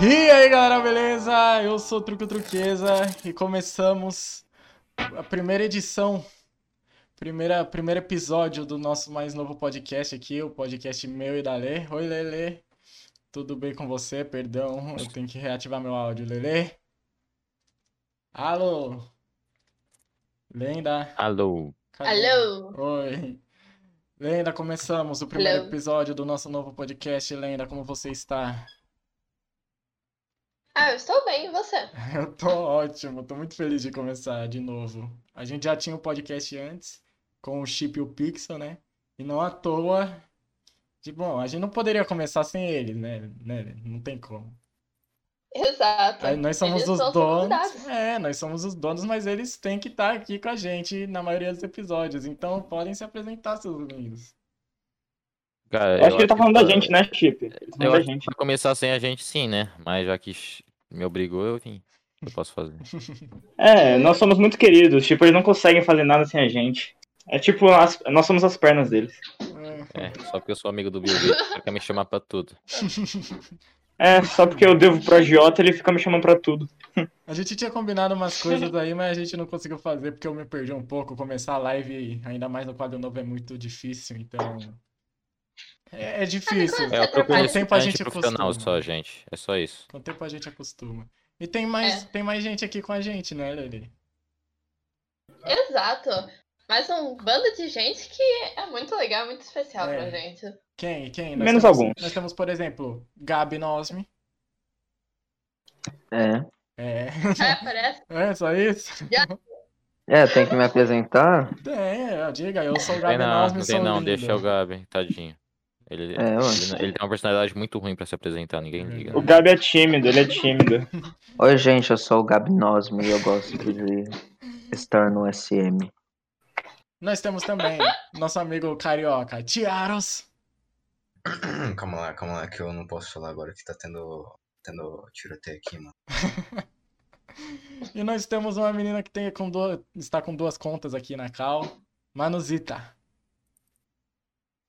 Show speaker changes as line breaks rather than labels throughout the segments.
E aí galera, beleza? Eu sou o Truco Truqueza e começamos a primeira edição, primeira, primeiro episódio do nosso mais novo podcast aqui, o podcast meu e da Lê. Oi Lele, tudo bem com você? Perdão, eu tenho que reativar meu áudio, Lele. Alô? Lenda?
Alô,
Cadê?
Alô?
Oi. Lenda, começamos o primeiro
Hello.
episódio do nosso novo podcast. Lenda, como você está?
Ah, eu estou bem, e você?
Eu tô ótimo, tô muito feliz de começar de novo. A gente já tinha o podcast antes, com o Chip e o Pixel, né? E não à toa. De bom, a gente não poderia começar sem eles, né? Né? Não tem como.
Exato.
Aí nós somos
Ah, Eles
os
são os
donos.
convidados.
É, nós somos os donos, mas eles têm que estar aqui com a gente na maioria dos episódios. Então podem se apresentar, seus lindos.
cara.
Eu acho que ele tá falando da
eu-
gente, né, Chip? Ele tá
Eu
falando da
acho que
gente.
vai começar sem a gente sim, né? Mas já que sh- me obrigou, eu vim. O que Eu posso fazer.
É, nós somos muito queridos. Tipo, eles não conseguem fazer nada sem a gente. É tipo, as- nós somos as pernas deles.
É.
É, só porque eu sou amigo do Bill Gates, ele quer me chamar pra tudo.
É, só porque eu devo pro agiota, ele fica me chamando pra tudo.
A gente tinha combinado umas coisas aí, mas a gente não conseguiu fazer porque eu me perdi um pouco. Começar a live, ainda mais no quadro novo, é muito difícil, então. É, é difícil.
Você
É, eu
trabalha-
procuro
Com o
tempo a
gente
gente
profissional
acostuma.
só, gente. É só isso.
Com o tempo a gente acostuma. E tem mais, tem mais gente aqui com a gente, né, Lele?
Exato. Mas um bando de gente que é muito legal, muito especial
É.
pra gente.
Quem? Quem? Nós
Menos
temos-
alguns.
Nós temos, por exemplo, Gabi Nosme.
É.
É,
É, parece.
é só isso?
É, tem que me apresentar?
Tem, é, diga, eu sou o
Tem
Gabi
não,
Nosme,
não
sou
tem não,
lindo.
deixa o Gabi, tadinho. Ele,
É, ué.
ele, ele tem uma personalidade muito ruim pra se apresentar, ninguém liga. né?
O Gabi é tímido, ele é tímido.
Oi, gente, eu sou o Gabi Nosme e eu gosto de estar no SM.
Nós temos também nosso amigo carioca, Tiaros.
Hum, Calma lá, calma lá, que eu não posso falar agora que tá tendo, tendo tiroteio aqui, mano.
E nós temos uma menina que tem com duas, está com duas contas aqui na Cal, Manuzita.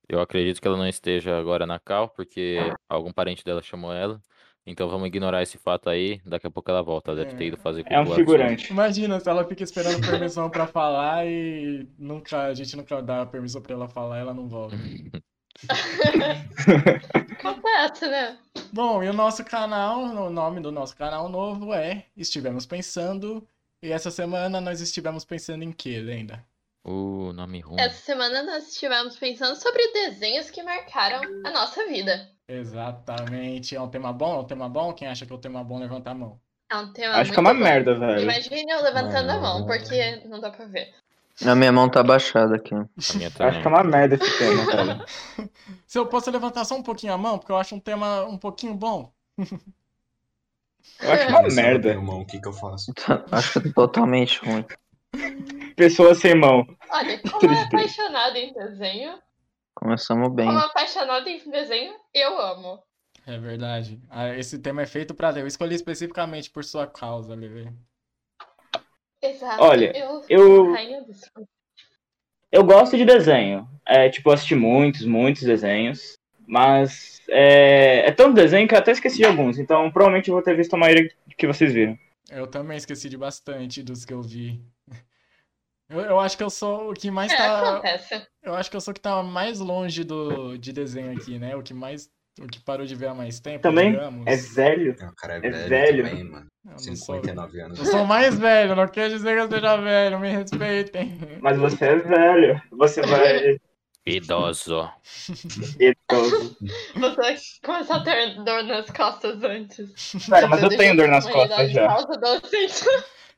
Eu acredito que ela não esteja agora na cal, porque algum parente dela chamou ela. Então vamos ignorar esse fato aí, daqui a pouco ela volta, ela deve ter ido fazer
É um
copulação.
figurante.
Imagina se ela fica esperando permissão pra falar e nunca, a gente nunca dá permissão pra ela falar, ela não volta.
Acontece, né?
Bom, e o nosso canal, o nome do nosso canal novo é Estivemos Pensando. E essa semana nós estivemos pensando em quê, Lenda?
Uh, nome ruim.
Essa semana nós estivemos pensando sobre desenhos que marcaram a nossa vida.
Exatamente. É um tema bom? É um tema bom? Quem acha que é um tema bom, levanta a mão.
É um tema
Acho que é uma
muito bom.
merda, velho.
Imagine eu levantando a mão, porque não dá pra ver.
A minha mão tá baixada aqui.
A minha
Acho
também.
que é uma merda esse tema, cara.
Se eu posso levantar só um pouquinho a mão, porque eu acho um tema um pouquinho bom.
Eu acho É uma
Mas se eu não
merda.
tenho mão, o que que eu faço?
Tá, Acho totalmente ruim.
Pessoa sem mão.
Olha, como eu
Tristeza.
apaixonada em desenho,
Começamos bem.
como apaixonada em desenho, eu amo.
É verdade. Ah, Esse tema é feito pra. Eu escolhi especificamente por sua causa, Lele.
Exato.
Olha,
eu sou
eu-
a rainha disso.
Eu gosto de desenho. É, tipo, eu assisti muitos, muitos desenhos. Mas é, é tanto desenho que eu até esqueci de alguns. Então, provavelmente eu vou ter visto a maioria que vocês viram.
Eu também esqueci de bastante dos que eu vi. Eu, eu acho que eu sou o que mais
É,
tá.
acontece.
Eu acho que eu sou o que tá mais longe do, de desenho aqui, né? O que mais. O que parou de ver há mais tempo,
Também
digamos.
É velho?
O cara é
É
velho,
velho.
também, mano.
Eu não sou,
59 anos.
eu sou um mais velho, não quer dizer que eu seja velho, me respeitem.
Mas você é velho. Você vai assim,
Idoso.
idoso.
Você começou a ter dor nas costas antes.
Cara, mas eu tenho dor nas costas já.
Por causa do adolescente.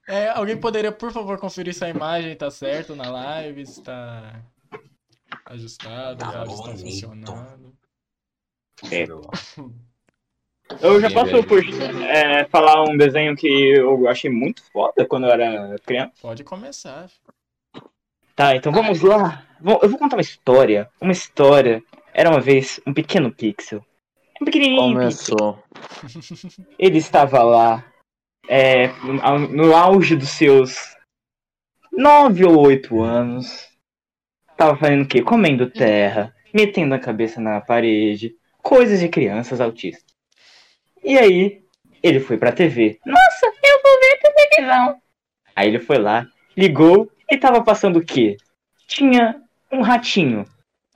É, alguém poderia, por favor, conferir se a imagem tá certo na live, se tá ajustado,
Tá
o áudio tá
bonito.
funcionando.
Eu já posso por, é, falar um desenho que eu achei muito foda quando eu era criança.
Pode começar.
Tá, então vamos lá. Bom, eu vou contar uma história. Uma história. Era uma vez um pequeno pixel. Um pequenininho
é?
pixel.
Começou.
Ele estava lá. é, no- no auge dos seus nove ou oito anos. Tava fazendo o quê? Comendo terra, metendo a cabeça na parede, coisas de crianças autistas. E aí, Ele foi pra TV. Nossa, eu vou ver televisão. Aí ele foi lá, ligou e tava passando o quê? Tinha um ratinho.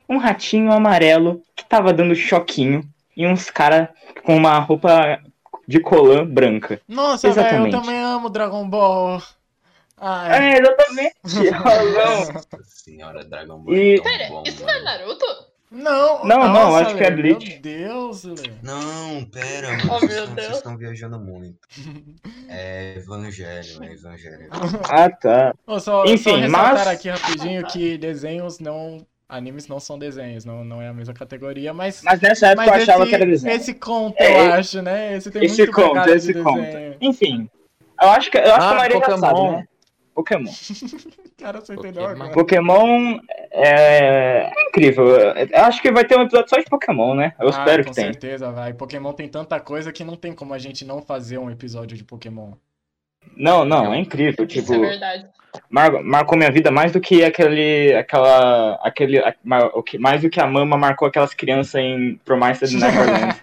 Um ratinho amarelo que tava dando choquinho e uns caras com uma roupa de colã branca.
Nossa, velho, eu
Exatamente.
também amo Dragon Ball. Ai,
É, exatamente. Razão.
Nossa senhora, Dragon Ball
E-
é tão
Pera,
bom,
isso não é
mano.
Naruto?
não,
Não, não,
nossa,
acho que é
Lê,
Bleach.
Meu Deus, Lê.
Não, pera, mano.
Oh,
vocês
meu
tão-
Deus.
Vocês estão viajando muito. É Evangelho, é Evangelho.
Ah, tá.
Ô, só, só
Enfim,
ressaltar
mas-
aqui rapidinho que desenhos não. Animes não são desenhos, não, não é a mesma categoria, mas.
Mas nessa época eu
mas
achava
esse,
que era desenho.
esse conta,
É,
eu acho, né? Esse tem
esse
muito
conta,
pegada de
esse
desenho.
conta. Enfim. Eu acho que, eu acho que a
Ah,
maioria já sabe,
Pokémon.
né? Pokémon.
Cara, você entendeu
Pokémon.
agora.
Pokémon é... é incrível. Eu acho que vai ter um episódio só de Pokémon, né? Eu espero
ah, com
que tenha.
certeza, vai. Pokémon tem tanta coisa que não tem como a gente não fazer um episódio de Pokémon.
Não, não, é incrível.
Isso
Tipo,
é verdade.
mar- marcou minha vida mais do que aquele. aquela. aquele. a- mar- o que- mais do que a mama marcou aquelas crianças em Promised Neverland.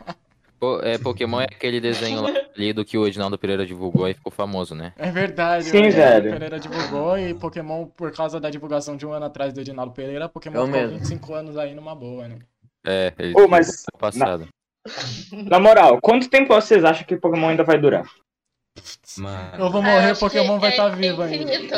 Po- é, Pokémon é aquele desenho lá ali do que o Edinaldo Pereira divulgou e ficou famoso, né?
É verdade,
Sim,
o Edinaldo
velho.
Pereira divulgou e Pokémon, por causa da divulgação de um ano atrás do Edinaldo Pereira, Pokémon
Eu
ficou
mesmo.
25 anos aí numa boa, né?
É, ele
Ô, mas-
divulgou ano passado.
Na moral, quanto tempo vocês acham que Pokémon ainda vai durar?
Mano,
Eu vou
Ah, eu
morrer,
acho que
Pokémon vai
é-
estar
é
vivo ainda.
infinito.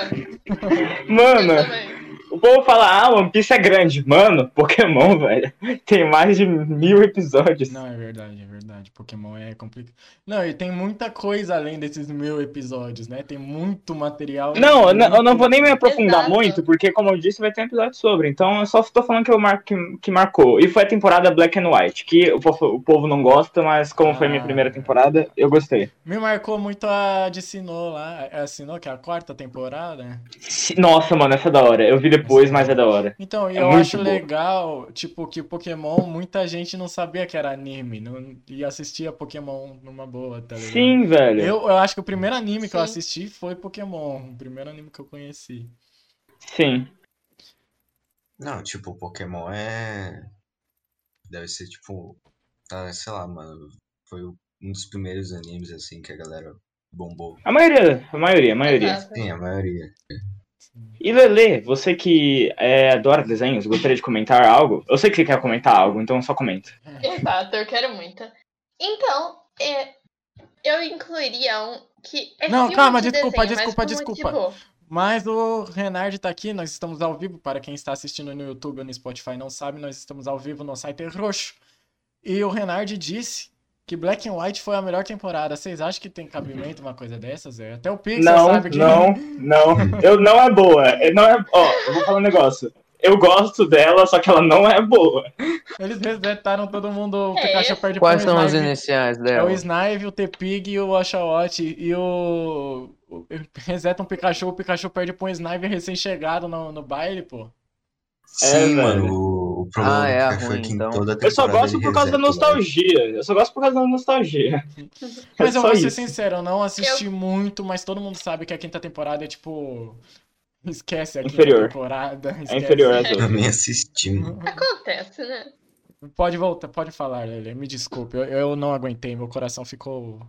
Mano,
Eu também.
o povo fala, ah, One Piece é grande. Mano, Pokémon, velho. Tem mais de mil episódios.
Não, é verdade, é verdade. Pokémon é complicado. Não, e tem muita coisa além desses mil episódios, né? Tem muito material.
Não, eu não-
muito-
eu não vou nem me aprofundar
Exato.
muito, porque, como eu disse, vai ter um episódio sobre. Então, eu só tô falando que, eu mar... que, que marcou. E foi a temporada Black and White, que o povo, o povo não gosta, mas como foi minha
Ah.
primeira temporada, eu gostei.
Me marcou muito a de Sinnoh lá. É a Sinnoh, que é a quarta temporada, né?
Se- Nossa, mano, essa é da hora. Eu vi depois, mas é da hora.
Então, e
É
eu
muito
acho
boa.
legal, tipo, que Pokémon, muita gente não sabia que era anime não, e assistia Pokémon numa boa, tá ligado?
Sim, velho.
Eu, eu acho que o primeiro anime que eu
Sim.
assisti foi Pokémon, o primeiro anime que eu conheci.
Sim.
Não, tipo, Pokémon é. Deve ser tipo. Tá, sei lá, mano. Foi o- um dos primeiros animes assim que a galera bombou.
A maioria, a maioria, a maioria.
Exato.
Sim, a maioria.
E Lele, você que é, adora desenhos, gostaria de comentar algo? Eu sei que você quer comentar algo, então só comenta.
Exato, eu quero muito. Então, é, eu incluiria um que. É
Não,
filme
calma,
de
desculpa,
desenho, mas
desculpa,
por
desculpa.
motivo-
Mas o Renard tá aqui, nós estamos ao vivo. Para quem está assistindo no YouTube ou no Spotify não sabe, nós estamos ao vivo no site roxo. E o Renard disse que Black and White foi a melhor temporada. Vocês acham que tem cabimento uma coisa dessas? É, Até o Pixel
Não,
sabe que
não, não. Eu não é boa. Eu não é. Ó, eu vou falar um negócio. Eu gosto dela, só que ela não é boa.
eles resetaram todo mundo. O
É
Pikachu
esse?
perde
Quais
pro
são as
Snipe.
iniciais
É o
dela?
Snipe, o T-Pig, o Oshawott e o. o- Resetam o Pikachu, o Pikachu perde pra um Snipe recém-chegado no, no baile, pô.
Sim,
É, velho.
mano. O, o problema
Ah,
do
é a
Pikachu
ruim,
que em
então.
toda
Eu só
temporada
gosto
ele
é
né?
por causa da
né?
reseta o Ash.
nostalgia. Eu só gosto por causa da nostalgia. É
Mas eu
só
vou ser
isso.
sincero, eu não assisti muito, mas todo mundo sabe que a quinta temporada é tipo. Esquece a quinta
Inferior.
temporada.
É
esquece.
inferior às outras.
Também assisti, mano.
Acontece, né?
Pode voltar, pode falar, Lele. Me desculpe, eu, eu não aguentei, meu coração ficou.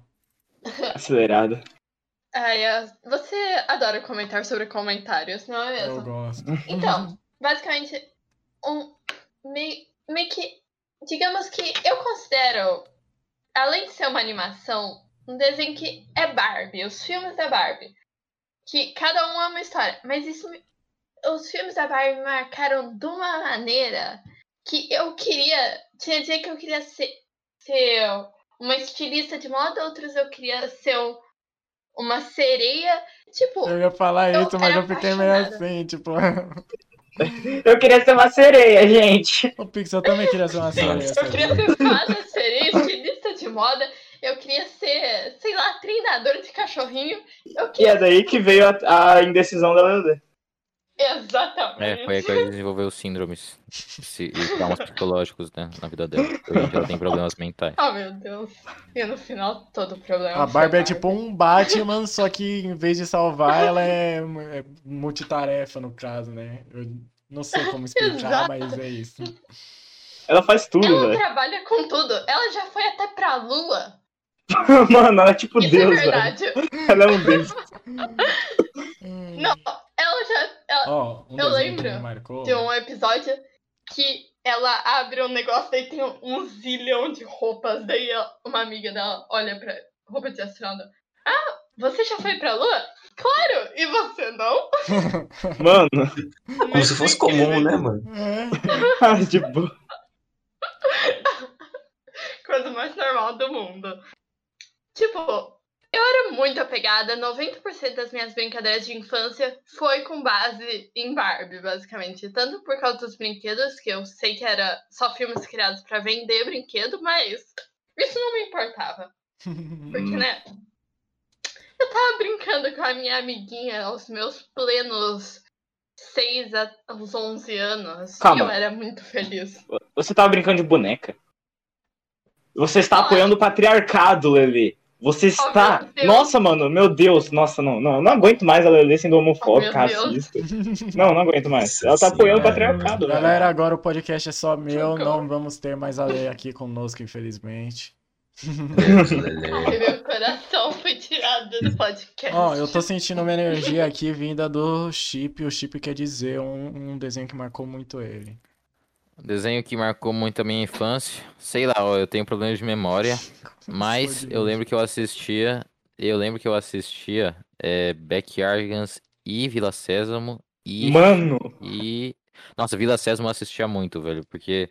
Acelerada.
Ai, eu- você adora comentar sobre comentários, não é
Eu
mesmo?
gosto.
Então, basicamente, um meio, meio que. Digamos que eu considero, além de ser uma animação, um desenho que é Barbie, os filmes da Barbie. Que cada um é uma história. Mas isso me- os filmes da Barbie me marcaram de uma maneira que eu queria. Tinha dia que eu queria ser, ser uma estilista de moda, outros eu queria ser um- uma sereia. Tipo,
Eu ia falar
Eu
isso, mas
era
eu fiquei meio
apaixonada.
assim, tipo.
Eu queria ser uma sereia, gente.
o Pixel também queria ser uma série.
Eu
Eu queria
é
ser fada, sereia, estilista de moda. Eu queria ser, sei lá, treinadora de cachorrinho. Eu
E
queria.
é daí que veio a, a indecisão da Lele.
Exatamente.
É, foi aí que ela desenvolveu os síndromes psi- e traumas psicológicos, né, na vida dela. Porque ela tem problemas mentais.
Oh, meu Deus. E no final, todo o problema.
A
foi
Barbie é tipo um Batman, só que em vez de salvar, ela é, mu- é multitarefa, no caso, né? Eu não sei como explicar,
Exato.
mas é isso.
Ela faz tudo,
Ela
né?
velho.
trabalha com tudo. Ela já foi até pra lua.
Mano, ela é tipo
Isso
né?
Deus,
é
velho.
verdade.
Ela é um Deus.
Hum.
Não, ela já. Ela,
Ó, um
Eu
desenho que me
lembro
marcou.
de um episódio que ela abre um negócio e tem um zilhão de roupas. Daí ela- uma amiga dela olha pra roupa de astronauta. Ah, você já foi pra lua? Claro! E você não?
Mano,
é
Como se fosse comum, né, mano?
É.
ai, de boa.
Coisa mais normal do mundo. Tipo, eu era muito apegada. 90% das minhas brincadeiras de infância foi com base em Barbie, basicamente. Tanto por causa dos brinquedos, que eu sei que era só filmes criados pra vender brinquedo, mas isso não me importava.
Hum.
Porque, né? Eu tava brincando com a minha amiguinha aos meus plenos 6 aos 11 anos. E
Calma.
eu era muito feliz.
Você tava brincando de boneca. Você está
Não,
apoiando o patriarcado, Lele. Você está.
Oh, meu Deus.
nossa, mano, meu Deus, nossa, não, não, eu não aguento mais a Lele sendo homofóbica,
Oh, meu Deus.
racista. Não, não aguento mais.
Nossa
Ela tá apoiando o
senhora.
patriarcado, velho.
Galera, agora o podcast é só meu.
Socorro.
Não vamos ter mais a Lei aqui conosco, infelizmente.
Deus, Lelê.
E meu coração foi tirado do podcast.
Ó, eu tô sentindo uma energia aqui vinda do Chip. O Chip quer dizer um, um desenho que marcou muito ele.
Desenho que marcou muito a minha infância. Sei lá, ó, eu tenho problemas de memória, mas
Pode
eu
ir.
lembro que eu assistia. Eu lembro que eu assistia é, Backyardigans e Vila Sésamo e,
Mano,
e. Nossa, Vila Sésamo eu assistia muito, velho, porque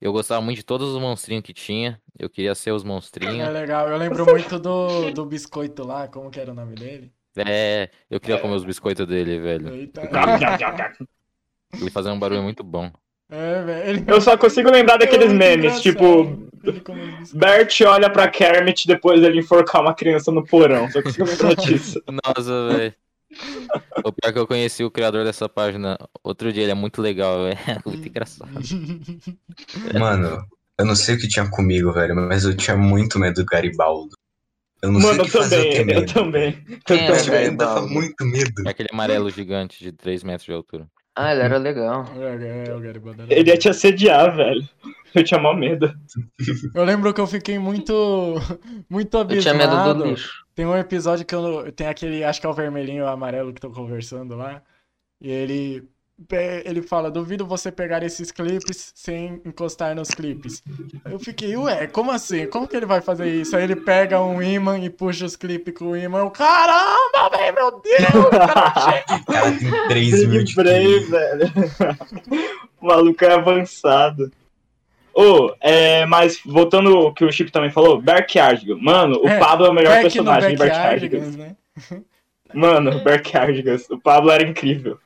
eu gostava muito de todos os monstrinhos que tinha. Eu queria ser os monstrinhos.
É legal, eu lembro muito do, do biscoito lá, como que era o nome dele?
É, eu queria comer os biscoitos dele, velho.
é
Eita.
Ele fazia um barulho muito bom.
É, velho. ele-
eu só consigo lembrar daqueles
é muito
memes,
engraçado.
tipo,
Ele come um os biscoitos.
Bert olha pra Kermit depois dele enforcar uma criança no porão. Só consigo lembrar disso.
Nossa, velho. O pior é que eu conheci o criador dessa página outro dia, ele é muito legal, velho. Muito engraçado.
É.
Mano, eu não sei o que tinha comigo, velho, mas eu tinha muito medo do Garibaldo. Eu não sei
Mano,
o
eu
que fazer, eu
também,
tenho
eu
medo.
também.
É,
Eu tinha- eu
Garibaldo.
dava muito medo.
É aquele amarelo gigante de 3 metros de altura.
Ah, ele era legal.
É, é, o Garibaldi era
Ele ia
bom.
te assediar, velho. Eu tinha mó medo. tipo-
Eu lembro que eu fiquei muito, muito abismado.
Eu tinha medo do lixo.
Tem um episódio que eu, tem aquele, acho que é o vermelhinho e o amarelo que estão conversando lá. E ele, pe- ele fala: Duvido você pegar esses clipes sem encostar nos clipes. Eu fiquei, ué, como assim? Como que ele vai fazer isso? Aí ele pega um imã e puxa os clipes com o imã. Eu, caramba, velho, meu Deus! cara,
O cara tem 3 mil de
Lembrei,
QI.
velho. O maluco é avançado. Ô, é, mas voltando ao que o Chip também falou, Backyardigan. Mano, o
É,
Pablo é o melhor
Back no
personagem de Backyardigan.
Backyardigans, né?
Mano, Backyardigan. O Pablo era incrível.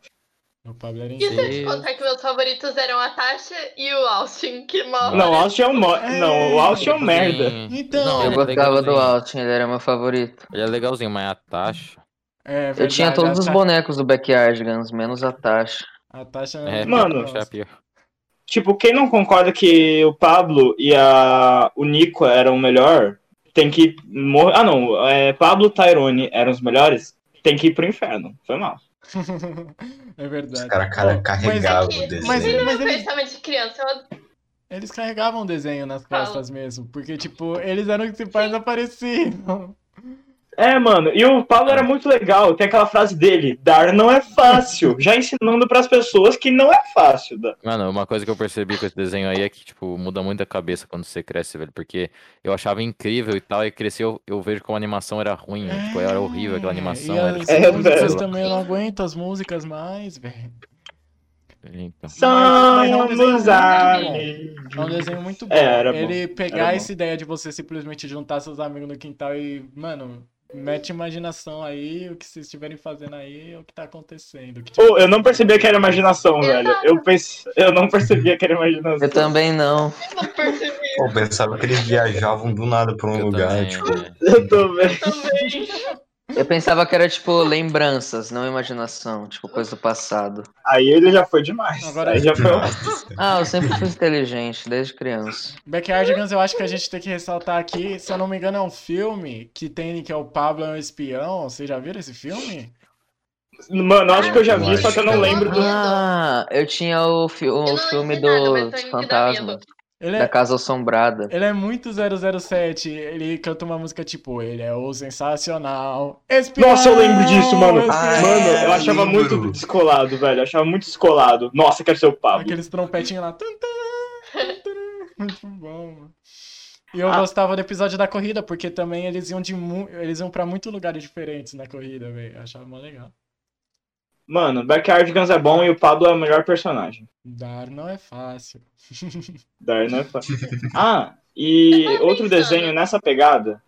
O Pablo era
E se eu te
Deus.
contar que meus favoritos eram a Tasha e o Austin, que mal.
Não, o Austin é um mo... Não, o Austin é um merda.
Sim.
Então-
Não,
Eu
ele é
gostava do
legalzinho.
Altin, ele era meu favorito.
Ele é legalzinho, mas a taxa.
É,
Eu tinha
verdade,
todos
a
os
Ta-
bonecos do Backyardigans, menos a Tasha.
A taxa
É,
Mano.
a taxa é pior.
Tipo, quem não concorda que o Pablo e a... o Nico eram o melhor, tem que morrer. Ah, não. É, Pablo e Tyrone eram os melhores, tem que ir pro inferno. Foi mal.
É
Os
verdade.
caras cara,
Mas-
carregavam
mas é
o
que-
desenho.
mas ele-
Eu pensava de criança, eu
Eles carregavam o desenho nas
Fala.
costas mesmo, porque, tipo, eles eram os principais apareciam.
É, mano, e o Pablo era muito legal. Tem aquela frase dele: dar não é fácil. Já ensinando pras pessoas que não é fácil. dar.
Mano, uma coisa que eu percebi com esse desenho aí é que, tipo, muda muito a cabeça quando você cresce, velho. Porque eu achava incrível e tal, e cresceu, eu vejo como a animação era ruim. Tipo, era horrível aquela
É,
animação.
E
Era
as
É,
músicas
velho.
também eu não aguento as músicas mais, velho.
Então.
Somos amigos.
Uhum.
É um desenho muito bom.
É, era bom,
Ele pegar
era bom.
essa ideia de você simplesmente juntar seus amigos no quintal e, mano, mete imaginação aí, o que vocês estiverem fazendo aí é o que tá acontecendo. o que tiver-
Pô, eu não percebia que era imaginação,
Exato.
velho. Eu, pense... eu não percebia que era imaginação.
Eu também não.
não percebi
Pô, eu pensava que eles viajavam do nada pra um
Eu
lugar,
também,
tipo,
é.
Eu também.
também.
Eu pensava que era tipo lembranças, não imaginação, tipo coisa do passado.
Aí ele já foi demais.
Agora-
Aí já foi um-
Ah, eu sempre fui inteligente, desde criança.
Backyardigans, eu acho que a gente tem que ressaltar aqui, se eu não me engano, é um filme que tem que é o Pablo é um espião. Vocês já viram esse filme?
Mano, eu acho que eu já vi,
Eu
só que eu não
acho que
lembro do.
Medo.
Ah, eu tinha o, fi-
Eu
o
não
filme
entendi nada,
do
mas
dos
também me dá medo.
fantasmas.
Ele
da
é,
Casa Assombrada.
ele é muito 007. Ele canta uma música tipo, ele é o sensacional. Espião,
Nossa, eu lembro disso, mano.
espião.
Ah,
Mano, eu achava
lembro.
muito descolado, velho. Eu achava muito descolado. Nossa, quero ser o Pablo.
Aqueles trompetinhos lá. Tum, tum, tum. Muito bom, mano. E eu
Ah.
gostava do episódio da corrida, porque também eles iam de mu- eles iam pra muitos lugares diferentes na corrida, velho. Eu achava mó legal.
Mano, Backyard Guns é bom e o Pablo é o melhor personagem.
Dar não é fácil.
Daí, né? fa- Ah, e
Eu tava
outro
pensando.
desenho nessa pegada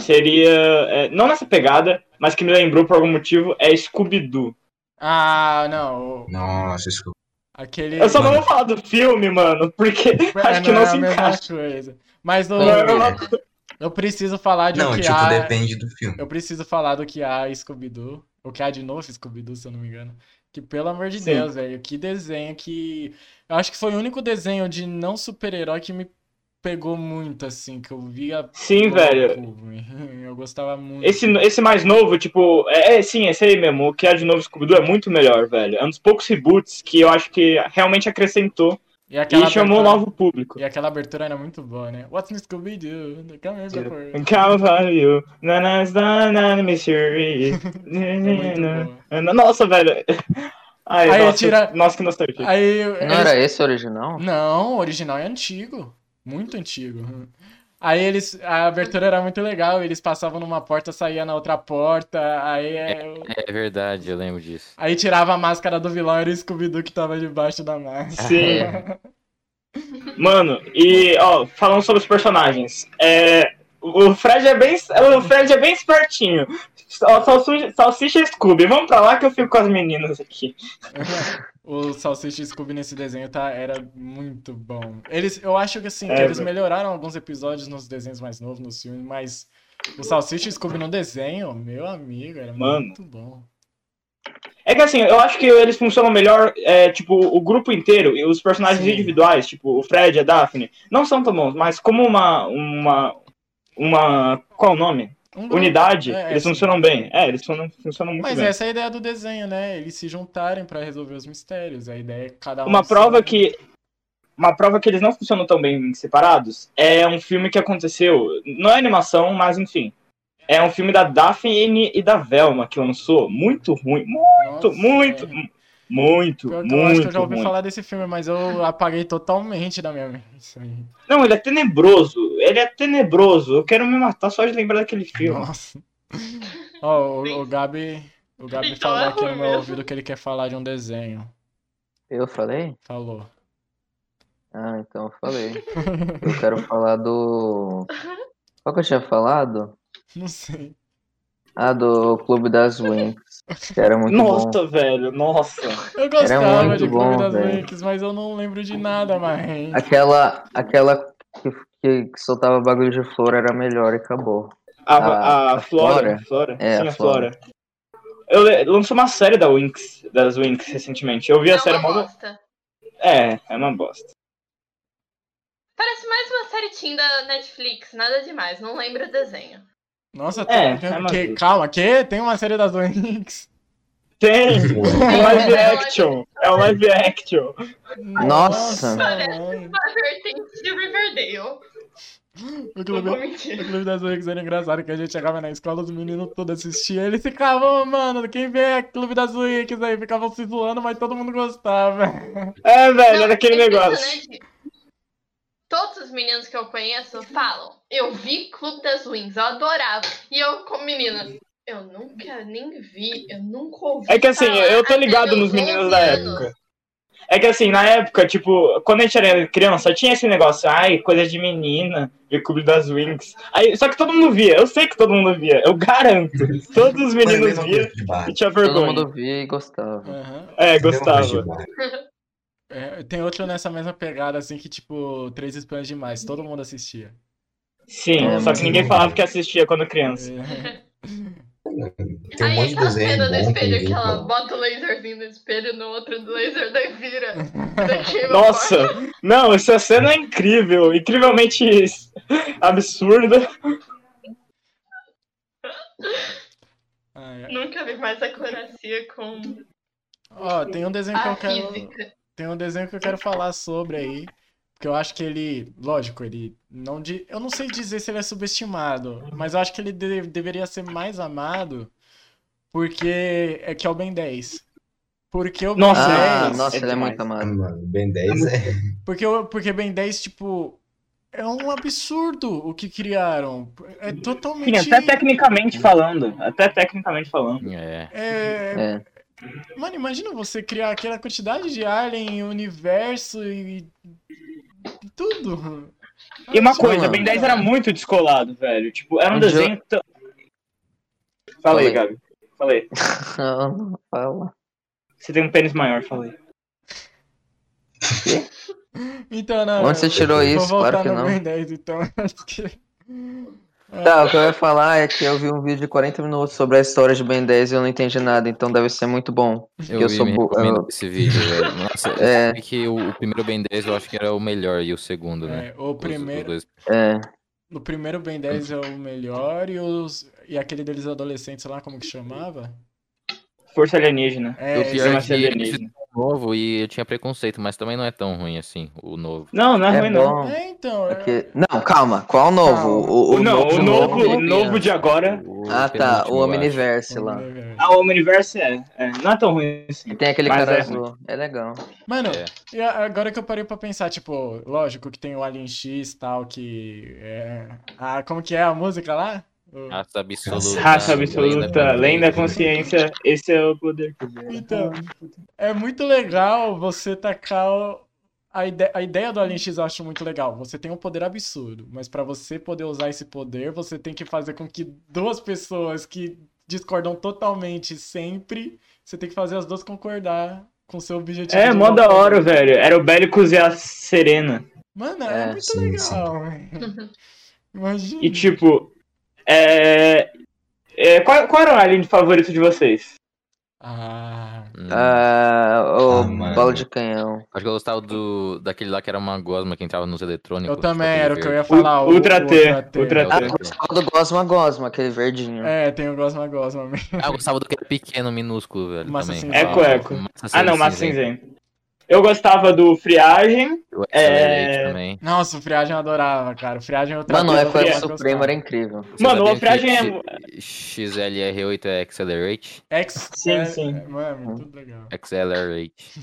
seria. é, não nessa pegada, mas que me lembrou por algum motivo é Scooby-Doo.
Ah, não. o-
Nossa, desculpa.
Aquele.
Eu só não vou falar do filme, mano, porque
É,
acho que
não
não,
é
se
a mesma
encaixa.
coisa. Mas eu,
Não,
É.
eu não-
eu preciso falar de o
Não,
que
tipo,
há.
depende do filme.
Eu preciso falar do que há Scooby-Doo. O que há de novo Scooby-Doo, se eu não me engano. Que pelo amor de
Sim.
Deus, velho. Que desenho que. Eu acho que foi o único desenho de não super-herói que me pegou muito, assim. Que eu via.
Sim,
todo
velho.
o cubo. Eu gostava muito.
Esse, esse mais novo, tipo, é, é, sim, esse aí mesmo, o que é de novo Scooby-Doo é muito melhor, velho. É um dos poucos reboots que eu acho que realmente acrescentou
E aquela
e chamou um
abertura...
novo público.
E aquela abertura era muito boa, né? What's in Scooby-Doo? Come here,
Tira.
Gopher.
Calvário, nanas, nanas, mystery.
É Muito boa.
Nossa, velho. Ai,
Aí Ah,
nossa,
tira-
nossa, que nostalgia.
Aí. eu-
Não era esse o original?
Não, o original é antigo. Muito antigo. Aí eles. A abertura era muito legal. Eles passavam numa porta, saía na outra porta. Aí, é,
É verdade, eu lembro disso.
aí tirava a máscara do vilão, era o Scooby-Doo que tava debaixo da máscara.
Sim.
É.
Mano, e ó, falando sobre os personagens, é, o Fred é bem, o Fred é bem espertinho. Sal- salsu- Salsicha e Scooby, vamos pra lá que eu fico com as meninas aqui.
O Salsicha e Scooby nesse desenho tá, era muito bom. Eles, eu acho que assim, que
É,
eles
velho.
melhoraram alguns episódios nos desenhos mais novos, nos filmes, mas o Salsicha e Scooby no desenho, meu amigo, era
Mano.
muito bom.
É que assim, eu acho que eles funcionam melhor, é, tipo, o grupo inteiro e os personagens
Sim.
individuais, tipo, o Fred e a Daphne, não são tão bons, mas como uma. uma. uma. qual o nome?
Um grupo-
Unidade,
é,
eles
sim.
funcionam bem. É, eles funcionam, funcionam muito
Mas
bem.
essa é a ideia do desenho, né? Eles se juntarem pra resolver os mistérios. A ideia é cada um.
Uma prova
sabe.
que. Uma prova que eles não funcionam tão bem separados é um filme que aconteceu. Não é animação, mas enfim. É um filme da Daphne e da Velma que lançou. Muito ruim.
Nossa,
Muito, muito.
é.
mu- Muito,
Pior que eu acho que eu
muito
já ouvi
ruim.
falar desse filme, mas eu apaguei totalmente da minha mente. Isso aí.
Não, ele é tenebroso. Ele é tenebroso. Eu quero me matar só de lembrar daquele filme.
Nossa. Ó, o, o Gabi. O Gabi
Então
falou
é
aqui no
ruim
meu
mesmo.
ouvido que ele quer falar de um desenho.
Eu falei?
Falou.
Ah, então eu falei. Eu quero falar do. Qual que eu tinha falado?
Não sei.
Ah, do Clube das Winx. Que era muito bom.
Nossa, velho. Nossa.
Eu gostava
muito
de Clube
bom,
das
velho.
Winx, mas eu não lembro de nada mais.
Aquela, aquela que, que- que soltava bagulho de flor era melhor e acabou.
A,
A-
a,
a
Flora. Flora.
É,
Sim,
a
a Flora. Eu le- lançou uma série da Winx, das Winx recentemente. Eu vi a
É
série.
uma
mó-
bosta.
É, é uma bosta.
Parece mais uma série teen da Netflix, nada demais, não lembro o desenho.
Nossa,
É,
tem-
é uma
que-
vida.
calma, que tem uma série das Winx.
Tem! É um live action! É um live action!
Nossa.
mano.
A vertente de Riverdale.
O
Não
Clube,
vou mentir.
O Clube das Winx era engraçado, que a gente chegava na escola, os meninos todos assistiam, eles ficavam, "Ô, mano, quem vê é Clube das Winx aí, ficavam se zoando, mas todo mundo gostava.
É, velho,
Não,
era aquele
é
negócio.
impressionante. Todos os meninos que eu conheço falam, eu vi Clube das Wings, eu adorava. E eu, como menina, eu nunca nem vi, eu nunca ouvi.
É que assim,
falar
eu tô
até
ligado
meus
nos meninos
11
da
anos.
época. É que assim, na época, tipo, quando a gente era criança, tinha esse negócio, ai, coisa de menina, ver clube das Winx. Aí, só que todo mundo via, eu sei que todo mundo via, eu garanto. Todos os
Mas é a
meninos
mesma
viam
coisa de
assim,
barra.
e tinha
Todo
vergonha.
mundo via e gostava.
Aham.
É,
É a mesma coisa de
assim.
gostava.
barra.
É, tem outro nessa mesma pegada, assim, que tipo, Três Espiãs Demais, todo mundo assistia.
Sim,
É,
só
mas-
que ninguém falava que assistia quando criança.
É.
Tem um
Aí
monte de
aquela cena do
desenho bom com
espelho que
ninguém
ela
bom.
bota o laserzinho no espelho, no outro do laser daí vira. Daí queima a
Nossa,
porta.
não, essa cena é incrível, incrivelmente absurda.
Ah, é.
Nunca vi mais a coracia com
Ó, tem um desenho que
a Ah,
eu quero...
física.
Tem um desenho que eu quero falar sobre aí, Porque eu acho que ele, lógico, ele não de, eu não sei dizer se ele é subestimado, mas eu acho que ele de- deveria ser mais amado, porque é que é o Ben 10. Porque o Ben
Nossa,
10,
Ah,
é
nossa, ele é
demais.
muito
Ah,
amado.
mano, Ben 10 é.
porque o- porque Ben 10 tipo é um absurdo o que criaram. É
Sim,
totalmente
até tecnicamente falando. Até tecnicamente falando.
É.
é,
É.
Mano, imagina você criar aquela quantidade de alien, universo e. e tudo.
E uma
Nossa,
coisa,
mano.
Ben 10 era muito descolado, velho. Tipo, era um
Um
desenho tão. Fala aí,
Falei.
Gabi. Fala aí.
Não, não fala.
Você tem um pênis maior, fala aí.
Então, não.
Onde você tirou
eu
isso?
vou voltar
Claro que
no
não.
Ben 10, então. acho que-
Tá, o que eu ia falar é que eu vi um vídeo de 40 minutos sobre a história de Ben 10 e eu não entendi nada, então deve ser muito bom.
Eu,
eu
vi,
sou
me
bu-
recomendo
eu-
esse vídeo, velho. Nossa,
É.
é que o, o primeiro Ben 10 eu acho que era o melhor e o segundo, né?
É, o
Os- os
primeiro,
dois-
É,
o primeiro Ben 10 é o melhor e, os, e aquele deles adolescentes lá, como que chamava?
Força alienígena.
É,
O pior
esse-
é
Chama
que
alienígena.
novo e eu tinha preconceito, mas também não é tão ruim assim, o novo.
Não, não é,
é
ruim, não.
bom.
É, então. é-
porque- Não, calma. Qual o novo? é O, o-
O, não, o novo,
eu
o novo
vi.
de agora.
O
Ah, tá.
penúltimo,
O
eu
Omniverse lá.
Ah, o Omniverse é, é. Não é tão ruim assim.
E tem aquele
Mas
cara
é
azul. É legal.
Mano,
É.
e a- agora que eu parei pra pensar, tipo, lógico que tem o Alien X e tal, que é... Ah, como que é a música lá? O-
acho. Raça absoluta. né?
Raça
lenda é
absoluta, além da consciência, esse é o poder que vem.
Então, é muito legal você tacar o- a, ide- a ideia do Alien X eu acho muito legal. Você tem um poder absurdo, mas pra você poder usar esse poder, você tem que fazer com que duas pessoas que discordam totalmente sempre, você tem que fazer as duas concordar com seu objetivo.
É,
de
mó
usar o
da
poder.
hora, velho. Era o Bélicos e a Serena.
Mano, é,
É,
muito
sim,
legal, velho. Imagina.
E tipo, é. é, qual, qual era o alien favorito de vocês?
Ah,
Hum.
Ah, o
Ah, mano.
bala de canhão.
Hum. Acho que eu gostava do, daquele lá que era uma gosma que entrava nos eletrônicos. tipo
eu também
aquele
era o que eu ia
verde.
falar. o- o
Ultra T, Ultra
É,
Ah,
o
eu
Ultra T.
gostava do Gosma Gosma, aquele verdinho.
É, tem o Gosma Gosma mesmo.
Ah, eu gostava do que era pequeno, minúsculo, velho.
Massa
também.
cinzenta.
Eco, eco.
Massa
Ah, não, Massa
cinzenta.
Cinzenta. Eu gostava do Friagem.
O
É.
Accelerate também.
Nossa, o Friagem eu adorava, cara. O Friagem eu
tá
Mano, o
eu
Eco era
mais
Supremo,
gostava.
era incrível.
Vocês
Mano, o é
sabiam que
Alfreagem
X- XLR8 é Accelerate?
Ex
Sim,
é,
sim.
é, Mano, muito legal.
Accelerate.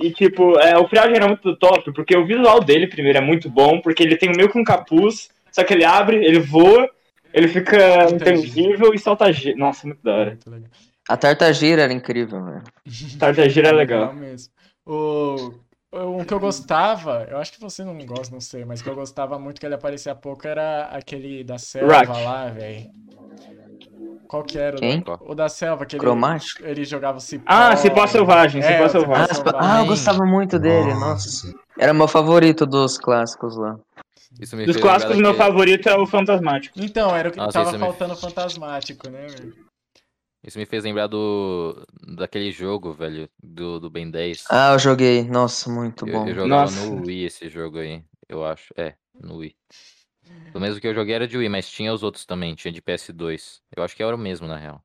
E tipo, é, o Friagem era muito top, porque o visual dele primeiro é muito bom, porque ele tem meio que um capuz, só que ele abre, ele voa, ele fica intangível e solta G. Nossa, muito da hora.
Muito legal.
A Tartagira era incrível, velho.
Tartagira é legal.
Legal mesmo. O, o um que eu gostava, eu acho que você não gosta, não sei, mas o que eu gostava muito que ele aparecia pouco era aquele da selva
Rack.
lá, velho. Qual que era? o
Quem?
da- O da selva, que ele,
Cromático?
ele jogava cipó. É,
Ah, cipó selvagem, cipó
o
selvagem.
Ah, ah, eu gostava muito dele, nossa.
assim."
Era meu favorito dos clássicos lá.
Isso me
Dos
fez
clássicos,
lembrar
meu
daquele-
favorito é o Fantasmático.
Então, era o que
Nossa,
tava
é
isso me-
faltando fantasmático, né, velho?
Isso me fez lembrar do daquele jogo, velho, do, do Ben 10.
Ah, eu joguei. Nossa, muito
eu,
bom.
eu jogava
Nossa.
no Wii esse jogo aí, eu acho. É, no Wii. Pelo menos o que eu joguei era de Wii, mas tinha os outros também, tinha de PS2. Eu acho que era o mesmo, na real.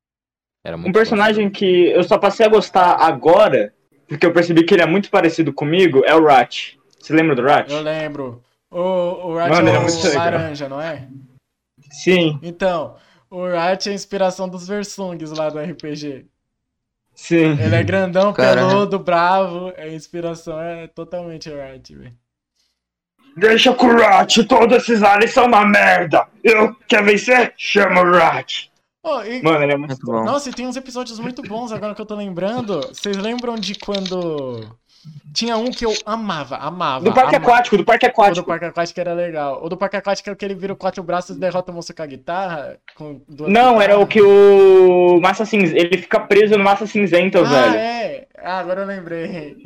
Era muito
Um
bom esse
personagem
jogo.
que eu só passei a gostar agora, porque eu percebi que ele é muito parecido comigo, é o Rat. Você lembra do Rat?
Eu lembro. O, o Rat
Mano,
é
era
o
muito legal.
laranja, não é?
Sim,
Então, o Rat é a inspiração dos Versungs lá do RPG.
sim.
Ele é grandão,
Caralho.
peludo, bravo. A inspiração é totalmente o Rat, velho.
Deixa com o Rat, todos esses aliens são uma merda. Eu quer vencer? Chama o Rat.
Oh, e-
Mano, ele é muito
Muito bom.
Nossa, e tem uns episódios muito bons agora que eu tô lembrando. Vocês lembram de quando. Tinha um que eu amava, amava.
Do parque
amava.
aquático, do parque
O do
aquático.
Parque Aquático era legal. O do Parque Aquático é o que ele vira o quatro braços e derrota o moço com a guitarra? Com duas
Não, era o
guitarras.
que o Massa Cinzenta. Ele fica preso no Massa Cinzenta,
Ah,
velho.
é? Ah, agora eu lembrei.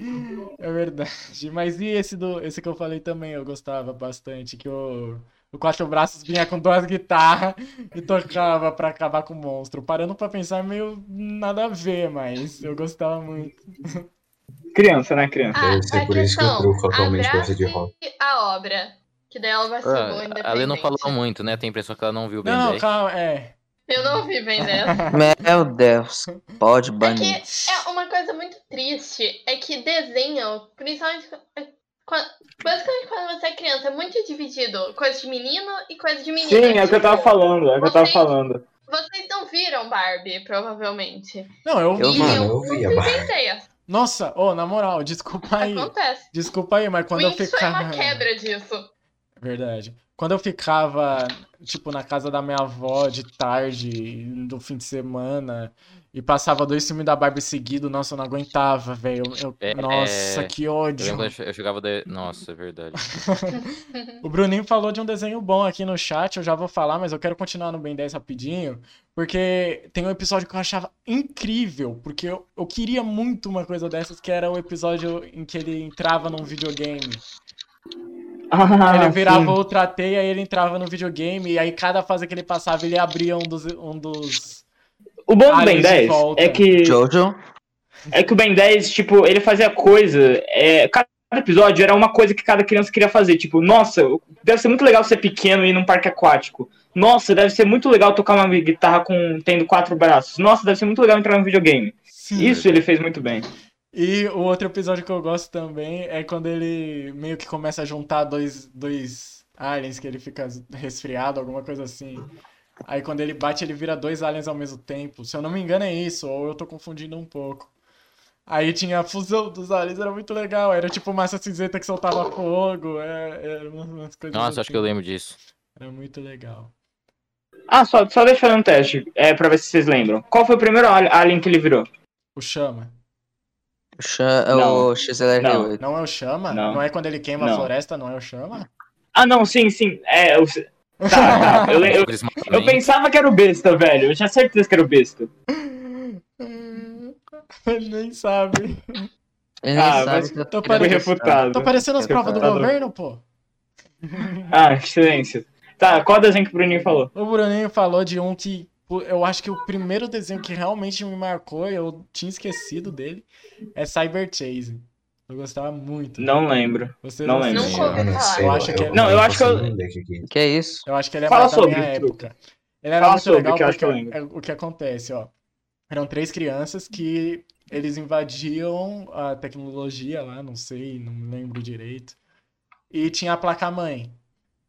É verdade. Mas e esse do, esse que eu falei também, eu gostava bastante, que o, o Quatro Braços vinha com duas guitarras e tocava pra acabar com o monstro. Parando pra pensar, é meio nada a ver, mas eu gostava muito.
Criança, né, criança?
Ah,
Deve ser
a
por isso que eu
questão,
truco atualmente
abrace
gosta de rock.
a obra, que daí ela vai ser boa
Ah, a Lê não falou
independente.
muito, né? Tem a impressão que ela não viu o Ben
Não,
10.
calma, é.
Eu não ouvi bem dessa.
Meu Deus. Pode
É
banir.
que é uma coisa muito triste é que desenham, principalmente Quan- Basicamente, quando você é criança, é muito dividido. Coisa de menino e coisa de menina.
Sim, é o que eu tava
Tipo,
falando, é o que eu tava
Vocês-
falando.
Vocês não viram Barbie, provavelmente.
Não, eu
Eu
vi.
E
vi.
Mano, eu vi a
não
Barbie.
tenho ideia.
Nossa, ô, na moral, desculpa aí.
Acontece.
Desculpa aí, mas quando eu
Winx foi
ficava.
uma quebra disso.
Verdade. Quando eu ficava, tipo, na casa da minha avó de tarde, do fim de semana, e passava dois filmes da Barbie seguido, nossa, eu não aguentava, velho. Eu- eu-
É,
Nossa,
é.
que
Eu
ódio.
lembro quando eu che- eu chegava da. Nossa, é verdade.
O Bruninho falou de um desenho bom aqui no chat, eu já vou falar, mas eu quero continuar no Ben 10 rapidinho, porque tem um episódio que eu achava incrível, porque eu, eu queria muito uma coisa dessas, que era o episódio em que ele entrava num videogame.
Ah,
Aí ele
sim.
virava outra teia e ele entrava no videogame, e aí cada fase que ele passava, ele abria um dos. Um dos...
O bom do
Alice
Ben 10
volta.
é que,
Jojo?
é que o Ben 10, tipo, ele fazia coisa. é, cada episódio era uma coisa que cada criança queria fazer. Tipo, nossa, deve ser muito legal ser pequeno e ir num parque aquático. Nossa, deve ser muito legal tocar uma guitarra com tendo quatro braços. Nossa, deve ser muito legal entrar no videogame.
Sim.
Isso ele fez muito bem.
E o outro episódio que eu gosto também é quando ele meio que começa a juntar dois, dois aliens que ele fica resfriado, alguma coisa assim. Aí quando ele bate, ele vira dois aliens ao mesmo tempo. Se eu não me engano, é isso, ou eu tô confundindo um pouco. Aí tinha a fusão dos aliens, era muito legal. Era tipo massa cinzenta que soltava fogo. Era, era umas umas coisas
Nossa, acho que eu
assim.
lembro disso.
Era muito legal.
Ah, só, só deixa eu fazer um teste, é, pra ver se vocês lembram. Qual foi o primeiro ali- alien que ele virou?
O Chama.
Xa- é
Não.
o XLR8.
Não é o Chama?
Não.
é quando ele queima a
Não.
floresta, não é o Chama?
Ah, não, sim, sim. É, eu... Tá, tá. Eu, le- eu,
Eles matam
eu
nem-
pensava que era o besta, velho. Eu tinha certeza que era o besta.
Ele nem sabe.
Ele é nem
Ah,
sabe
mas
o que eu
tô
tô
Pera
Foi
aí,
refutado.
Tô parecendo as
Quer
provas do
falar?
governo, pô.
Ah, silêncio. Tá, qual desenho que o Bruninho falou?
O Bruninho falou de um que pô, eu acho que o primeiro desenho que realmente me marcou, eu tinha esquecido dele, é Cyber Chase. Eu gostava muito.
Não lembro.
Você
não
lembra?
lembro.
Nunca ouvi
não
falar.
sei,
Eu acho que é-
Não, eu acho que eu-
consigo entender o que que é isso.
Que é isso?
Eu acho que ele é
Fala
mais da
sobre,
minha
Truco.
época. Ele era
Fala
muito
sobre,
legal
que eu acho que eu
porque é o que acontece, ó. Eram três crianças que eles invadiam a tecnologia lá, não sei, não lembro direito. E tinha a placa-mãe.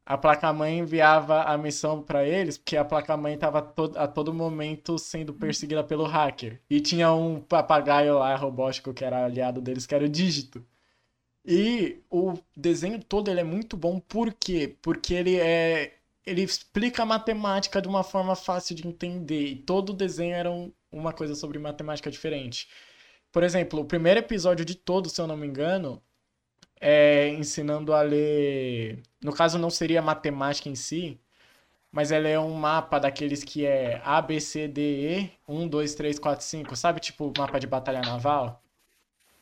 A placa-mãe enviava a missão pra eles, porque a placa-mãe tava to- a todo momento sendo perseguida pelo hacker. E tinha um papagaio lá robótico que era aliado deles, que era o dígito. E o desenho todo ele é muito bom, por quê? Porque ele é ele explica a matemática de uma forma fácil de entender. E todo desenho era um- uma coisa sobre matemática diferente. Por exemplo, o primeiro episódio de todo, se eu não me engano, é ensinando a ler. No caso, não seria matemática em si, mas ela é um mapa daqueles que é A, B, C, D, E, 1, 2, 3, 4, 5, sabe? Tipo mapa de batalha naval.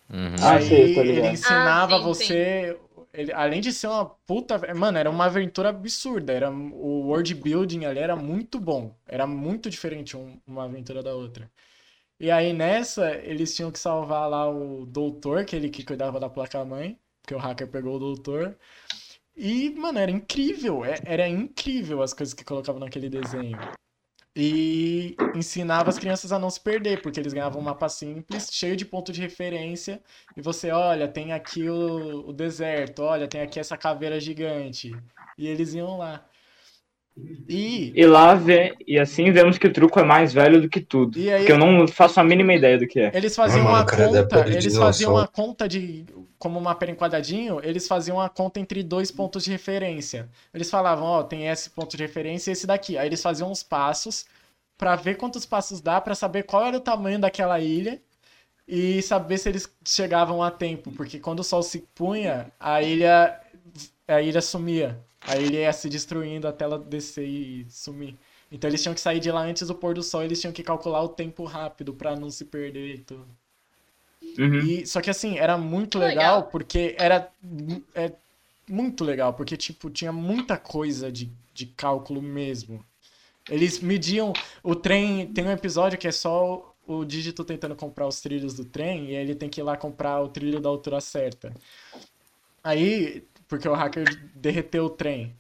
Uhum.
Ah,
Aí
sei, tá ligado.
ele ensinava
Ah, sim,
você. Ele, além de ser uma puta. Mano, era uma aventura absurda. Era, o world building ali era muito bom. Era muito diferente um- uma aventura da outra. E aí nessa, eles tinham que salvar lá o doutor, que ele que cuidava da placa-mãe, porque o hacker pegou o doutor. E, mano, era incrível. é- Era incrível as coisas que colocavam naquele desenho. E ensinava as crianças a não se perder, porque eles ganhavam um mapa simples, cheio de ponto de referência. E você, olha, tem aqui o, o deserto, olha, tem aqui essa caveira gigante. E eles iam lá. E
E lá vê, e assim vemos que o truco é mais velho do que tudo.
E aí-
Porque eu não faço a mínima ideia do que é.
Eles faziam
mano,
uma
o cara dá
conta,
pele de
eles faziam uma
dinossauro.
conta de como uma pera em quadradinho, eles faziam uma conta entre dois pontos de referência. Eles falavam, ó, tem esse ponto de referência e esse daqui. Aí eles faziam uns passos pra ver quantos passos dá, pra saber qual era o tamanho daquela ilha e saber se eles chegavam a tempo, porque quando o sol se punha, a ilha a ilha sumia. A ilha ia se destruindo até ela descer e sumir. Então eles tinham que sair de lá antes do pôr do sol, eles tinham que calcular o tempo rápido pra não se perder e tudo.
Uhum.
E, só que assim, era muito
Que
legal,
legal.
porque era mu- é, muito legal, porque tipo, tinha muita coisa de, de cálculo mesmo. Eles mediam o trem, tem um episódio que é só o, o dígito tentando comprar os trilhos do trem e aí ele tem que ir lá comprar o trilho da altura certa. Aí, porque o hacker derreteu o trem.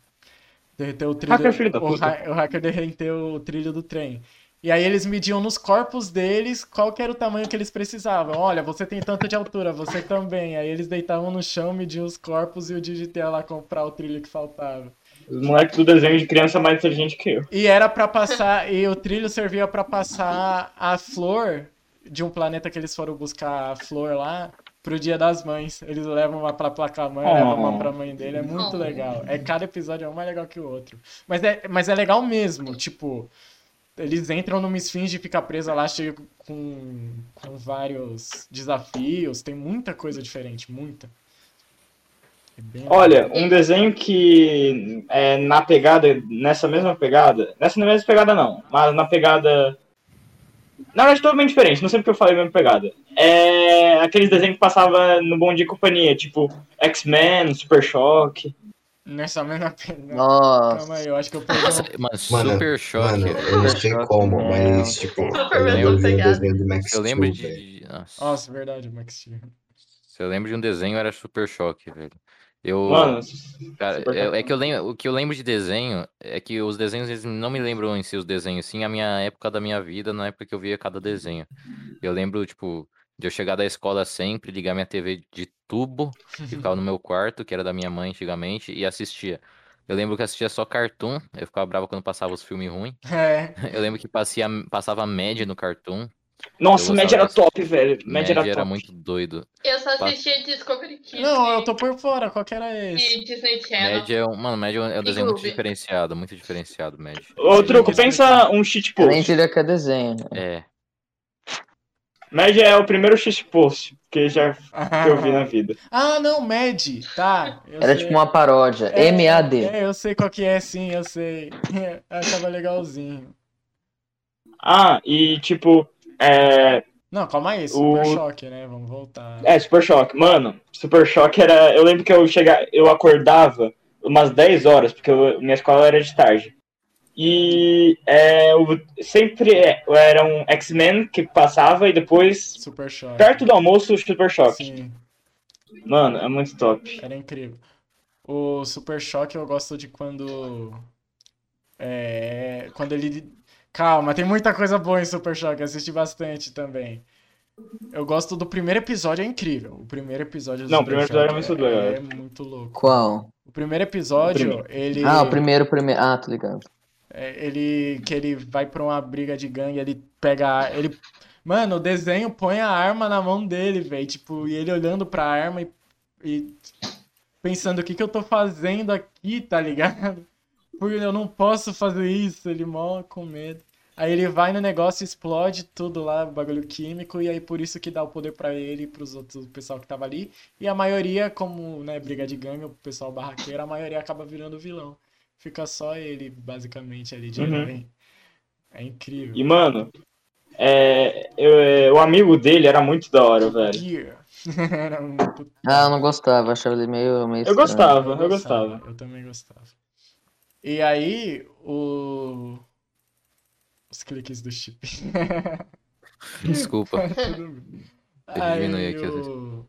Derreteu o trilho.
Hacker filho da
o
puta.
ha- o hacker derreteu o trilho do trem. E aí eles mediam nos corpos deles qual que era o tamanho que eles precisavam. Olha, você tem tanto de altura, você também. Aí eles deitavam no chão, mediam os corpos e o Digite ia lá comprar o trilho que faltava.
Os moleques do desenho de criança mais inteligente que eu.
E era pra passar, e o trilho servia pra passar a flor de um planeta que eles foram buscar a flor lá pro Dia das Mães. Eles levam uma pra placa mãe,
Oh.
levam uma pra mãe dele. É muito
Oh.
legal. É cada episódio é um mais legal que o outro. Mas é, mas é legal mesmo, tipo, eles entram numa esfinge e fica presa lá, chega com, com vários desafios, tem muita coisa diferente, muita. É bem
Olha, um desenho que é na pegada, nessa mesma pegada, nessa mesma pegada não, mas na pegada. Na verdade, totalmente diferente, não sei porque eu falei mesma pegada. É aqueles desenhos que passava no Bom Dia e Companhia, tipo X-Men, Super Choque.
nessa mesma pena.
Nossa.
Calma aí, eu acho que eu perdi um-
Mano,
Mano,
super choque.
Mano, eu não sei como, mas, tipo, eu
Superman
lembro de um
pegado.
desenho do Max
Se eu lembro
Steel,
de.
velho.
de- Nossa.
Nossa, verdade, Max Steel.
Se eu lembro de um desenho, era super choque, velho. Eu.
Mano,
Cara,
Super
é, é que eu lembro, o que eu lembro de desenho é que os desenhos eles não me lembram em si os desenhos, sim a minha época da minha vida, na época que eu via cada desenho. Eu lembro, tipo, de eu chegar da escola sempre, ligar minha TV de tubo, que ficava no meu quarto, que era da minha mãe antigamente, e assistia. Eu lembro que assistia só cartoon, eu ficava bravo quando passava os filmes ruins.
É.
Eu lembro que passia, passava média no cartoon.
nossa,
eu
Mad
gostava
era
desse-
top, velho. Mad
Média
era
era
top.
muito doido.
Eu só
Passa.
assistia Discovery Kids
Não, eu
e-
tô por fora, qual que era esse?
e Disney Channel.
Média é um, mano, média é um desenho muito
Clube.
diferenciado, muito diferenciado, média.
Ô, Truco,
Disney
pensa um cheat
Eu nem
post.
diria que é desenho.
É.
Mad é o primeiro cheat post que, já, que eu vi né? na vida.
Ah, não, Mad, tá. eu
Era
sei.
tipo uma paródia.
É,
MAD.
É, eu sei qual que é, sim, eu sei. Eu achava legalzinho.
Ah, e tipo, é,
Não, calma aí,
O-
Super Choque, né? Vamos voltar.
É, Super Choque. Mano, Super Choque era. Eu lembro que eu chegava, eu acordava umas 10 horas, porque eu- minha escola era de tarde. E é, eu sempre é, era um X-Men que passava e depois,
Super Choque.
perto do almoço, o Super Choque.
Sim,
Mano, é muito top.
era incrível. O Super Choque eu gosto de quando. É. Quando ele. Calma, tem muita coisa boa em Super Choque, assisti bastante também. Eu gosto do primeiro episódio, é incrível. O primeiro episódio do
Não, o
Super
primeiro episódio é
Choque
muito legal.
é muito louco.
Qual?
O primeiro episódio,
O
ele.
Ah, o primeiro, o primeiro. Ah, tô ligado.
é, ele. Que ele vai pra uma briga de gangue, ele pega. a- Ele. Mano, o desenho põe a arma na mão dele, velho. Tipo, e ele olhando pra arma e. e pensando o que, que eu tô fazendo aqui, tá ligado? Porque eu não posso fazer isso, ele mó com medo. Aí ele vai no negócio, explode tudo lá, o bagulho químico, e aí por isso que dá o poder pra ele e pros outros, o pessoal que tava ali. E a maioria, como, né, briga de gangue, o pessoal barraqueiro, a maioria acaba virando vilão. Fica só ele, basicamente, ali de
Uhum.
herói. É incrível.
E, mano, é, eu- é, o amigo dele era muito da hora, velho.
Gear. Era muito...
Ah, eu não gostava. Achava ele meio. meio
Eu
estranho.
gostava, eu gostava.
Eu também gostava. E aí, o... Os cliques do chip.
Desculpa.
Tudo bem.
Eu É. diminui
Aí
aqui, às vezes.
eu...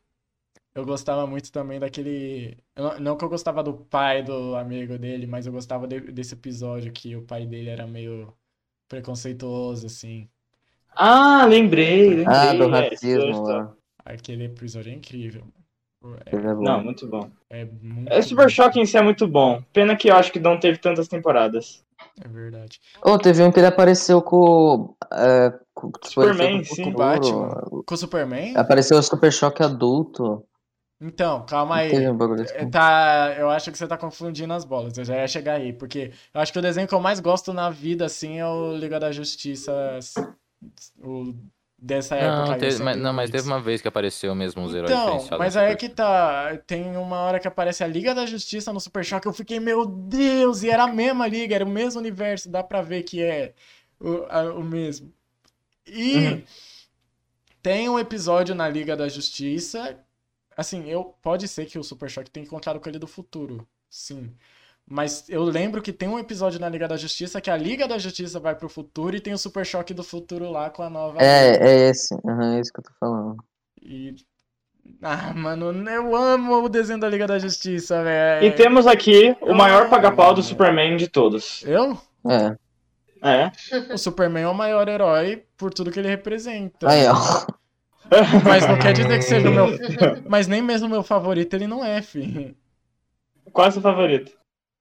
eu gostava muito também daquele. eu Não, não que eu gostava do pai do amigo dele, mas eu gostava de- desse episódio que o pai dele era meio preconceituoso, assim.
Ah, lembrei, lembrei.
Ah, do
é, esse episódio
racismo
tá-
lá.
Aquele episódio é incrível.
Coisa boa.
Não, muito bom.
É muito.
É, Super Choque em si é muito bom. Pena que eu acho que não teve tantas temporadas.
É verdade.
Ô, teve um que ele apareceu com. é, com que
Superman,
apareceu
sim.
futuro.
Batman. Com o Superman?
É.
Apareceu o Super Choque adulto.
Então, calma aí.
Teve um bagulho assim.
É, Tá, eu acho que você tá confundindo as bolas. Eu já ia chegar aí, porque eu acho que o desenho que eu mais gosto na vida, assim, é o Liga da Justiça, s- o, dessa época.
Não,
aí,
teve-
o
mas, não, mas
102.
teve uma vez que apareceu mesmo um os heróis
Então,
diferenciados.
mas
no
aí é
Super
que tá. Tem uma hora que aparece a Liga da Justiça no Super Choque. Eu fiquei, meu Deus! E era a mesma liga, era o mesmo universo. Dá pra ver que é o, a- o mesmo. E
Uhum.
tem um episódio na Liga da Justiça. Assim, eu pode ser que o Super Choque tenha encontrado com ele do futuro. Sim. Mas eu lembro que tem um episódio na Liga da Justiça que a Liga da Justiça vai pro futuro e tem o Super Choque do futuro lá com a nova. Liga.
É, é esse. Aham, é isso que eu tô falando.
E. Ah, mano, eu amo o desenho da Liga da Justiça, velho.
Então- E temos aqui o maior
É. Ah.
paga-pau do Superman de todos.
Eu?
É.
É.
O Superman é o maior herói por tudo que ele representa.
tá Aí, ó.
Mas não quer dizer que seja o meu. Mas nem mesmo o meu favorito ele não é, fi.
Qual é o seu favorito?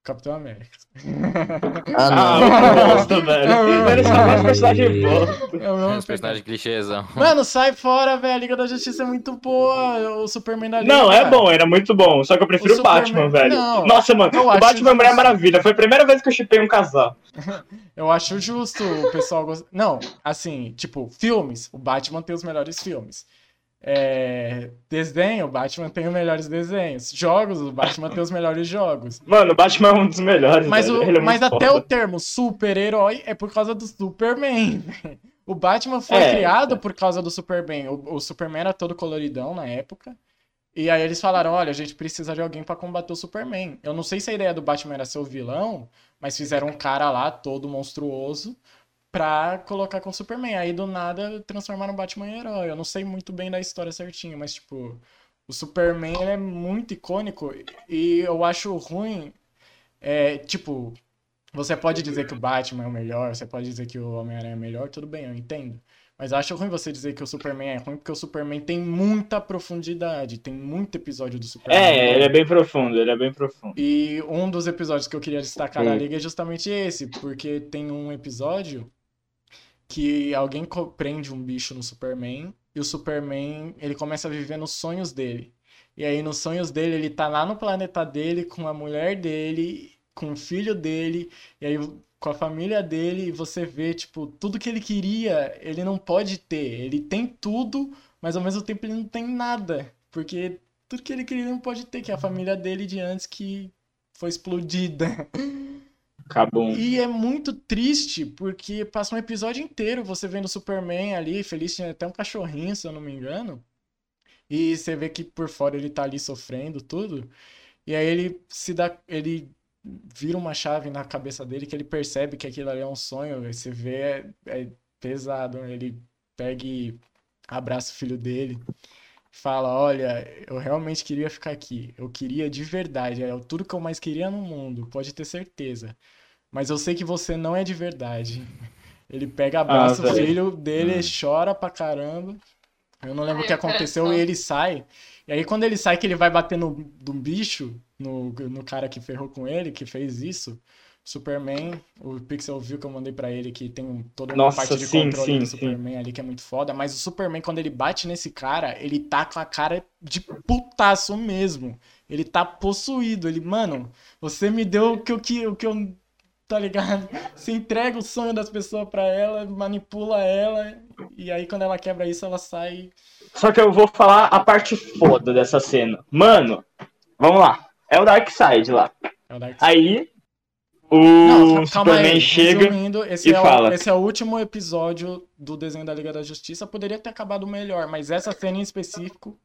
Capitão América.
Ah,
Ah,
não.
eu gosto,
Ah,
velho. Ele só gosta de personagem bom.
É o
Os
meu
personagens clichêzão.
Mano, sai fora, velho. A Liga da Justiça é muito boa. O Superman da Liga.
Não, é bom, era muito bom. Só que eu prefiro
Tá O
o Batman,
Superman-
velho.
Não.
Nossa, mano,
Eu
o
acho
Batman é Mulher
justo.
Maravilha. Foi a primeira vez que eu chipei um casal.
Eu acho justo o pessoal gostar. Não, assim, tipo, filmes. O Batman tem os melhores filmes. É, Desenho, o Batman tem os melhores desenhos. Jogos, o Batman tem os melhores jogos.
Mano, o Batman é um dos melhores.
Mas,
velho.
o-
Ele é
mas
muito
até
foda.
o termo super-herói é por causa do Superman. O Batman foi
É.
criado por causa do Superman. O, o Superman era todo coloridão na época. E aí eles falaram: olha, a gente precisa de alguém pra combater o Superman. Eu não sei se a ideia do Batman era ser o vilão, mas fizeram um cara lá todo monstruoso pra colocar com o Superman. Aí do nada transformaram o Batman em herói. Eu não sei muito bem da história certinho, mas tipo. O Superman ele é muito icônico e eu acho ruim é, tipo, você pode dizer que o Batman é o melhor, você pode dizer que o Homem-Aranha é o melhor, tudo bem, eu entendo. Mas acho ruim você dizer que o Superman é ruim, porque o Superman tem muita profundidade, tem muito episódio do Superman.
É, ele é bem profundo, ele é bem profundo.
E um dos episódios que eu queria destacar da
Sim.
Liga é justamente esse, porque tem um episódio que alguém co- prende um bicho no Superman e o Superman, ele começa a viver nos sonhos dele. E aí nos sonhos dele, ele tá lá no planeta dele com a mulher dele, com o filho dele, e aí com a família dele, e você vê, tipo, tudo que ele queria, ele não pode ter. Ele tem tudo, mas ao mesmo tempo ele não tem nada, porque tudo que ele queria ele não pode ter, que é a família dele de antes que foi explodida.
Cabum.
E é muito triste, porque passa um episódio inteiro você vendo o Superman ali, feliz, tinha até um cachorrinho, se eu não me engano. E você vê que por fora ele tá ali sofrendo tudo. E aí ele se dá. Ele vira uma chave na cabeça dele que ele percebe que aquilo ali é um sonho. velho. Você vê, é, é pesado. né? Ele pega e abraça o filho dele. Fala, olha, eu realmente queria ficar aqui. Eu queria de verdade. É tudo que eu mais queria no mundo. Pode ter certeza. Mas eu sei que você não é de verdade. Ele pega, abraça o
velho.
filho dele,
Hum.
chora pra caramba. Eu não lembro o
Ai,
que
o cara
aconteceu
só-
e ele sai. E aí quando ele sai, que ele vai bater no, no bicho, no, no cara que ferrou com ele, que fez isso, Superman, o Pixel viu que eu mandei pra ele que tem um- toda uma
Nossa,
parte de
sim,
controle
sim,
do
sim.
Superman ali que é muito foda, mas o Superman, quando ele bate nesse cara, ele tá com a cara de putaço mesmo. Ele tá possuído. Ele, mano, você me deu o que eu, que, o que eu tá ligado? Você entrega o sonho das pessoas pra ela, manipula ela, e aí quando ela quebra isso, ela sai.
Só que eu vou falar a parte foda dessa cena. Mano, vamos lá. É o Darkseid lá.
É o Dark
Aí o
Não, calma
Superman
aí,
chega.
resumindo, esse
e
é o-
fala.
esse é o último episódio do desenho da Liga da Justiça. Poderia ter acabado melhor, mas essa cena em específico.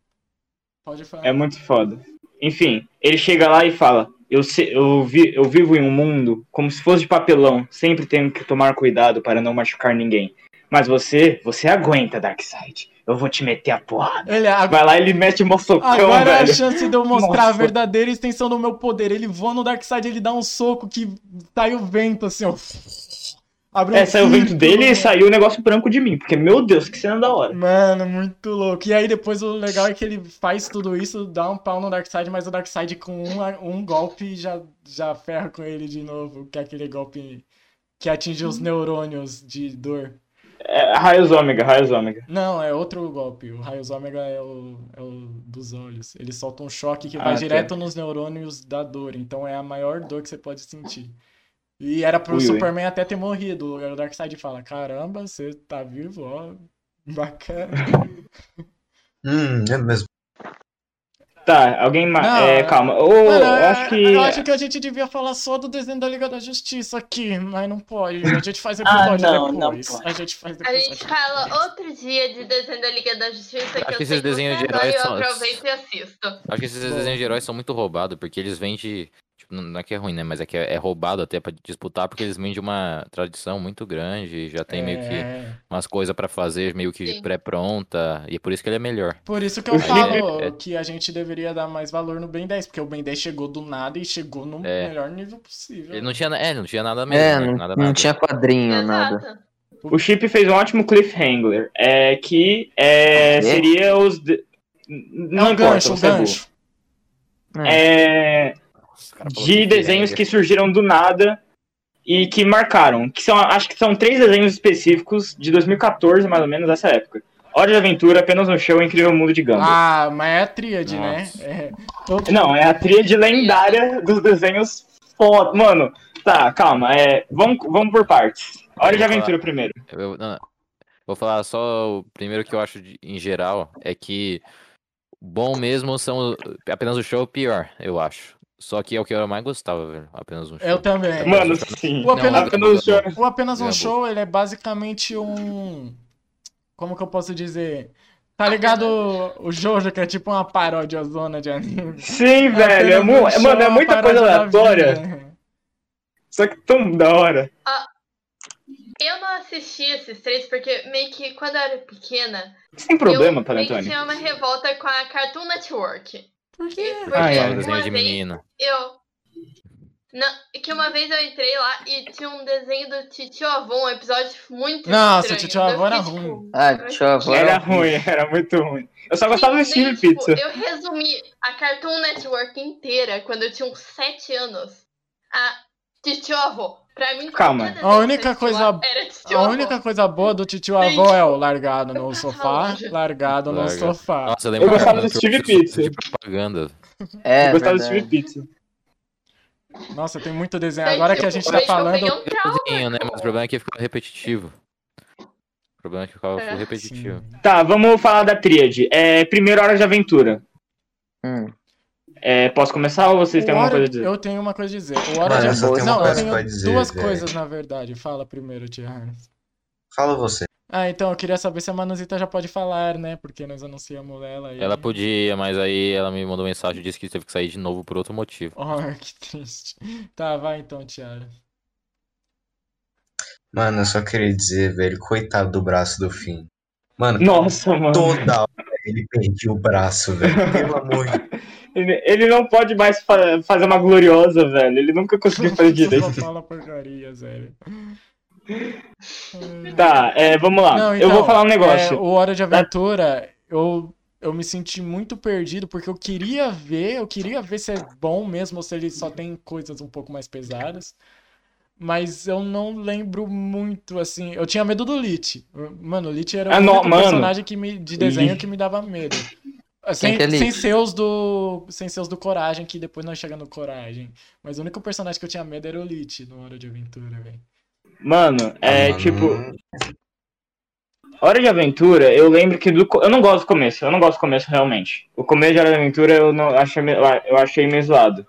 Pode falar.
É muito foda. Enfim, ele chega lá e fala: eu, se- eu, vi- eu vivo em um mundo como se fosse de papelão. Sempre tenho que tomar cuidado para não machucar ninguém. Mas você, você aguenta, Darkseid. Eu vou te meter a porra.
Ele, agora
Vai lá e ele mete mó socão,
agora é a
velho.
chance de eu mostrar a
Nossa.
verdadeira extensão do meu poder. Ele voa no Darkseid, ele dá um soco que sai o vento, assim, ó. Abre um
É, saiu o vento
círculo.
dele e saiu o negócio branco de mim. Porque, meu Deus, que cena da hora.
Mano, muito louco. E aí depois o legal é que ele faz tudo isso, dá um pau no Darkseid, mas o Darkseid com um, um golpe já, já ferra com ele de novo, que é aquele golpe que atinge os neurônios de dor.
É, raios ômega, raios ômega.
Não, é outro golpe. O Raios Ômega é o, é o dos olhos. Ele solta um choque que
Ah,
vai
tá.
direto nos neurônios da dor. Então é a maior dor que você pode sentir. E era pro
Ui, ui.
Superman até ter morrido. O Darkseid fala: Caramba, você tá vivo, ó. Bacana.
Hum, é mesmo.
Tá, alguém mais.
Não,
É,
é-
calma. Ô,
Mano, é,
eu acho que.
eu acho que a gente devia falar só do desenho da Liga da Justiça aqui, mas não pode. A gente faz episódio
não, Ah, não
depois.
pode.
A gente faz
A
depois.
gente fala outro dia de desenho da Liga da Justiça que
Acho
eu
que
sei
esses desenhos
você
de
adora e
heróis
eu
são-
aproveito e assisto.
Acho que esses desenhos de heróis são muito roubados, porque eles vêm de. Tipo, não não é que é ruim, né? Mas é que é é roubado até pra disputar, porque eles vêm de uma tradição muito grande, já tem meio que
É,
umas coisas pra fazer meio que
Sim.
pré-pronta, e é por isso que ele é melhor.
Por isso que eu
É.
falo que a gente deveria dar mais valor no Ben 10, porque o Ben 10 chegou do nada e chegou no
É.
melhor nível possível.
Ele não tinha, na- é, não tinha nada mesmo,
É,
né?
não,
Nada,
não
nada.
tinha quadrinho, nada.
Exato.
O Chip fez um ótimo cliffhanger, é, que é,
É?
seria os... de- Não
é um
importa,
gancho, um
você é burro.
gancho.
É,
Nossa, o cara falou
de
que
desenhos
é-
que surgiram do nada e que marcaram. Que são, acho que são três desenhos específicos de 2014, mais ou menos, essa época. Hora de Aventura, Apenas no Show, Incrível Mundo de Gumball.
Ah, mas é a tríade,
Nossa.
né? É.
Não, é a tríade lendária dos desenhos foda. Mano, tá, calma. É, vamos, vamos por partes. Hora de Aventura primeiro.
Eu- não, vou falar só o primeiro que eu acho de- em geral é que bom mesmo são apenas o show pior, eu acho. Só que é o que eu mais gostava, velho. Apenas um show.
É, Eu também.
Mano, sim.
O Apenas-
Apenas no Show.
O Apenas um
Lembro.
Show, ele é basicamente um. Como que eu posso dizer? Tá ligado o o Jojo, que é tipo uma paródia zona de anime?
Sim, velho.
Apenas
É
um
mu- é,
Show
mano, é
uma
muita coisa
paródia da
aleatória.
vida.
Só que tão da hora.
Eu não assisti esses três porque meio que quando eu era pequena,
Sem problema,
eu meio que
Panetone.
tinha uma revolta com a Cartoon Network.
Por quê?
Porque
Ah, é.
Só desenho
uma
de
vez
menina.
eu. Não, que uma vez eu entrei lá e tinha um desenho do Titio Avon, um episódio muito
Nossa,
estranho.
Titio Avon
Eu
era
fiquei, tipo,
Ah, tio avô.
Era ruim, era muito ruim. Eu só gostava do
Sim,
estilo
daí,
de pizza.
tipo, Eu resumi a Cartoon Network inteira quando eu tinha uns 7 anos. A Titiovô. Pra mim,
Calma.
qualquer
A
desenho
única
sexual
coisa-
Era
A
Titiovô.
única coisa boa do Titio
Gente.
Avô é o largado no
Ah,
sofá,
longe.
largado no
Larga.
sofá.
Nossa, eu lembro
gostava
da
do Steve
propaganda
Pizza.
de propaganda.
É,
eu gostava do estilo
verdade.
de pizza. Ah.
Nossa, tem muito desenho.
Daí,
Agora que a
tipo,
gente
daí
tá
eu peguei
falando.
um trauma,
Desenho, né? Mas o
pô.
problema é que ficava repetitivo. O problema é que ficava
É.
repetitivo.
Sim.
Tá, vamos falar da tríade. É, primeiro, Hora de Aventura.
Hum.
É, posso começar ou vocês têm
O
alguma
Hora-
coisa a dizer?
Eu tenho uma coisa a dizer. O Hora
Mano,
de
eu só
Aventura-
tenho
Não,
uma
eu
coisa
tenho
pra dizer,
duas
velho.
coisas, na verdade. Fala primeiro, Tiago.
Fala você.
Ah, então eu queria saber se a Manuzita já pode falar, né? Porque nós anunciamos ela e.
Ela podia, mas aí ela me mandou mensagem e disse que teve que sair de novo por outro motivo.
Oh, que triste. Tá, vai então, Tiara.
Mano, eu só queria dizer, velho, coitado do braço do Finn. Mano,
Nossa, mano.
toda hora ele perdia o braço, velho. Pelo amor de
Ele, ele não pode mais fa- fazer uma gloriosa, velho. Ele nunca conseguiu fazer
Só
direito.
fala porcaria, sério.
Tá, é, vamos lá.
Não,
eu vou
então,
falar um
é,
negócio.
o Hora de Aventura, eu, eu me senti muito perdido, porque eu queria ver, eu queria ver se é bom mesmo, ou se ele só tem coisas um pouco mais pesadas. Mas eu não lembro muito, assim. Eu tinha medo do Lich. Mano, o Lich era o
Ah, não,
único
mano.
personagem que me, de desenho
Lich.
que me dava medo. Sem,
que é Lich?
sem ser os do. Sem ser os do Coragem, que depois nós chegamos no Coragem. Mas o único personagem que eu tinha medo era o Lich no Hora de Aventura, velho.
Mano,
Ah,
é
Mano,
tipo.
não-
Hora de Aventura, eu lembro que do. co- Eu não gosto do começo, eu não gosto do começo realmente. O começo de Hora de Aventura eu não achei, me- eu achei meio zoado.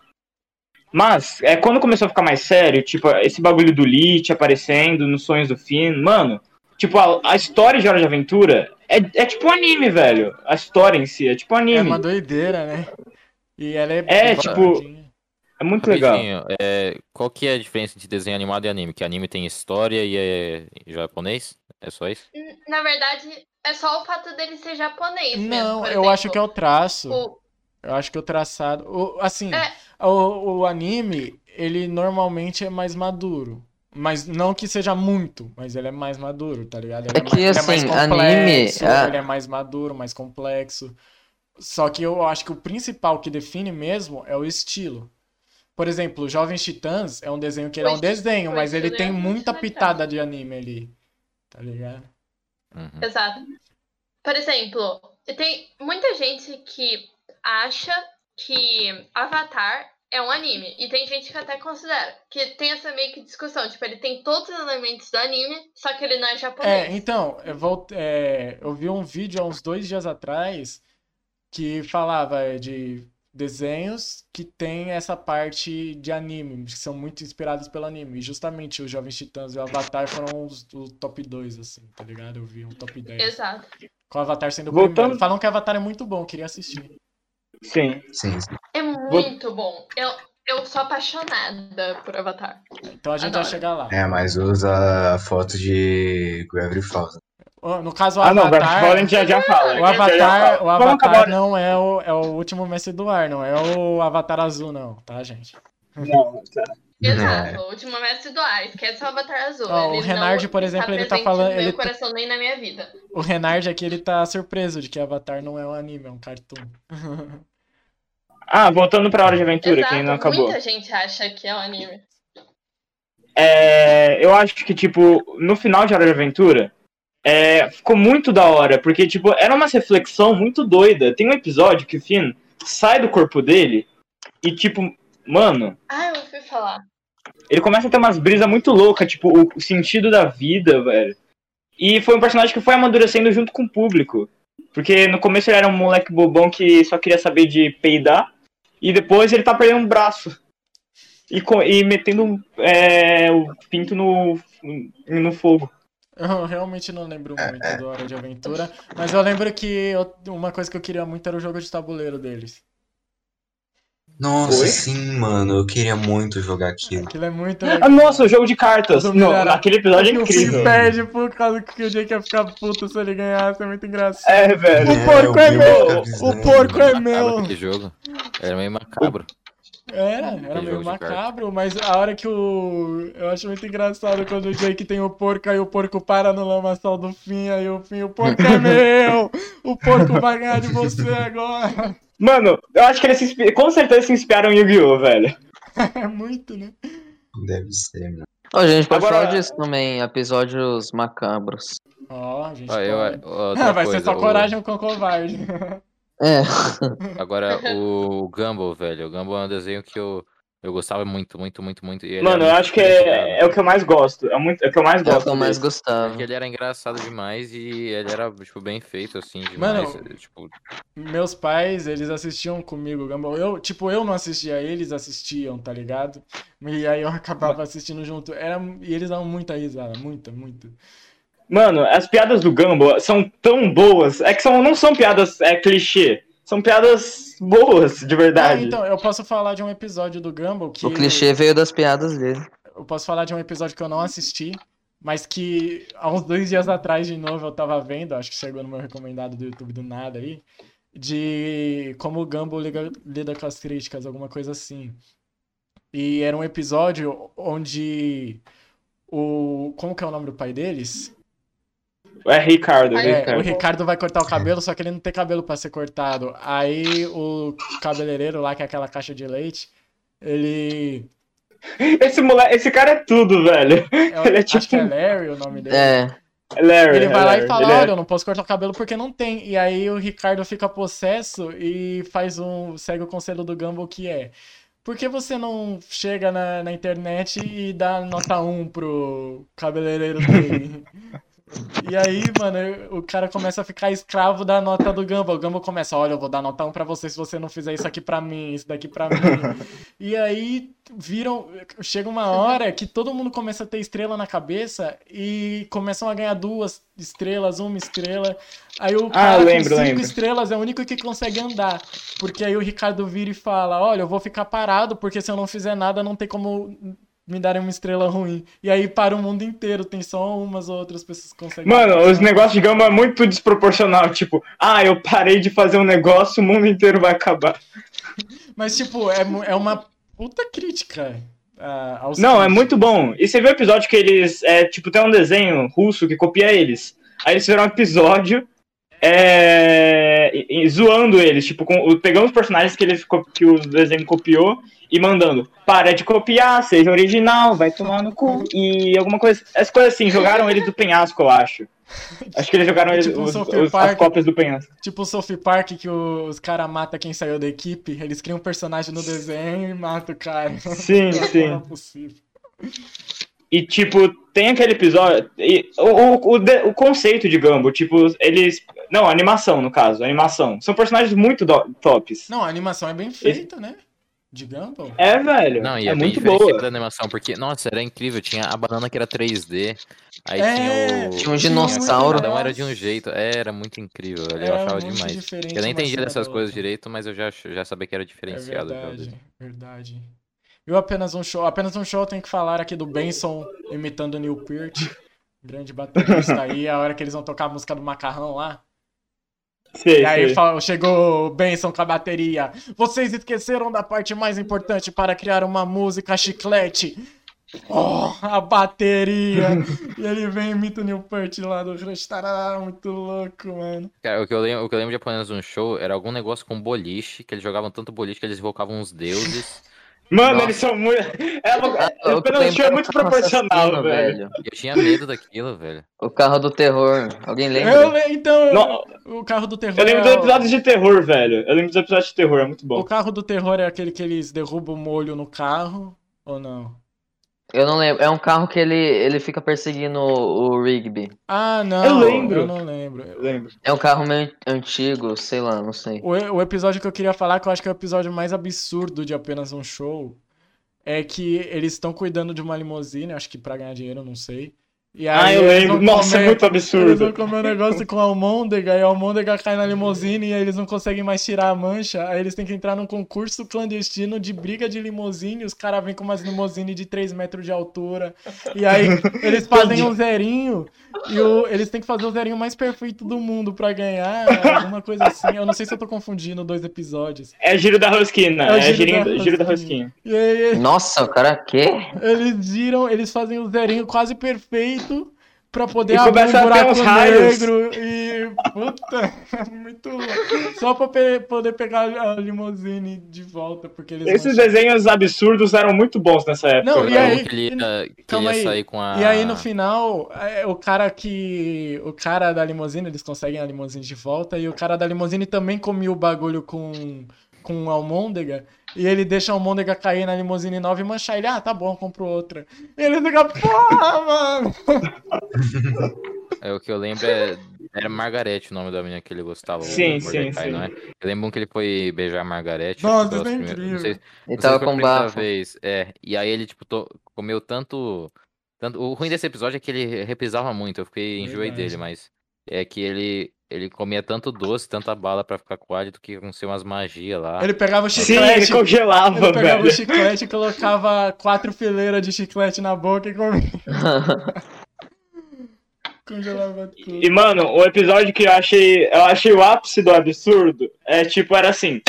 Mas, é quando começou a ficar mais sério, tipo, esse bagulho do Lich aparecendo nos sonhos do Finn, mano, tipo, a, a história de Hora de Aventura é, é tipo um anime, velho. A história em si é tipo um anime.
É uma doideira, né? E ela é.
É,
bem
tipo,
paradinha.
É muito legal.
Rapidinho, é, qual que é a diferença entre desenho animado e anime? Que anime tem história e é em japonês? É só isso?
um. Na verdade, é só o fato dele ser japonês. mesmo,
Não,
por
eu acho que é
exemplo. Tipo,
o traço.
O-
Eu acho que é o traçado. o- assim,
É.
o, o anime, ele normalmente é mais maduro. Mas não que seja muito, mas ele é mais maduro, tá ligado? Ele
É
mais,
que,
ele é mais
assim,
complexo,
anime, a-
ele é mais maduro, mais complexo. Só que eu acho que o principal que define mesmo é o estilo. Por exemplo, Jovens Titãs é um desenho que ele é um
Pois,
desenho,
pois,
mas ele
ele é
tem
muito
muita
legal.
pitada de anime ali. Tá ligado?
Uhum.
Exato. Por exemplo, tem muita gente que acha que Avatar é um anime. E tem gente que até considera. Que tem essa meio que discussão. Tipo, ele tem todos os elementos do anime, só que ele não é japonês.
É, então, eu, vol- é, eu vi um vídeo há uns dois dias atrás que falava é, de desenhos que tem essa parte de anime, que são muito inspirados pelo anime. E justamente os Jovens Titãs e o Avatar foram os, o top 2, assim, tá ligado? Eu vi um top 10.
Exato.
Com o Avatar sendo o
Voltando-
primeiro. Falam que o Avatar é muito bom, queria assistir.
Sim.
Sim, sim.
É muito bom. Eu, Eu sou apaixonada por Avatar.
Então a gente
Adoro.
vai chegar lá.
É, mas usa a foto de Gravity Falls.
Ó, No caso, o
Ah, não, Gravity Falls a
Avatar. é
gente já, já fala.
O
a gente já já
Avatar,
fala.
o
Vamos acabar
Avatar não é o, é o último mestre do ar, não é o Avatar azul, não, tá, gente?
Não,
é.
É.
Exato, o último mestre do é ar. Esquece o Avatar Azul.
Ó, o
ele
Renard,
não
por exemplo, ele tá
presente
falando-
No meu
ele tá-
coração nem na minha vida.
O Renard aqui, ele tá surpreso de que Avatar não é um anime, é um cartoon.
Ah, voltando pra Hora de Aventura,
Exato,
que ainda não acabou.
muita gente acha que é um anime.
É, eu acho que, tipo, no final de Hora de Aventura, é, ficou muito da hora, porque, tipo, era uma reflexão muito doida. Tem um episódio que o Finn sai do corpo dele e, tipo, mano,
Ah, eu ouvi falar.
ele começa a ter umas brisas muito loucas, tipo, o, o sentido da vida, velho. E foi um personagem que foi amadurecendo junto com o público. Porque no começo ele era um moleque bobão que só queria saber de peidar, e depois ele tá perdendo um braço. E, co- e metendo é, o pinto no, no fogo.
Eu realmente não lembro
É,
muito do Hora de Aventura, mas eu lembro que eu- uma coisa que eu queria muito era o jogo de tabuleiro deles.
Nossa,
Foi?
sim, mano. Eu queria muito jogar aquilo.
Aquilo é muito
Ah,
legal.
nossa, o jogo de cartas.
Do
Não,
Mineral.
naquele episódio é
o Finn
incrível.
perde por causa que o Jake ia ficar puto se ele ganhasse, é muito engraçado.
É,
Né,
velho.
um
O porco é
Bill
meu!
fica
O
bizarro.
porco é
Macabro
meu!
aquele jogo. Era meio macabro.
É, Era, era
jogo
meio
de carta.
macabro, mas a hora que o. Eu acho muito engraçado quando o Jake tem o porco, aí o porco para no lamaçal do fim, aí o fim, o porco é meu! O porco vai ganhar de você agora!
Mano, eu acho que eles se inspi- com certeza se inspiraram em Yu-Gi-Oh, velho.
É muito, né?
Deve ser, mano.
Ó, a gente pode
Agora-
falar disso também, episódios macabros.
Ó, a gente.
Ó, eu-
pode.
outra
Ah, vai ser
coisa,
só
o-
coragem com covarde.
É,
Agora, o Gumball, velho. O Gumball é um desenho que eu, eu gostava muito, muito, muito, muito. e ele
Mano,
era
eu
muito
acho que
criticado.
é, é o que eu mais gosto. É, muito, é o que eu mais
é o
gosto.
que eu mais
dele.
gostava.
Porque ele era engraçado demais e ele era, tipo, bem feito, assim,
Mano,
demais. eh, Tipo,
Meus pais, eles assistiam comigo, Gumball. Eu, tipo, eu não assistia, eles assistiam, tá ligado? E aí eu acabava assistindo junto. Era, e eles davam muita risada, muita, muita.
Mano, as piadas do Gumball são tão boas. É que são, não são piadas é, clichê. São piadas boas, de
Não,
verdade.
então, eu posso falar de um episódio do Gumball que.
O clichê veio das piadas dele.
Eu posso falar de um episódio que eu não assisti, mas que há uns dois dias atrás, de novo, eu tava vendo, acho que chegou no meu recomendado do YouTube do nada aí, de como o Gumball liga- lida com as críticas, alguma coisa assim. E era um episódio onde o. Como que é o nome do pai deles?
É Ricardo,
Aí,
É,
Ricardo.
o Ricardo vai cortar o cabelo, só que ele não tem cabelo pra ser cortado. Aí o cabeleireiro lá, que é aquela caixa de leite, ele.
Esse, moleque, esse cara é tudo, velho.
é o-
Ele é
Acho que é
tipo-
Larry o nome dele.
É,
É Larry,
Ele
é
vai lá
Larry,
e fala,
ele é-
olha, eu não posso cortar o cabelo porque não tem. E aí o Ricardo fica possesso e faz um. segue o conselho do Gumball que é. Por que você não chega na, na internet e dá nota 1 pro cabeleireiro dele? e aí, mano, eu- o cara começa a ficar escravo da nota do Gumball. O Gumball começa, olha, eu vou dar nota 1 pra você se você não fizer isso aqui pra mim, isso daqui pra mim. E aí viram. Chega uma hora que todo mundo começa a ter estrela na cabeça e começam a ganhar duas estrelas, uma estrela. Aí o cara com
Ah, lembro,
cinco
lembro.
estrelas é o único que consegue andar. Porque aí o Ricardo vira e fala: Olha, eu vou ficar parado, porque se eu não fizer nada, não tem como me darem uma estrela ruim. E aí para o mundo inteiro, tem só umas ou outras pessoas que conseguem.
Mano, os negócios de Gumball é muito desproporcional. Tipo, ah, eu parei de fazer um negócio, o mundo inteiro vai acabar.
Mas, tipo, é, mu- é uma puta crítica. ah, aos
Não, é
críticos.
muito bom. E você viu o episódio que eles. É, tipo, tem um desenho russo que copia eles. Aí eles fizeram um episódio é, e- e zoando eles, tipo, com, o- pegando os personagens que, eles, co- que o desenho copiou e mandando. Para de copiar, seja original, vai tomar no cu. E alguma coisa. As coisas assim, jogaram eles do penhasco, eu acho. Acho que eles jogaram eles,
Tipo um
os-
South
os- as
Park.
cópias do penhasco.
Tipo o Sophie Park, que o- os caras matam quem saiu da equipe. Eles criam um personagem no desenho e matam o cara.
Sim, sim.
Não é possível.
E, tipo, tem aquele episódio. e o, o, o, de- o conceito de Gumball, tipo, eles. Não, animação, no caso, animação. São personagens muito do- tops.
Não, a animação é bem feita, né? De Gumball.
É, velho.
Não, e
é,
é, bem
muito
diferente
boa.
da animação, porque, nossa, era incrível. Tinha a banana que era 3D, aí
É,
tinha o.
tinha um
a
dinossauro.
Cada um era de um jeito. É, Era muito incrível, velho. eu
Era
achava
muito
demais.
diferente
Eu nem
uma
entendia
cena
dessas
da
coisas
outra.
direito, mas eu já, ach- já sabia que era
É
diferenciado. já.
verdade, verdade. Viu apenas um show? Apenas um show tem que falar aqui do Benson imitando o Neil Peart. Grande baterista aí, a hora que eles vão tocar a música do macarrão lá.
Sei,
E aí
sei.
fa- chegou o Benson com a bateria. Vocês esqueceram da parte mais importante para criar uma música chiclete. Oh, a bateria! e ele vem e imita o Neil Peart lá do Rush. Tarará, muito louco, mano.
Cara, o que eu lembro, o que eu lembro de apenas um show era algum negócio com boliche, que eles jogavam tanto boliche que eles invocavam uns deuses.
Mano,
Nossa.
eles são muito. É, louco- é,
Ah, o que eu
pelo show é
lembro
muito
era o carro
proporcional,
assassino,
velho.
E eu tinha medo daquilo, velho.
O carro do terror. Alguém
Eu,
lembra?
le- então,
Não,
o carro do terror.
eu lembro
é
do
o-
episódio de terror, velho. Eu lembro dos episódios de terror, é muito
O
bom.
carro do terror é aquele que eles derrubam o molho no carro, ou não?
Eu não lembro. É um carro que ele, ele fica perseguindo o, o Rigby.
Ah, não.
Eu lembro.
Eu não lembro.
Eu lembro.
É um carro meio antigo, sei lá, não sei.
O, o episódio que eu queria falar, que eu acho que é o episódio mais absurdo de apenas um show, é que eles estão cuidando de uma limusine, acho que pra ganhar dinheiro, não sei. E aí
Ah, eu
eles
lembro.
vão
Nossa,
comer-
é muito
Eles vão
absurdo.
comer um negócio com a almôndega e a almôndega cai na limusine e aí eles não conseguem mais tirar a mancha. Aí eles têm que entrar num concurso clandestino de briga de limusine. Os caras vêm com umas limusine de 3 metros de altura. E aí eles fazem um zerinho e o- eles têm que fazer o zerinho mais perfeito do mundo pra ganhar. Alguma coisa assim. Eu não sei se eu tô confundindo dois episódios.
É giro da rosquina.
É o
É,
giro
girinho-
da
giro da
rosquinha.
rosquinha.
E aí
Nossa, o cara quê?
eles giram, eles fazem o zerinho quase perfeito pra poder
E
abrir um
começa a ter
buraco
uns raios.
negro e. Puta, é muito louco. Só pra pe- poder pegar a limusine de volta, porque eles.
Esses
vão-
desenhos absurdos eram muito bons nessa época.
Não,
Eu
e
lembro
aí-
que ele ia, que
Calma
ele ia
aí.
sair com a.
E aí no final, é, o cara que. O cara da limusine, eles conseguem a limusine de volta, e o cara da limusine também comia o bagulho com. com almôndega. E ele deixa a almôndega cair na limusine nova e manchar ele. Ah, tá bom, compro outra. E ele fica, porra, mano!
É, o que eu lembro é. Era Margarete o nome da menina que ele gostava. o
Sim, sim,
Mordecai,
sim.
Não é? Eu lembro um que ele foi beijar a Margarete. tipo,
Nossa,
pelas
isso é
primeiras-
incrível.
Não sei,
Ele
Não sei se
tava
foi a
com
primeira
bafo.
vez. É, e aí ele, tipo, to- comeu tanto, tanto. O ruim desse episódio é que ele repisava muito, eu fiquei enjoei
Verdade.
dele, mas é que ele, ele comia tanto doce, tanta bala pra ficar com hálito que aconteceu umas magias lá.
Ele pegava o
Sim,
chiclete.
ele congelava,
ele pegava
velho.
o chiclete e colocava quatro fileiras de chiclete na boca e comia. congelava tudo.
E, mano, o episódio que eu achei. Eu achei o ápice do absurdo é tipo, era assim.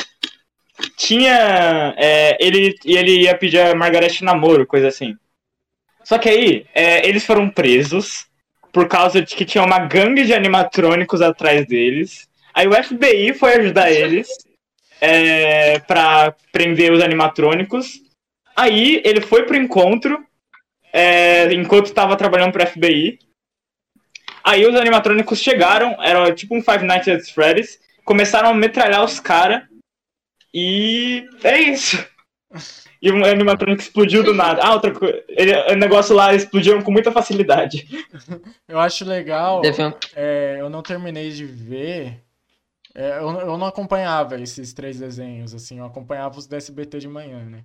Tinha. é, ele, e ele ia pedir a Margarete namoro, coisa assim. Só que aí, é, eles foram presos por causa de que tinha uma gangue de animatrônicos atrás deles. Aí o FBI foi ajudar eles é, pra prender os animatrônicos. Aí ele foi pro encontro, é, enquanto tava trabalhando pro FBI. Aí os animatrônicos chegaram, era tipo um Five Nights at Freddy's, começaram a metralhar os caras e é isso. E um animatrônico explodiu do nada. Ah, outra coisa. O negócio lá explodiram com muita facilidade.
Eu acho legal.
Teve um
é, eu não terminei de ver. É, eu, eu não acompanhava esses três desenhos, assim, eu acompanhava os da SBT de manhã, né?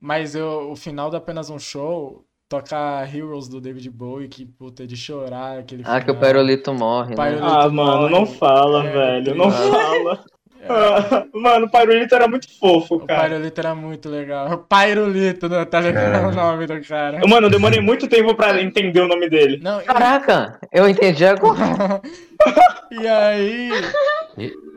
Mas eu, o final do Apenas um Show toca Heroes do David Bowie, que puta é de chorar aquele
Ah, que o
final.
Pairolito morre, né?
Pairolito-
Ah, mano, não fala,
É,
velho. Não
é.
fala.
É.
Ah, mano, o Pairulito era muito fofo,
O
cara.
Pairolito era muito legal. Pairolito, né? tá legal o nome do cara.
Mano, eu demorei muito tempo pra entender o nome dele.
Não, e-
Caraca, eu entendi agora.
E aí.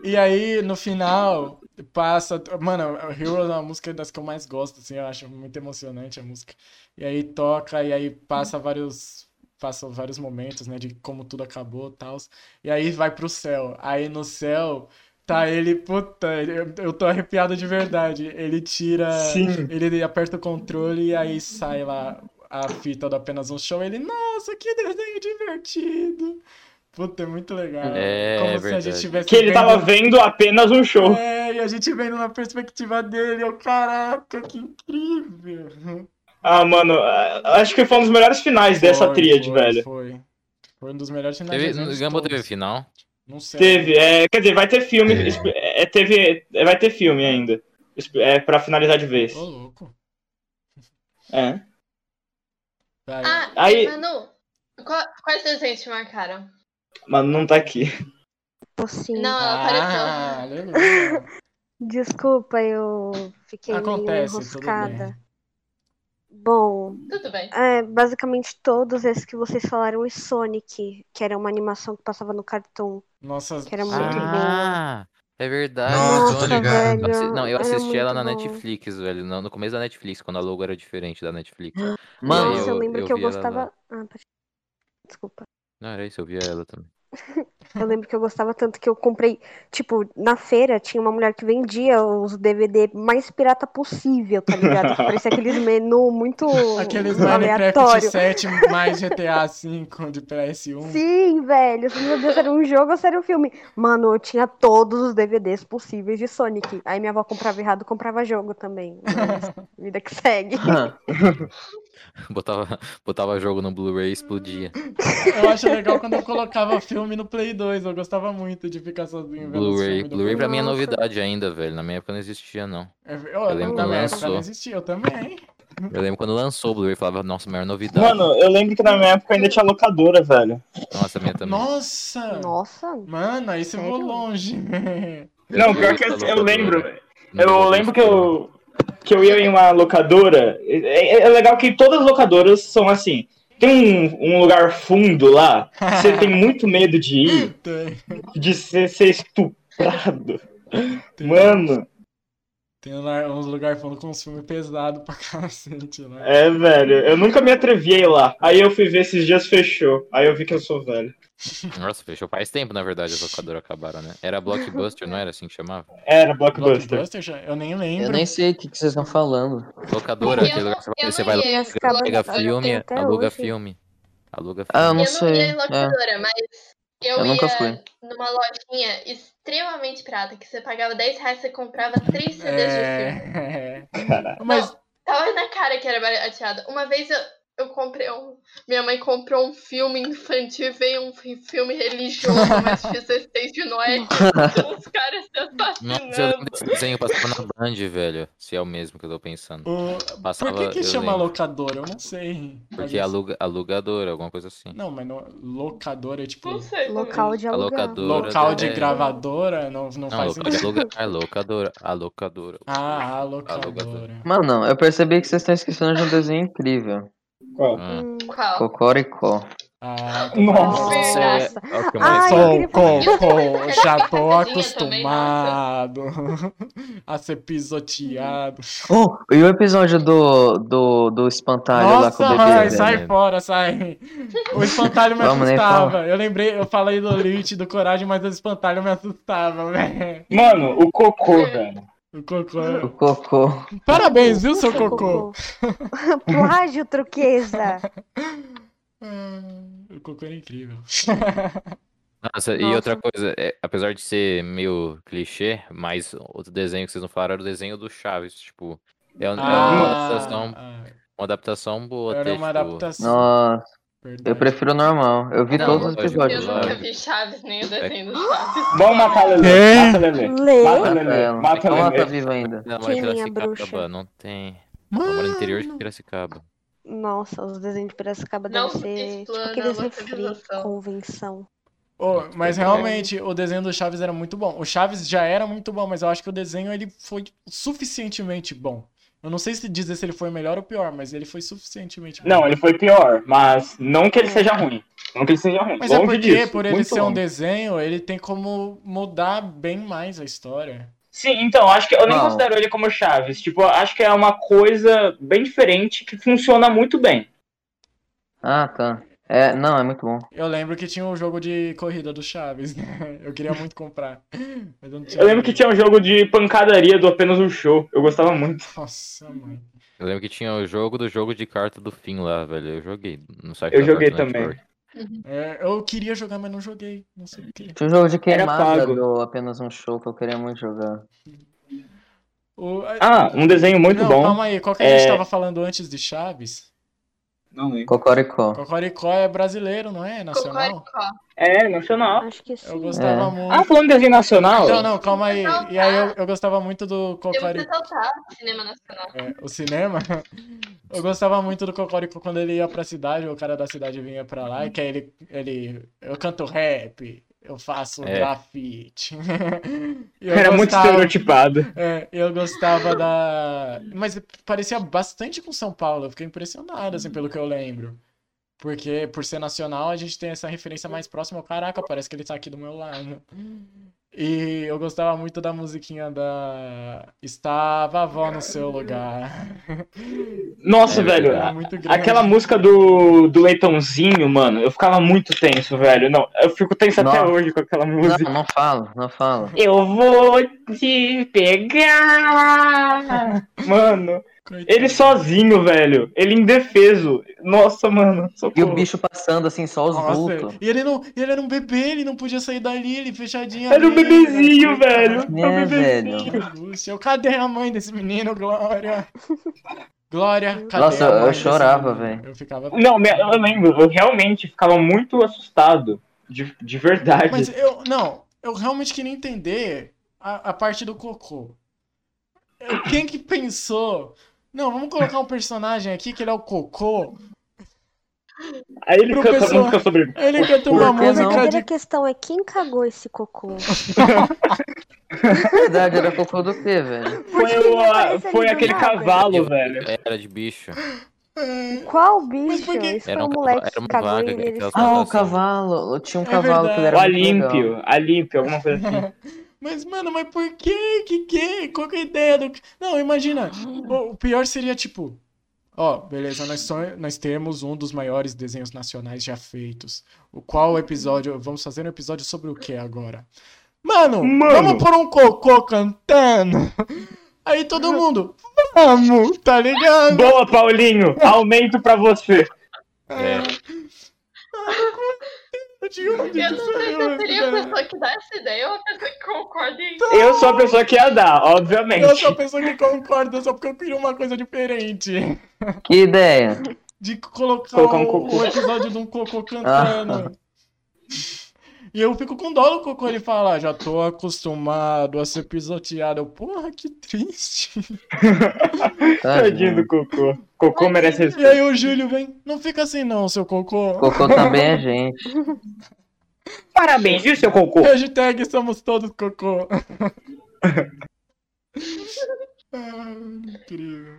E aí, no final, passa. Mano, Heroes é uma música das que eu mais gosto, assim, eu acho muito emocionante a música. E aí toca, e aí passa vários. Passam vários momentos, né? De como tudo acabou e tal. E aí vai pro céu. Aí no céu, tá ele. Puta, eu, eu tô arrepiado de verdade. Ele tira.
Sim.
Ele aperta o controle e aí sai lá a fita do apenas um show. Ele, nossa, que desenho divertido. Puta, é muito legal.
É,
Como
é
se a gente
verdade.
tivesse
Que ele tava
vendo...
vendo apenas um show.
É, e a gente vendo na perspectiva dele. Eu, caraca, que incrível.
Ah, mano, ah, acho que foi um dos melhores finais dessa
Foi,
tríade,
foi,
velho.
Foi. Foi um dos melhores finais.
Teve,
de desenhos de
Gumball teve
todos.
final.
Não sei.
Teve, é, quer dizer, vai ter filme.
Teve.
esp- É, teve, é, vai ter filme ainda. esp- É, pra finalizar de vez.
Ô, louco.
É.
Vai.
Ah,
Aí-
Manu, qual- quais desenhos te marcaram?
Mano, não tá aqui.
Focinho.
Não, ela
Ah,
apareceu.
aleluia.
Desculpa, eu fiquei meio
Acontece, tudo
enroscada.
bem.
Bom,
Tudo bem.
é, basicamente todos esses que vocês falaram e Sonic, que era uma animação que passava no Cartoon.
Nossa,
Que era
sim.
muito bom.
Ah, é verdade.
Nossa, tô
Sonic.
ligado.
Eu assi- Não, eu
era
assisti ela na
é muito bom.
Netflix, velho. No, no começo da Netflix, quando a logo era diferente da Netflix.
Mano,
Nossa, eu, lembro que eu
vi ela lá.
gostava. Ah, pode- Desculpa.
Não, era isso, eu via ela também.
Eu lembro que eu gostava tanto que eu comprei. Tipo, na feira tinha uma mulher que vendia os DVD mais pirata possível, tá ligado? Que Parecia aqueles menu muito
Aqueles Minecraft
aleatório.
7 mais GTA V de PS1.
Sim, velho. Eu falei, Meu Deus, era um jogo ou era um filme? Mano, eu tinha todos os DVDs possíveis de Sonic. Aí minha avó comprava errado, comprava jogo também. Mas, vida que segue.
Botava, botava jogo no Blu-ray e explodia.
Eu acho legal quando eu colocava filme no Play 2. Eu gostava muito de ficar sozinho vendo os
Blu-ray.
filmes do
Blu-ray pra mim é
Nossa.
novidade ainda, velho. Na minha época não existia, não.
É, Eu,
Eu lembro
na
quando
minha época não
lançou.
existia, eu também.
Eu lembro quando lançou o Blu-ray, eu falava, nossa, maior novidade.
Mano, eu lembro que na minha época ainda tinha locadora, velho.
Nossa, a minha também.
Nossa!
Nossa.
Mano, aí você vou
Sério?
longe. né?
É,
Não,
tá
pior que assim, eu, eu lembro. Eu lembro que eu, que eu ia em uma locadora. É, é- é legal que todas as locadoras são assim. Tem um, um lugar fundo lá. que Você tem muito medo de ir,
Tem,
de ser, ser estuprado.
tem-
Mano,
Tem um lar- uns lugares falando com uns filmes pesados pra cacete né? lá.
é, velho. Eu nunca me atrevi a ir lá. Aí eu fui ver esses dias, fechou. Aí eu vi que eu sou velho.
Nossa, fechou faz tempo, na verdade, as locadoras acabaram, né? Era Blockbuster, não era assim que chamava?
Era Blockbuster.
Blockbuster já? Eu nem
eu
lembro.
nem sei o que, que vocês estão falando.
Locadora,
Eu
aquele
não-
lugar que você vai-
eu
você
não
vai lá,
ia
pega-
ficar
pega
bem-
filme,
eu tenho até
aluga
hoje.
filme. Aluga
Ah, eu
filme.
não
eu não ia
sei.
em
É.
locadora, mas eu,
Eu nunca
ia
fui.
numa lojinha extremamente pirata, que você pagava 10 reais e você comprava 3 CDs de filme.
É... Mas,
Tava na cara que era barateado. Uma vez eu, eu comprei um. Minha mãe comprou um filme infantil e veio um fi- filme religioso, mas 16 de Noé. com Os caras
Nossa, eu
se
lembro
assassinando.
desse desenho passava na Band, velho. Se é o mesmo que eu tô pensando.
o...
Passava,
por que que
eu
chama
lembro.
locadora? Eu não sei.
Porque
Mas-
aluga, alugadora, alguma coisa assim.
Não, mas no- locadora é tipo...
Não sei.
Local de
A
alugar.
locadora. Ah,
Local de
é-
gravadora? Não, não
Não, é
faz
local de
sentido.
alugar, locadora, a locadora.
Ah, a
locadora.
locadora.
Mano, eu percebi que vocês estão esquecendo de um desenho incrível.
Qual?
Ah.
Hum,
Qual?
Cocoricó.
Ah,
Nossa.
Isso é-
Nossa.
é o que eu mais
Ai, Ah, eu
Sou
queria falar
com,
de outra coisa.
com, já tô
Tadinha também,
acostumado a ser pisoteado.
Oh, e o episódio do, do, do espantalho lá com
Nossa,
o
vai,
bebê?
né?
sai fora, sai. O espantalho me
Vamos, né? nem
assustava. Eu lembrei, eu falei do Lich, do Coragem, mas o espantalho me assustava, velho.
Mano, o cocô, velho.
O cocô.
O cocô.
Parabéns, viu, seu
Nossa,
cocô?
cocô. Plágio, truqueza.
Hum, O cocô era incrível.
Nossa, e
Nossa.
outra coisa, é, apesar de ser meio clichê, mas outro desenho que vocês não falaram era o desenho do Chaves, tipo. É, um- é uma,
Ah,
adaptação,
ah,
uma adaptação boa, até,
era uma
tipo,
adaptação.
Nossa, eu
verdade.
prefiro o normal. Eu vi
Não,
todos os
pode- É
episódios.
Eu
Lógico.
nunca vi Chaves nem o desenho do Chaves.
Vamos matar a Lelê.
É.
Mata a Lelê.
Lê.
Mata a Lelê.
Ela.
Mata
Ela
a
tá
Lelê.
viva ainda.
Não,
Quem é minha bruxa?
não tem. Eu moro no interior de Piracicaba.
Nossa, os desenhos de Piracicaba
Não
devem ser tipo
explana
aqueles
a
refri,
localização.
convenção.
Ô,
Muito
mas
bom.
realmente o desenho do Chaves era muito bom. O Chaves já era muito bom, mas eu acho que o desenho ele foi suficientemente bom. Eu não sei se dizer se ele foi melhor ou pior, mas ele foi suficientemente bom.
Não, ele foi pior, mas não que ele seja ruim. Não que ele seja ruim.
Mas é
longe
porque,
disso,
por ele
muito
ser um
longe.
desenho, ele tem como mudar bem mais a história.
Sim, então, acho que eu nem
Não.
considero ele como Chaves. Tipo, eu acho que é uma coisa bem diferente que funciona muito bem.
Ah, tá. É, não, é muito bom.
Eu lembro que tinha um jogo de corrida do Chaves, né? Eu queria muito comprar. Mas eu não tinha.
Eu lembro que tinha um jogo de pancadaria do apenas um show. Eu gostava muito.
Nossa, mãe.
Eu lembro que tinha o jogo do jogo de carta do fim lá, velho. Eu joguei no site
Eu
da
joguei
Cartoon
também.
Network.
É, eu queria jogar, mas não joguei. Não sei o quê.
Tinha um jogo de queimada
pago.
do apenas um show que eu queria muito jogar.
O-
Ah, um desenho muito
não,
bom.
calma aí. Qual que a gente
É.
tava falando antes de Chaves?
Não lembro.
Cocoricó.
Cocoricó é brasileiro, não é? Nacional?
Cocoricó.
É, nacional.
Acho que sim.
Ah, Eu gostava
É.
muito.
Ah, falando de desenho nacional.
Não, não, calma aí.
Não,
E aí eu, eu gostava muito do
Temos que
Cocoricó.
saltar o tá cinema nacional.
é, o cinema. Eu gostava muito do Cocoricó quando ele ia pra cidade, o cara da cidade vinha pra lá, que aí ele. ele eu canto rap, Eu faço
É.
grafite. E eu
Era muito
gostava-
estereotipado.
é, eu gostava da. Mas parecia bastante com São Paulo. Eu fiquei impressionado, assim, pelo que eu lembro. Porque, por ser nacional, a gente tem essa referência mais próxima. Eu, Caraca, parece que ele tá aqui do meu lado. E eu gostava muito da musiquinha da. Estava a avó no seu lugar.
Nossa,
É
velho.
verdade.
Era muito grande.
Aquela música do, do Leitãozinho, mano, eu ficava muito tenso, velho. Não, eu fico tenso até
Nossa.
hoje com aquela
Não,
música.
não falo, não falo.
Eu vou te pegar! Mano,
Coitado.
ele sozinho, velho. Ele indefeso. Nossa, mano.
E
Socorro.
o bicho passando assim, só os
Nossa,
vultos.
e ele não, ele era um bebê, ele não podia sair dali, ele fechadinho
Era um
ali,
bebezinho,
cara.
velho. Era um
É,
bebezinho.
velho.
Que angústia. Eu, Cadê a mãe desse menino, Glória? Glória, cadê
Nossa,
a mãe
eu
desse
chorava,
menino?
velho.
Eu ficava.
Não, me- eu lembro. Eu realmente ficava muito assustado. De, de verdade.
Mas eu. Não, eu realmente queria entender a, a parte do cocô. Eu- Quem que pensou? Não, vamos colocar um personagem aqui que ele é o cocô.
Aí ele
pro
canta
pessoal-
música sobre.
Ele canta uma
Por que
A
não?
música
verdadeira
de.
questão é quem cagou esse cocô?
Na verdade, era cocô do quê, velho?
Por
Foi,
que ele
o-
não apareceu
foi
ali do
aquele
nada?
cavalo, velho.
Era de bicho.
Qual bicho?
por que-
Isso
Era um
foi um
cava-
moleque
era uma né,
que cagou
vaca,
e ele.
aquelas-
Ah, o cavalo. Tinha um
É
cavalo que ele era
O
verdade.
muito legal.
Alímpio. Alímpio, alguma coisa assim.
Mas, mano, mas por quê? Que que? Qual que é a ideia do. Não, imagina.
Ah.
O, o pior seria tipo. Ó, beleza, nós, só- nós temos um dos maiores desenhos nacionais já feitos. O qual episódio? Vamos fazer um episódio sobre o que agora? Mano,
Mano.
vamos por um cocô cantando. Aí todo mundo, vamos, tá ligado?
Boa, Paulinho! Aumento pra você!
É.
De onde
Eu
que
não sei se
saiu
eu seria a
um isso,
pessoa que dá essa ideia ou a pessoa que concorda em
Eu sou a pessoa que ia dar,
cara?
obviamente.
Eu sou a pessoa que concorda só porque eu queria uma coisa diferente.
Que ideia!
De colocar,
Colocar um
o-
cocô. Ah.
o episódio de um cocô cantando. E eu fico com dó do cocô. Ele fala, "Ah, já tô acostumado a ser pisoteado. Eu, porra, que triste.
Tá, Ah,
Tadinho do Cocô. Cocô merece
E
respeito.
aí o Júlio vem, não fica assim não, seu cocô.
Cocô também é gente.
Parabéns, viu, seu Cocô?
Hashtag somos todos cocô. Ah, incrível.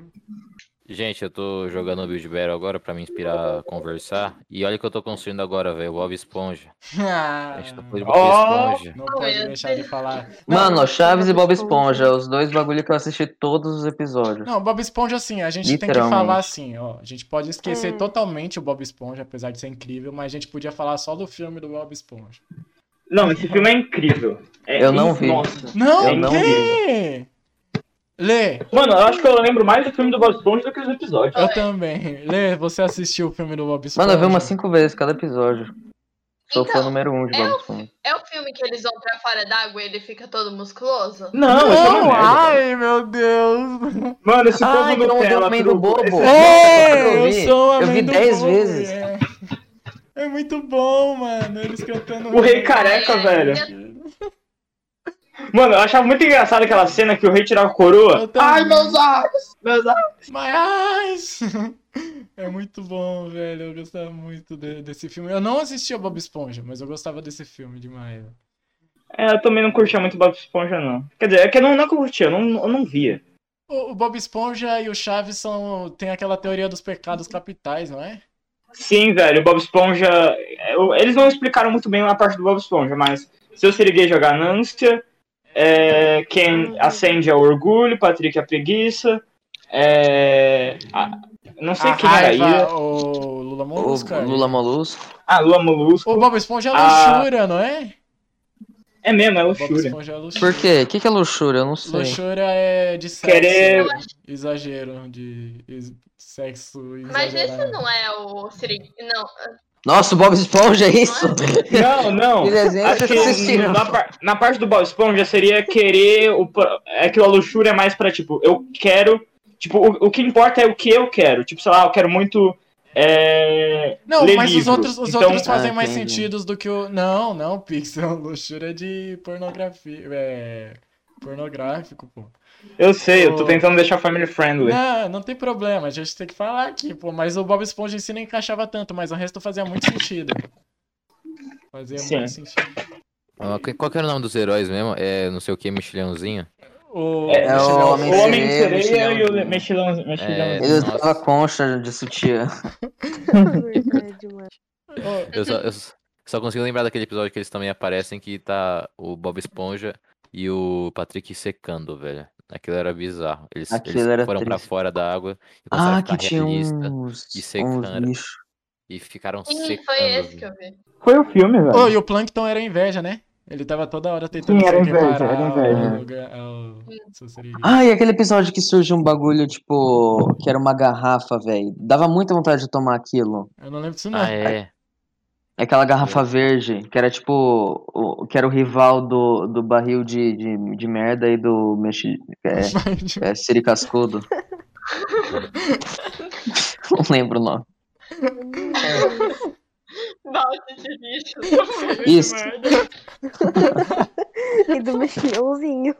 Gente, eu tô jogando o Build Battle agora pra me inspirar a conversar. E olha o que eu tô construindo agora, velho. O Bob Esponja. A gente tá com o Bob
Oh!
Esponja.
Ah, Não pode deixar de falar. Não,
Mano, Chaves e Bob
Bob
Esponja, os dois bagulho que eu assisti todos os episódios.
Não, Bob Esponja, assim, a gente tem que
Literalmente.
falar assim, ó. A gente pode esquecer
Hum.
totalmente o Bob Esponja, apesar de ser incrível, mas a gente podia falar só do filme do Bob Esponja.
Não, esse filme é incrível. É
Eu não
in-
vi.
Nossa.
Não,
Eu não
quê? Lê,
Mano, eu acho que eu lembro mais do filme do Bob Esponja do que os episódios.
eu também. Lê, você assistiu o filme do Bob Esponja?
Mano, eu vi umas cinco vezes cada episódio. Sou
Então,
fã número um de
é
Bob Esponja.
É o filme que eles vão pra fora d'água e ele fica todo musculoso?
Não, esse é
Não, ah.
uma merda.
ai, meu Deus.
Mano, esse
Ai,
povo
que não deu
Nutella
meio do
truco.
bobo.
Esse-
É,
eu
eu
vi.
sou o
Eu vi
Amendo
dez
Bobo,
vezes.
É. É muito bom, mano. Eles cantando.
O Rei Careca, velho. Mano, eu achava muito engraçado aquela cena que o rei tirava a
Eu
coroa.
também.
Ai, meus olhos! Meus olhos!
Mas é muito bom, velho. Eu gostava muito de- desse filme. Eu não assistia Bob Esponja, mas eu gostava desse filme demais.
É, eu também não curtia muito Bob Esponja, não. Quer dizer, é que eu não, não é que eu curtia, eu não, eu não via.
O, o Bob Esponja e o Chaves são tem aquela teoria dos pecados capitais, não é?
Sim, velho, o Bob Esponja. é, eu- Eles não explicaram muito bem a parte do Bob Esponja, mas seu Seriguei joga ganância, é, quem acende é o orgulho, Patrick é a preguiça, é. a- não sei
A
quem era aí.
raiva, o Lula
O
Molusco.
Lula Molusco.
Ah, Lua Molusco.
O Bob Esponja é
Ah.
luxúria, não é?
É mesmo, é
O Bob
luxúria.
Esponja é luxúria.
Por quê? O que, que é luxúria? Eu não sei.
Luxúria é de sexo.
Querer-
Exagero de ex- sexo
Mas esse
exagerado.
não é o Siri. Não,
Nossa, o Bob Esponja é isso? é
Não, não.
Que desenho
Acho
vocês
que
assistiram?
na, par- na parte do Bob Esponja seria querer. O, pro- é que a luxúria é mais pra, tipo, eu quero. Tipo, o, o que importa é o que eu quero. Tipo, sei lá, eu quero muito. É,
Não,
ler
mas os
livro.
outros, os
Então-
outros fazem
Ah,
mais
entendi.
sentidos do que o. Não, não, Pixel. Luxúria é de pornografia. É. Pornográfico, pô.
Eu sei, eu tô
O-
tentando deixar family friendly.
Não, não tem problema, a gente tem que falar aqui, pô. Mas o Bob Esponja em si não encaixava tanto, mas o resto fazia muito sentido. Fazia
Sim.
muito sentido.
Ah, que- Qual que era o nome dos heróis mesmo? É, não sei o que, mexilhãozinho?
O...
É,
É o
mexilhão-
Homem
o Homem
Sereia, É,
Sereia e o
Mexilhão.
Mexilhão. mexilhão.
Ele
Nossa.
usava concha de sutiã.
Verdade, mano.
o-
Eu só, eu só- só consigo lembrar daquele episódio que eles também aparecem que tá o Bob Esponja e o Patrick secando, velho. Aquilo era bizarro. Eles, eles
Aquilo era
foram pra
triste.
fora da água e começaram
Ah,
a
que
ficar
tinha
realista
uns,
e
uns
secando.
bichos.
e ficaram
Sim,
secando.
foi esse que
velho.
eu vi.
Foi o filme, velho.
Oh, e o Plankton era inveja, né? Ele tava toda hora tentando
Sim, era
se
inveja,
equiparar
era inveja.
ao lugar- ao seu siririca.
Ah, e aquele episódio que surge um bagulho, tipo, que era uma garrafa, velho. Dava muita vontade de tomar aquilo.
Eu não lembro disso não.
Ah, é.
Aquela garrafa verde, que era tipo, o, que era o rival do, do barril de, de, de merda e do mexi, é, é, Siri Cascudo. Não lembro o nome.
Balde de lixo.
Isso.
E do mexilhãozinho.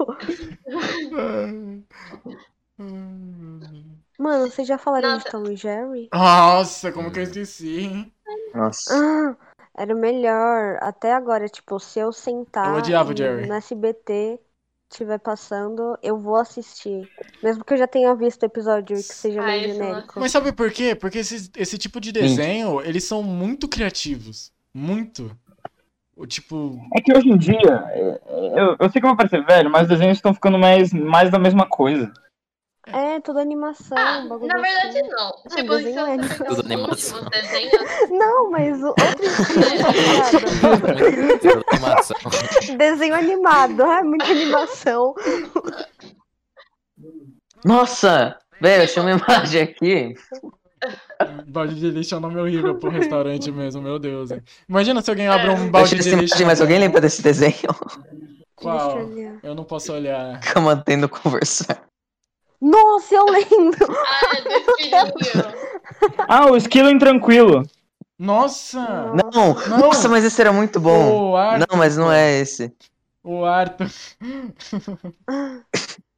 Mano, vocês já falaram
Nada.
de Tom e Jerry?
Nossa, como que eu esqueci? hein?
Nossa.
Ah, era o melhor. Até agora, tipo, se eu sentar
Eu odiava o
e
Jerry.
no SBT estiver passando, eu vou assistir. Mesmo que eu já tenha visto o episódio que seja
Ah,
mais
esse eu não
genérico.
Mas sabe por quê? Porque esse, esse tipo
Hum.
de desenho, eles são muito criativos. Muito. O tipo.
É que hoje em dia, é, é, eu, eu sei que eu vou parecer velho, mas os desenhos estão ficando mais, mais da mesma coisa.
É, toda animação,
Ah,
bagulho
na verdade
assim.
não.
Ah,
Tipo, se
desenho é.
você pegar os
Tudo animação.
últimos desenhos,
Não, mas o outro estilo, tá ligado?
Era animação.
Desenho animado, ah, muita animação.
Nossa! Velho, achei uma imagem aqui.
Balde de lixo é um nome horrível pro restaurante mesmo, meu Deus. hein? Imagina se alguém abre um
Eu
balde
achei
de
essa
lixo.
imagem, mas alguém lembra desse desenho?
Qual?
Deixa eu olhar.
Eu não posso olhar.
Fica mantendo conversar.
Nossa, eu lembro!
ah, é do filhinho.
Ah, o Esquilo Intranquilo.
Nossa!
Não,
Não.
nossa, mas esse era muito bom.
O Arthur.
Não, mas não é esse.
O Arthur.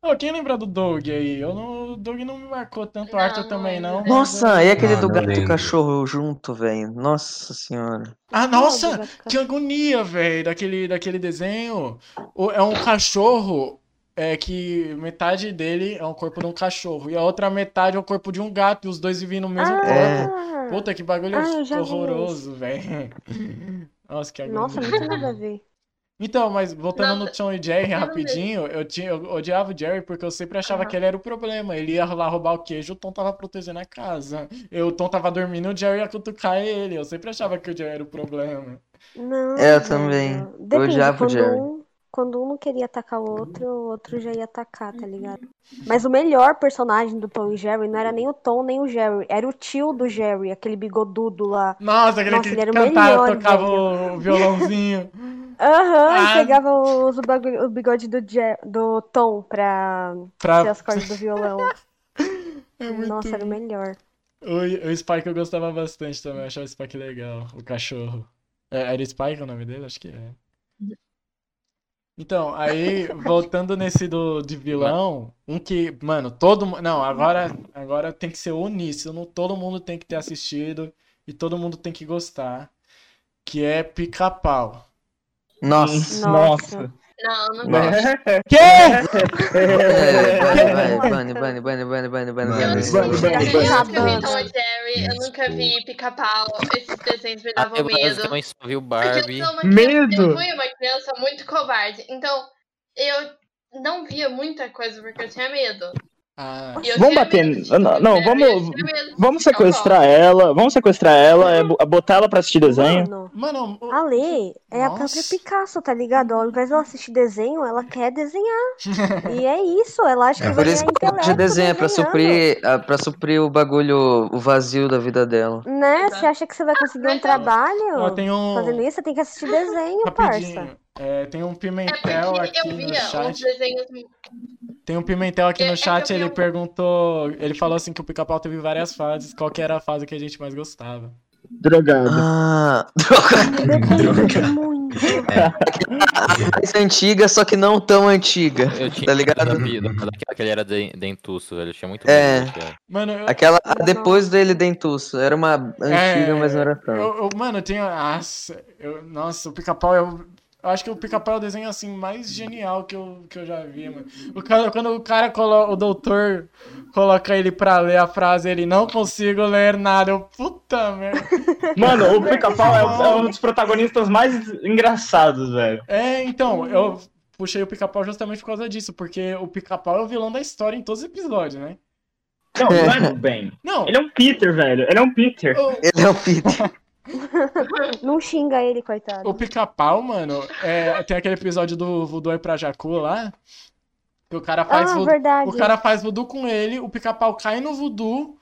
Ô, quem lembra do Doug aí? Eu não, o Doug não me marcou tanto. O
Não,
Arthur
não
também
lembro.
não. mas
Nossa,
eu-
e aquele
Ah,
do
não
gato e
lembro.
cachorro junto, velho. Nossa senhora.
Ah,
Não,
nossa!
vai ficar-
Que agonia, velho, daquele, daquele desenho. O- É um cachorro é, que metade dele é o corpo de um cachorro e a outra metade é o corpo de um gato e os dois vivem no mesmo
Ah,
corpo.
É.
Puta, que bagulho
Ah, eu já vi
horroroso, velho. Nossa, que agonia.
Nossa, muito nada a ver.
Então, mas voltando no
Nossa,
Tom e Jerry
eu não
rapidinho, eu, tinha, eu odiava o Jerry porque eu sempre achava
Aham.
que ele era o problema. Ele ia lá roubar o queijo, o Tom tava protegendo a casa. Eu, o Tom tava dormindo, o Jerry ia cutucar ele. Eu sempre achava que o Jerry era o problema.
Não.
É, eu
velho.
também.
Depende,
odiava o
quando
Jerry.
um, quando um não queria atacar o outro, o outro já ia atacar, tá ligado? Mas o melhor personagem do Tom e Jerry não era nem o Tom nem o Jerry, era o tio do Jerry, aquele bigodudo lá.
Nossa, aquele
Nossa,
que
ele era o
cantava,
melhor,
tocava
velho.
o violãozinho.
Aham,
Ah.
e pegava os, o, bagulho, o bigode do, Je- do Tom pra ser
Pra...
as cordas do violão.
Ah. É muito...
Nossa, era o melhor.
o, o Spike eu gostava bastante também, eu achava o Spike legal, o cachorro. É, era Spike o nome dele? Acho que é. Então, aí, voltando nesse do, de vilão, um que, mano, todo mundo. Não, agora, agora tem que ser uníssono, todo mundo tem que ter assistido e todo mundo tem que gostar. Que é pica-pau.
Nossa.
Nossa.
Não, não
Nossa.
Que?
É, vai, vai, Bunny, Bunny, Bunny, Bunny, Bunny, Bunny,
Eu
Bunny.
Mas-
nunca vi eu nunca
Bunny,
Bunny.
vi Tom e Jerry, eu nunca vi Pica-Pau, esses desenhos me
tipo, Ah,
davam
eu
medo.
também só vi o
Porque
Barbie.
eu, sou uma
Medo?
criança- eu fui uma criança muito covarde, então eu não via muita coisa porque eu tinha medo.
Ah,
E eu
Vamos
tinha
bater-
medo de
não,
Tom e
não,
Jerry,
vamos-
eu tinha medo de
Vamos
Pica-Pau. É
sequestrar ela, vamos sequestrar ela, é, bo- botar ela pra assistir desenho.
Mano,
mano, o-
a Lê é a própria
Nossa.
Picasso, tá ligado? Ao invés dela assistir desenho, ela quer desenhar. E é isso, ela acha que
Por
vai
isso
ganhar
que ela de
intelecto
desenho, é pra
desenhando.
suprir, ah, pra suprir o bagulho, o vazio da vida dela.
Né?
Exato.
Você acha que você vai conseguir um
mas eu-
ó,
trabalho
tem um.
fazendo isso? Você tem que assistir desenho, parça.
Rapidinho. É, tem um
É
pimentel aqui
porque eu
no
via uns
chat.
desenhos.
Tem um Pimentel aqui
É-
no
é que
chat,
eu vi
ele
um-
perguntou. Ele falou assim que o pica-pau teve várias fases, qual que era a fase que a gente mais gostava? Uhum.
Drogado.
Ah, droga.
Depende muito.
Mais antiga, só que não tão antiga.
Eu tinha
Tá ligado?
medo da- daquela que ele era de- dentuço, velho. Eu tinha muito
É.
medo daquela.
Mano, eu.
Aquela depois dele dentuço. Era uma antiga,
é,
mas não era tão.
eu- eu- mano, eu tinha. Nossa, eu- nossa o pica-pau é o- Eu acho que o pica-pau é o desenho assim mais genial que eu, que eu já vi, mano. O cara, quando o cara coloca, o doutor coloca ele pra ler a frase, ele não consigo ler nada. Eu, puta merda.
Mano, o Pica-Pau é, é um dos protagonistas mais engraçados, velho.
É, então, eu puxei o pica-pau justamente por causa disso, porque o pica-pau é o vilão da história em todos os episódios, né?
Não, não é o Ben.
Não,
Ele é um Peter, velho. Ele é um Peter.
o-
Ele é o Peter.
Não xinga ele, coitado.
O pica-pau, mano, é, tem aquele episódio do Voodoo pra Jacu lá. Que o cara faz
Ah,
voodoo,
verdade.
o cara faz voodoo com ele, o pica-pau cai no voodoo.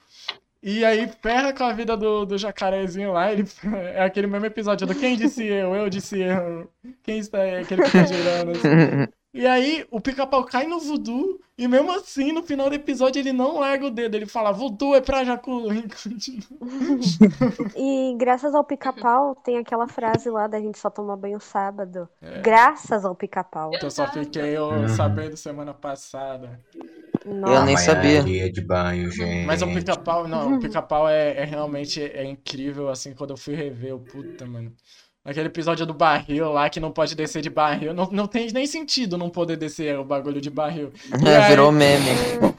E aí ferra com a vida do, do jacarezinho lá. Ele, é aquele mesmo episódio do quem disse eu, eu disse eu. Quem está aí, aquele que tá girando. assim. E aí o pica-pau cai no voodoo. E mesmo assim, no final do episódio, ele não larga o dedo. Ele fala, voodoo é pra Tipo, Jacu. E continua.
E graças ao pica-pau, tem aquela frase lá da gente só tomar banho sábado.
É.
Graças ao pica-pau.
Que eu só fiquei ó,
Uhum.
sabendo semana passada.
Eu
Nossa.
nem
Amanhã
sabia.
é dia de banho, gente.
Mas o pica-pau, não, o pica-pau é, é realmente é incrível, assim, quando eu fui rever, eu, puta, mano. Aquele episódio do barril lá, que não pode descer de barril, não, não tem nem sentido não poder descer o bagulho de barril. E
É,
aí-
virou meme.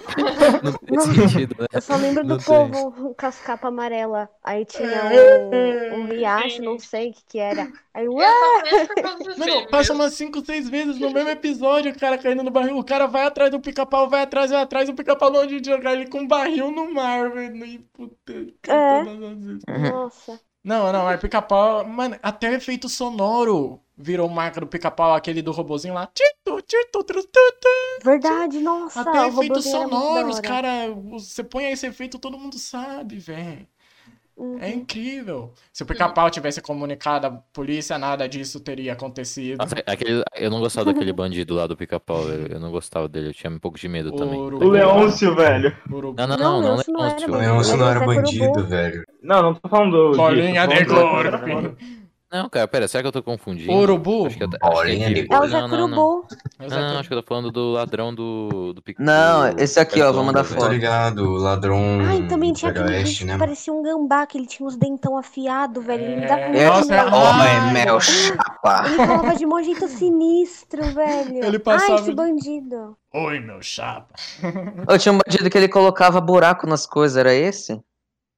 Não tem sentido, né?
Eu só lembro
Não
do
tem.
povo com as capas amarelas. Aí tinha
Ah,
um, um
é.
riacho, não sei o que que era. Aí,
Eu
ué,
só conheço por causa dos
Mano,
memes.
Ah! passa umas 5, 6 vezes no mesmo episódio, o cara caindo no barril, o cara vai atrás do pica-pau, vai atrás, vai atrás, o pica-pau longe de jogar ele com um barril no mar, velho, e puta, cai
É.
todas as vezes.
Uhum.
nossa.
Não, não, é pica-pau. Mano, até o efeito sonoro virou marca do pica-pau, aquele do robozinho lá. Tito, tito, tru, tu, tu.
Verdade, nossa.
Até
o
efeito
robozinho era muito da
sonoro, os
hora.
cara. Você põe esse efeito, todo mundo sabe, velho.
Uhum.
É incrível. Se o pica-pau tivesse comunicado à polícia, nada disso teria acontecido.
Nossa, aquele- eu não gostava daquele bandido lá do pica-pau, velho. Eu não gostava dele, eu tinha um pouco de medo também.
Ouro.
O
Daquele lá.
Leôncio, velho.
Urubu.
Não, não,
Não,
não, não,
Leôncio não era
Leôncio.
O Leôncio não era
Mas é corubu.
bandido, velho.
Não, não tô falando
Bolinha de
disso, tô falando do-
golpe.
Não, cara, pera, será que eu tô confundindo?
Urubu.
Acho que, é- eu- acho que é
Bolinha
aquele-
de
É o
gude.
Zé
Não, não, não.
Curubu.
é
Não, não, acho que eu tô falando do ladrão do, do pica
Não,
do
esse aqui, ó, vou mandar
Cartoon,
Tô
foto.
velho.
Tá ligado, o ladrão
Ai, também tinha
do
aquele
oeste,
bicho
Hum, né?
que
mano?
parecia um gambá, que ele tinha uns dentão afiados, velho. Ele me dava
É,
muito
nossa,
medo.
Homem,
Ai,
meu
mano.
chapa.
Ele falava de um jeito sinistro, velho.
Ele passava-
Ai, esse bandido.
Oi, meu chapa.
Eu tinha um bandido que ele colocava buraco nas coisas, era esse?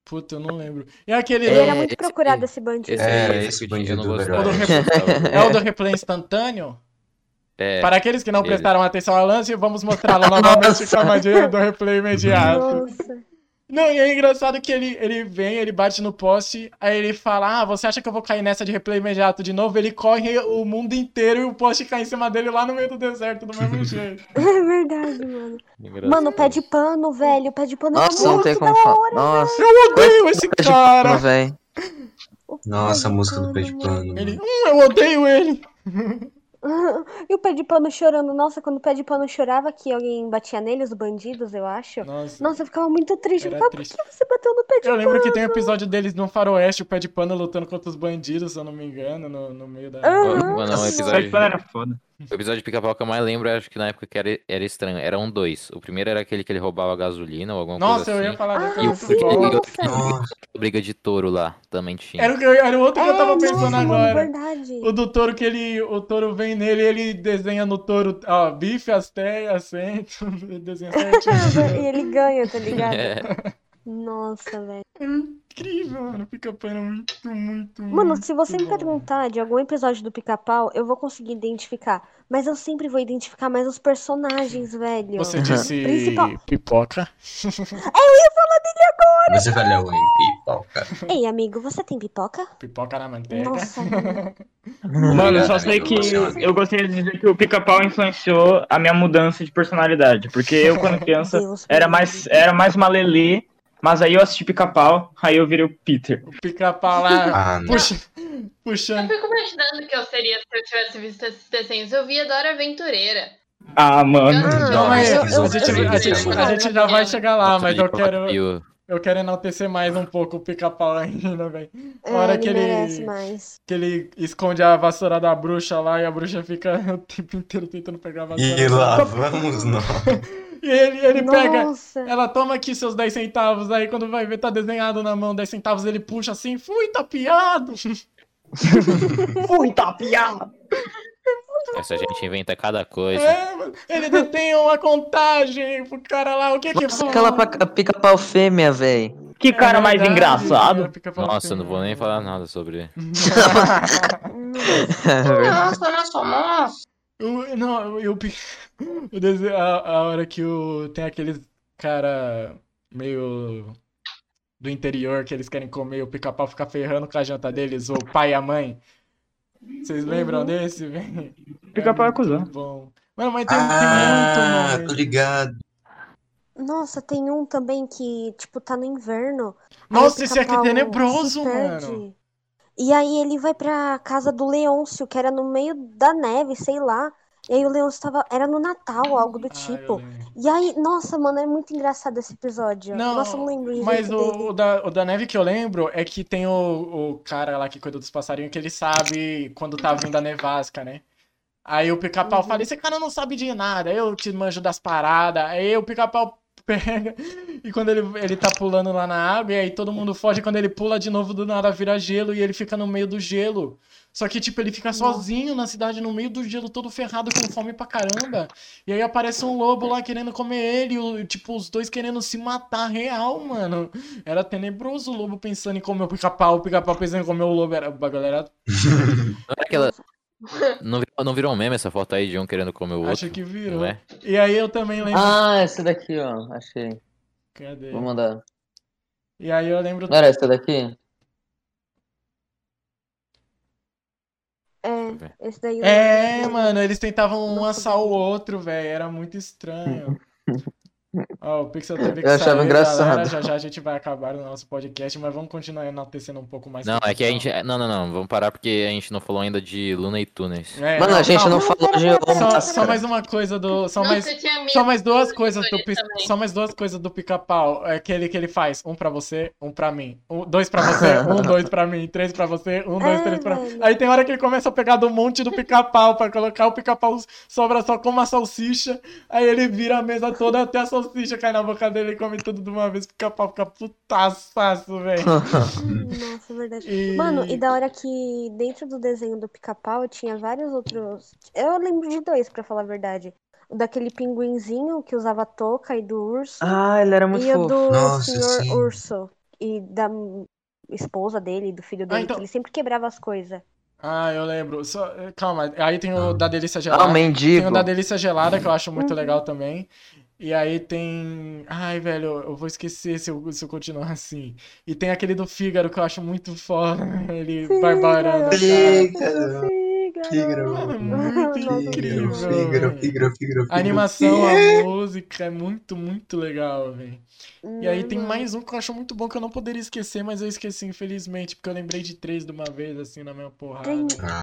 Puta, eu não lembro. E aquele.
Ele
É,
era muito
esse
procurado,
aí.
esse bandido.
Esse
É,
aí,
Era
esse,
esse
que eu tinha- eu não
bandido,
gostava.
velho.
eu não gostava dele.
É o do replay instantâneo?
É,
Para aqueles que não
Ele.
prestaram atenção ao lance, vamos mostrá-lo novamente com a magia do replay imediato.
Nossa.
Não, e é engraçado que ele, ele vem, ele bate no poste, aí ele fala: Ah, você acha que eu vou cair nessa de replay imediato de novo? Ele corre o mundo inteiro e o poste cai em cima dele lá no meio do deserto, do mesmo jeito.
É verdade, mano.
engraçado.
Mano, o pé de pano, velho. O pé de pano
Nossa,
era
não
muito
tem
da
como
hora.
falar. Nossa,
Eu odeio esse
não,
cara!
velho.
O pé
Nossa, a
de
música do pé de
mano.
pano.
Ele,
mano.
hum, eu odeio ele!
E o pé de pano chorando. Nossa, quando o pé de pano chorava, que alguém batia nele, os bandidos, eu acho.
Nossa.
Nossa, eu ficava muito triste. Eu
Era
ficava,
triste.
por que você bateu no pé de
Eu
pano?
lembro que tem um episódio deles no Faroeste, o pé de pano lutando contra os bandidos, se eu não me engano, no, no meio da.
Ah.
Mano, mano, um
Nossa.
Pé de pano
episódio,
era foda.
o episódio de pica-pau que eu mais lembro, eu acho que na época que era, era estranho. Eram dois. O primeiro era aquele que ele roubava gasolina ou alguma
Nossa, eu
coisa
ia
assim.
falar desse.
Ah,
era
E o
muito
sim,
bom.
e
nossa.
outro que era
Nossa,
briga de touro lá, também tinha.
Era, o que eu- era o outro que eu tava
É,
pensando
nossa, mano,
agora.
verdade.
O do touro que ele. O touro vem nele ele desenha no touro. Ó, bife, asteia, acento. ele Desenha
e
certinho.
ele ganha, tá
um
ligado?
É.
Nossa, velho.
Incrível, mano. Pica-pau era muito, muito,
Mano,
muito.
se você me
bom.
perguntar de algum episódio do Pica-Pau, eu vou conseguir identificar. Mas eu sempre vou identificar mais os personagens, velho.
Você disse
Principal-
pipoca?
você vai ler o pipoca.
Ei, amigo, você tem pipoca?
Pipoca na manteiga.
Nossa, mano.
Mano, eu só
Obrigado,
sei
amigo,
que
você é um amigo.
eu gostaria de dizer que o pica-pau influenciou a minha mudança de personalidade. Porque eu, quando criança,
Deus. É,
era
me
mais,
livre.
era mais uma Lelê, mas aí eu assisti pica-pau, aí eu virei o Peter.
O pica-pau lá.
Ah, não.
Puxa,
Eu
puxando.
fico imaginando que eu seria se eu tivesse visto esses desenhos. Eu via Dora Aventureira.
Ah, mano.
Eu-
Ah,
Não, mas
eu-
a
eu-
gente, a gente, a gente,
eu-
já vai chegar lá,
Nossa,
Ah, mas
de
eu quero,
pavio.
eu quero enaltecer mais um pouco o pica-pau ainda, velho.
É,
Hora
ele
que ele-
merece mais.
Que ele esconde a vassoura da bruxa lá e a bruxa fica o tempo inteiro tentando pegar a vassoura.
E lá vamos nós.
E ele, ele pega.
Nossa.
Ela toma aqui seus 10 centavos, aí quando vai ver tá desenhado na mão 10 centavos, ele puxa assim, fui, tá piado.
Fui tapeado!
Essa gente inventa cada coisa.
É, mano, ele detém uma contagem pro cara lá. O que que
Nossa, aquela pa- pica-pau fêmea, véi.
Que cara
É
mais
verdade,
engraçado.
cara, fica falando
Nossa,
assim,
não vou nem falar nada sobre.
É
Nossa, nossa, nossa.
O- não, eu, pi- o dese- a, a hora que o, tem aqueles cara meio do interior que eles querem comer, e o pica-pau fica ferrando com a janta deles, o pai e a mãe. Vocês
Uhum.
lembram desse? velho?
Pica-pau é
muito
cuzão.
Bom. Mano, mas tem, tem
Ah,
muito
tô
nome.
ligado.
Nossa, tem um também que, tipo, tá no inverno. aí o
Nossa, esse aqui é
pica-pau é
tenebroso,
se perde.
mano.
E aí ele vai pra casa do Leôncio, que era no meio da neve, sei lá. E aí o Leôncio tava. Era no Natal, algo do
Ah, eu
tipo.
lembro.
E aí, nossa, mano, é muito engraçado esse episódio.
Não,
Nossa, eu não lembro direito
Mas
dele.
o, o da, o da neve que eu lembro é que tem o, o cara lá que cuida dos passarinhos que ele sabe quando tá vindo a nevasca, né? Aí o
Uhum.
pica-pau fala: Esse cara não sabe de nada, eu te manjo das paradas. Aí o pica-pau pega e quando ele, ele tá pulando lá na água, e aí todo mundo foge. Quando ele pula de novo, do nada vira gelo e ele fica no meio do gelo. Só que, tipo, ele fica sozinho na cidade, no meio do gelo, todo ferrado, com fome pra caramba. E aí aparece um lobo lá querendo comer ele, o- tipo, os dois querendo se matar real, mano. Era tenebroso o lobo pensando em comer o pica-pau, o pica-pau pensando em comer o lobo. Era, o bagulho era.
Não é aquela. Não virou, não virou um meme essa foto aí de um querendo comer o outro?
Acho que virou.
Não é?
E aí eu também lembro.
Ah, essa daqui, ó. Achei.
Cadê?
Vou mandar.
E aí eu lembro.
Não era essa daqui?
É,
ver.
esse daí eu
É,
lembro.
mano, eles tentavam um
Nossa,
assar o outro, velho. Era muito estranho. Ó, o Pixel TV que
Eu achava
saiu,
engraçado.
galera. Já já a gente vai acabar o nosso podcast, mas vamos continuar enaltecendo um pouco mais.
Não,
sobre
é que a
isso.
gente. Não, não, não. Vamos parar porque a gente não falou ainda de Luna e Tunes.
É,
Mano, a gente
calma.
não falou de
Só,
Lomas,
só mais uma coisa do. Só mais,
Nossa, eu tinha medo.
só mais duas coisas do
Também.
pi- só mais duas coisas do pica-pau. É aquele que ele faz, um pra você, um pra mim. Um, dois pra você, um, dois pra mim, três pra você, um, dois,
É,
três pra mim.
velho.
Aí tem hora que ele começa a pegar do monte do pica-pau pra colocar o pica-pau sobra só com uma salsicha. Aí ele vira a mesa toda até a salsicha cai na boca dele e come tudo de uma vez. O pica-pau fica putaçaço, velho.
Nossa, é verdade.
E-
Mano, e da hora que dentro do desenho do pica-pau tinha vários outros. Eu lembro de dois, pra falar a verdade. O daquele pinguinzinho que usava touca e do urso.
Ah, ele era muito
e o
fofo.
do
Nossa,
senhor
sim.
urso. E da m- esposa dele, do filho dele,
então-
que ele sempre quebrava as coisas.
Ah, eu lembro. Só- Calma, aí tem o da delícia
Ah,
gelada.
o
Tem
mendigo.
o da Delícia Gelada, que eu acho muito legal também. E aí tem. Ai, velho, eu vou esquecer se eu, se eu continuar assim. E tem aquele do Fígaro que eu acho muito foda. Ele barbarando. o cara.
Fígaro,
Mano, é
Fígaro,
muito
Nossa,
incrível.
Fígaro,
velho.
Fígaro, Fígaro, Fígaro.
A animação, a música é muito, muito legal, velho. E aí tem mais um que eu acho muito bom que eu não poderia esquecer, mas eu esqueci, infelizmente, porque eu lembrei de três de uma vez, assim, na minha porrada.
Tem-
Ah.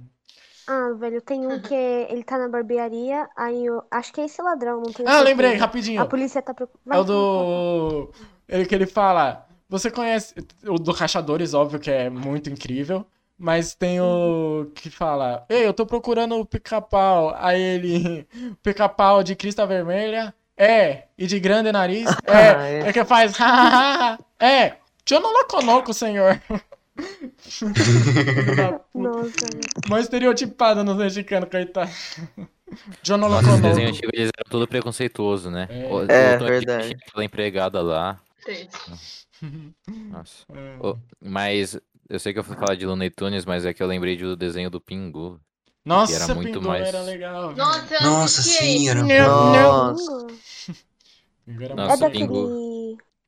Ah, velho, tem um que ele tá na barbearia, aí eu. Acho que é esse ladrão, não tenho
Ah, lembrei,
certeza.
rapidinho.
A polícia tá preocupada.
É o do. Ele que ele fala. Você conhece. O do Rachadores, óbvio que é muito incrível. Mas tem o que fala. Ei, eu tô procurando o pica-pau. Aí ele. Pica-pau de crista vermelha? É. E de grande nariz?
Ah,
É.
é.
É que faz. "Ha, ha, ha, ha." É. Tio não loconoco, senhor. Filho da puta.
Nossa, velho.
Mó estereotipado nos mexicanos, coitado. Tio não
Nossa, esse desenho
loconoco.
antigo eles eram tudo preconceituoso, né?
É.
O- o
É,
outro antigo
verdade.
tinha aquela empregada lá.
Triste.
Nossa.
É.
Ô, mas eu sei que eu fui falar de Luna e Tunes, mas é que eu lembrei do desenho do Pingu.
Nossa,
era muito
Pingu
mais-
era legal. velho.
Nossa, eu não
Nossa,
assisti
sim, era
Não,
bom.
Nossa.
Pingu era
Nossa,
É
muito
Pingu.
legal.
daquele.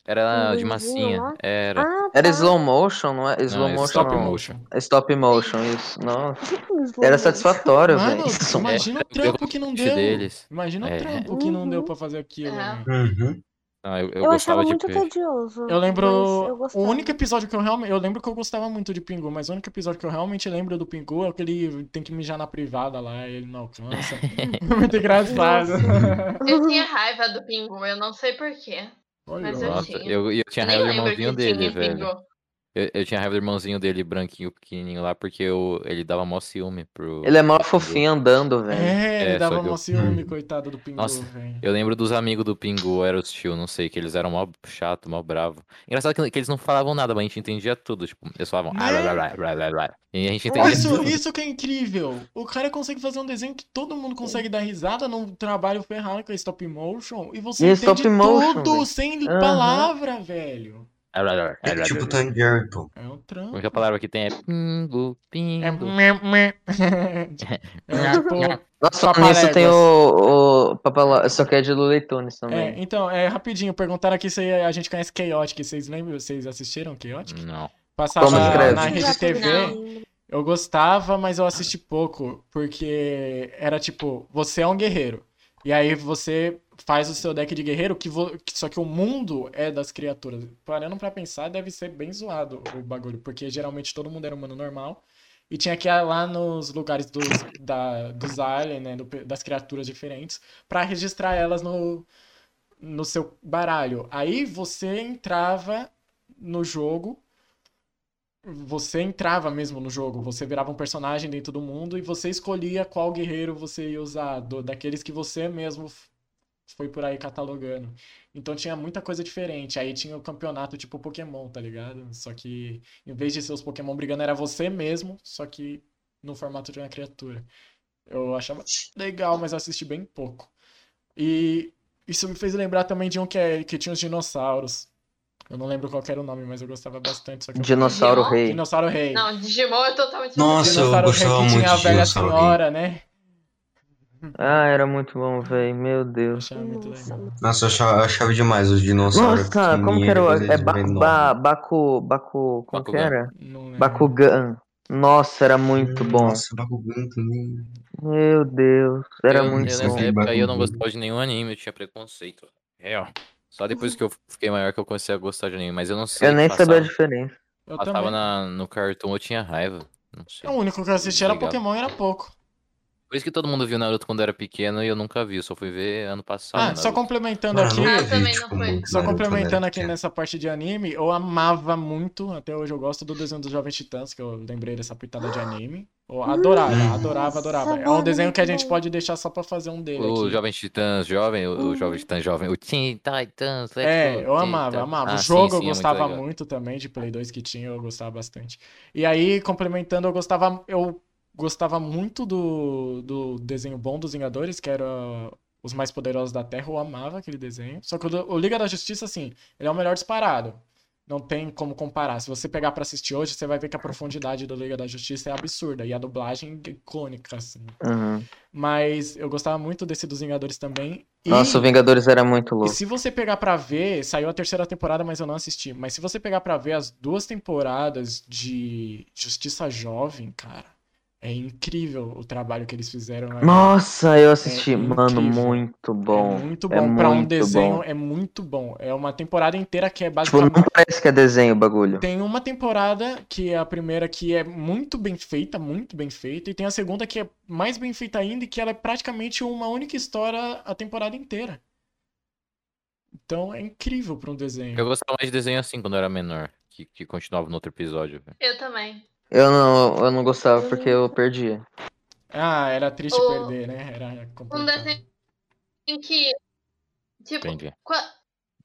Era de
Pinguinzinho
massinha. É,
lá?
Era.
Ah,
Era
tá.
slow motion, não é? Slow
Não, é
motion
stop
não.
motion.
Stop motion, isso.
tá,
Nossa.
Slow
Era
motion.
satisfatório, velho.
Mano, imagina o
É,
trampo que não
eu-
deu.
deles.
Imagina o
É.
trampo que não deu pra fazer aquilo.
É.
velho.
Uhum.
Não, Ah, eu, eu
Eu
gostava
achava
de
muito
peixe.
tedioso.
Eu lembro.
mas eu gostava.
o único episódio que eu realmente. Eu lembro que eu gostava muito de Pingu, mas o único episódio que eu realmente lembro do Pingu é o que ele tem que mijar na privada lá e ele não alcança. É muito engraçado.
uhum.
Eu tinha raiva do Pingu, eu não sei porquê.
Olha,
Mas eu
mano.
Nossa,
tinha.
eu, eu tinha
né, Nem
raiva do
lembro que
irmãozinho
tinha
dele,
Pingu.
velho. Eu, eu tinha raiva do irmãozinho dele, branquinho, pequenininho lá, porque eu, ele dava mó ciúme pro.
Ele é mó fofinho andando, velho.
É, ele
É,
dava
só que
mó
eu-
ciúme, coitado do Pingu,
Nossa.
velho.
Eu lembro dos amigos do Pingu, era os tio, não sei, que eles eram mó chato, mó bravo. Engraçado que, que eles não falavam nada, mas a gente entendia tudo. Tipo, eles
Né?
falavam. "Ah, blá, blá, blá, blá, blá, blá", E a gente entendia
Isso,
tudo.
isso que é incrível. O cara consegue fazer um desenho que todo mundo consegue dar risada num trabalho ferrado que é stop motion. E você
E é
entende
stop motion,
tudo
velho.
sem
Aham.
palavra, velho.
Blá, blá, blá, blá,
É
blá,
tipo
blá.
Tom e Jerry, pô.
É um
A
trampo.
única palavra que tem é pingo,
É
pingo.
meh, meh. É tipo-
Nossa, falando
Papaléguas.
nisso tem o, o papel, só que é de Lula e Tunes
É,
também.
então, é rapidinho, perguntaram aqui se a gente conhece Chaotic. Vocês lembram? Vocês assistiram Chaotic?
Não.
Passava
Como escreve?
na Rede TV.
Não.
Eu gostava, mas eu assisti pouco, porque era tipo, você é um guerreiro. E aí você faz o seu deck de guerreiro, que vo- que- só que o mundo é das criaturas. Parando pra pensar, deve ser bem zoado o bagulho, porque geralmente todo mundo era humano normal. E tinha que ir lá nos lugares dos, da, dos aliens, né, do pe- das criaturas diferentes, pra registrar elas no, no seu baralho. Aí você entrava no jogo você entrava mesmo no jogo, você virava um personagem dentro do mundo e você escolhia qual guerreiro você ia usar, do- daqueles que você mesmo f- foi por aí catalogando. Então tinha muita coisa diferente. Aí tinha o campeonato tipo Pokémon, tá ligado? Só que em vez de ser os Pokémon brigando, era você mesmo, só que no formato de uma criatura. Eu achava legal, mas eu assisti bem pouco. E isso me fez lembrar também de um que, é, que tinha os dinossauros. Eu não lembro qual que era o nome, mas eu gostava bastante. Só que eu-
Dinossauro
Digimon?
Rei.
É. Dinossauro Rei.
Não, Digimon é totalmente.
Nossa, eu
Dinossauro Rei
gostava
que
muito
tinha a
de
velha
Dinossauro Rei.
senhora, né?
Ah, era muito bom, velho. Meu
Eu
Deus.
achava Tá, muito
Nossa,
legal.
Nossa, eu achava, eu achava demais os dinossauros.
Nossa, como que era o.
pequenininhos,
É
eles
ba,
enormes.
ba, Baku. Baku. Como que
Bakugan.
era?
Não lembro.
Bakugan. Nossa, era muito
Hum,
bom.
Nossa, Bakugan também.
Meu Deus. Era
eu, eu
muito
nessa
bom.
época aí eu não
Bakugan.
gostava de nenhum anime, eu tinha preconceito. É, ó. Só depois que eu fiquei maior que eu comecei a gostar de anime, mas eu não sei.
Eu nem
passava,
sabia a diferença.
Eu
Passava
também.
Ah,
É,
na, no cartoon, eu tinha raiva. Não sei.
O único que eu assisti era
Desligava.
Pokémon e era pouco.
Por isso que todo mundo viu Naruto quando era pequeno e eu nunca vi, eu só fui ver ano passado.
Ah, só
Naruto.
complementando
Mano, eu
aqui.
Ah,
nunca vi,
também não
tipo,
foi.
muito
Só
Naruto né? quando era
complementando aqui né?
pequeno.
nessa parte de anime, eu amava muito, até hoje eu gosto do desenho dos Jovens Titãs, que eu lembrei dessa pitada de anime. Eu adorava,
Nossa,
adorava, adorava. É um
mano,
desenho que a
muito
gente
bom.
pode deixar só pra fazer um dele
O
aqui. Hum.
Jovem Titãs Jovem, o, o
Uhum.
Jovem Titãs Jovem, o Teen Titans, let's
É,
go.
eu
Teen
amava,
Titans.
amava. O
Ah, sim,
jogo eu
sim, é muito
gostava
legal.
muito também, de Play 2 que tinha, eu gostava bastante. E aí, complementando, eu gostava, eu gostava muito do, do desenho bom dos Vingadores, que era Os Mais Poderosos da Terra, eu amava aquele desenho. Só que o, do- o Liga da Justiça, assim, ele é o melhor disparado. Não tem como comparar. Se você pegar pra assistir hoje, você vai ver que a profundidade do Liga da Justiça é absurda e a dublagem é icônica, assim.
Uhum.
Mas eu gostava muito desse dos Vingadores também. E-
Nossa, o Vingadores era
e
muito louco.
se você pegar pra ver, saiu a terceira temporada, mas eu não assisti. Mas se você pegar pra ver as duas temporadas de Justiça Jovem, cara, é incrível o trabalho que eles fizeram. né?
Nossa, eu assisti.
É
Mano,
incrível.
muito bom.
é muito
É
bom Pra um
muito
desenho,
bom.
é muito bom. É uma temporada inteira que é
Tipo,
basicamente
não parece que é desenho o bagulho.
tem uma temporada que é a primeira que é muito bem feita, muito bem feita, e tem a segunda que é mais bem feita ainda e que ela é praticamente uma única história a temporada inteira. Então é incrível pra um desenho.
Eu gostava mais de desenho assim quando eu era menor, que, que continuava no outro episódio. velho.
Eu também.
Eu não, eu não gostava porque eu perdia.
Ah, era triste
O-
perder, né? Era
Um
complicado.
desenho que. Tipo,
Entendi.
qua-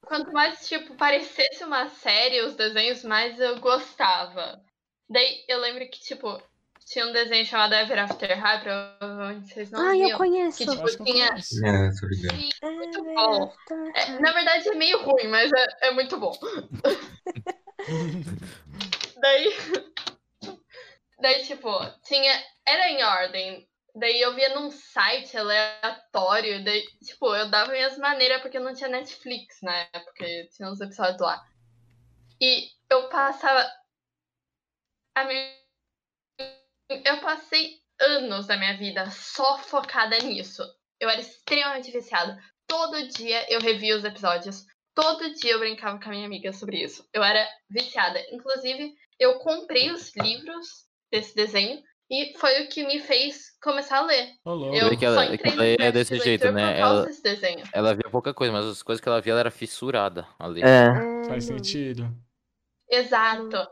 quanto mais, tipo, parecesse uma série, os desenhos, mais eu gostava. Daí eu lembro que, tipo, tinha um desenho chamado Ever After High, provavelmente vocês não
Ah, eu
viam.
conheço.
Que, tipo,
Eu acho que eu
tinha-
conheço.
É, tô ligado.
E,
Ah,
bom. é, na verdade é meio ruim, mas é, é muito bom. Daí. Daí, tipo, tinha. Era em ordem. Daí eu via num site aleatório. Daí, tipo, eu dava minhas maneiras porque não tinha Netflix na época. e Tinha uns episódios lá. E eu passava. A minha... Eu passei anos da minha vida só focada nisso. Eu era extremamente viciada. Todo dia eu revia os episódios. Todo dia eu brincava com a minha amiga sobre isso. Eu era viciada. Inclusive, eu comprei os livros desse desenho e foi o que me fez começar a ler.
Ô, louco.
é. Eu
vê que
só
ela-
entrei
que
no
ela é
clube
desse
de
jeito,
leitura
né?
por causa
Ela-
desse desenho.
Ela via pouca coisa, mas as coisas que ela via ela era fissurada ali.
É.
Faz sentido.
Hum.
Exato.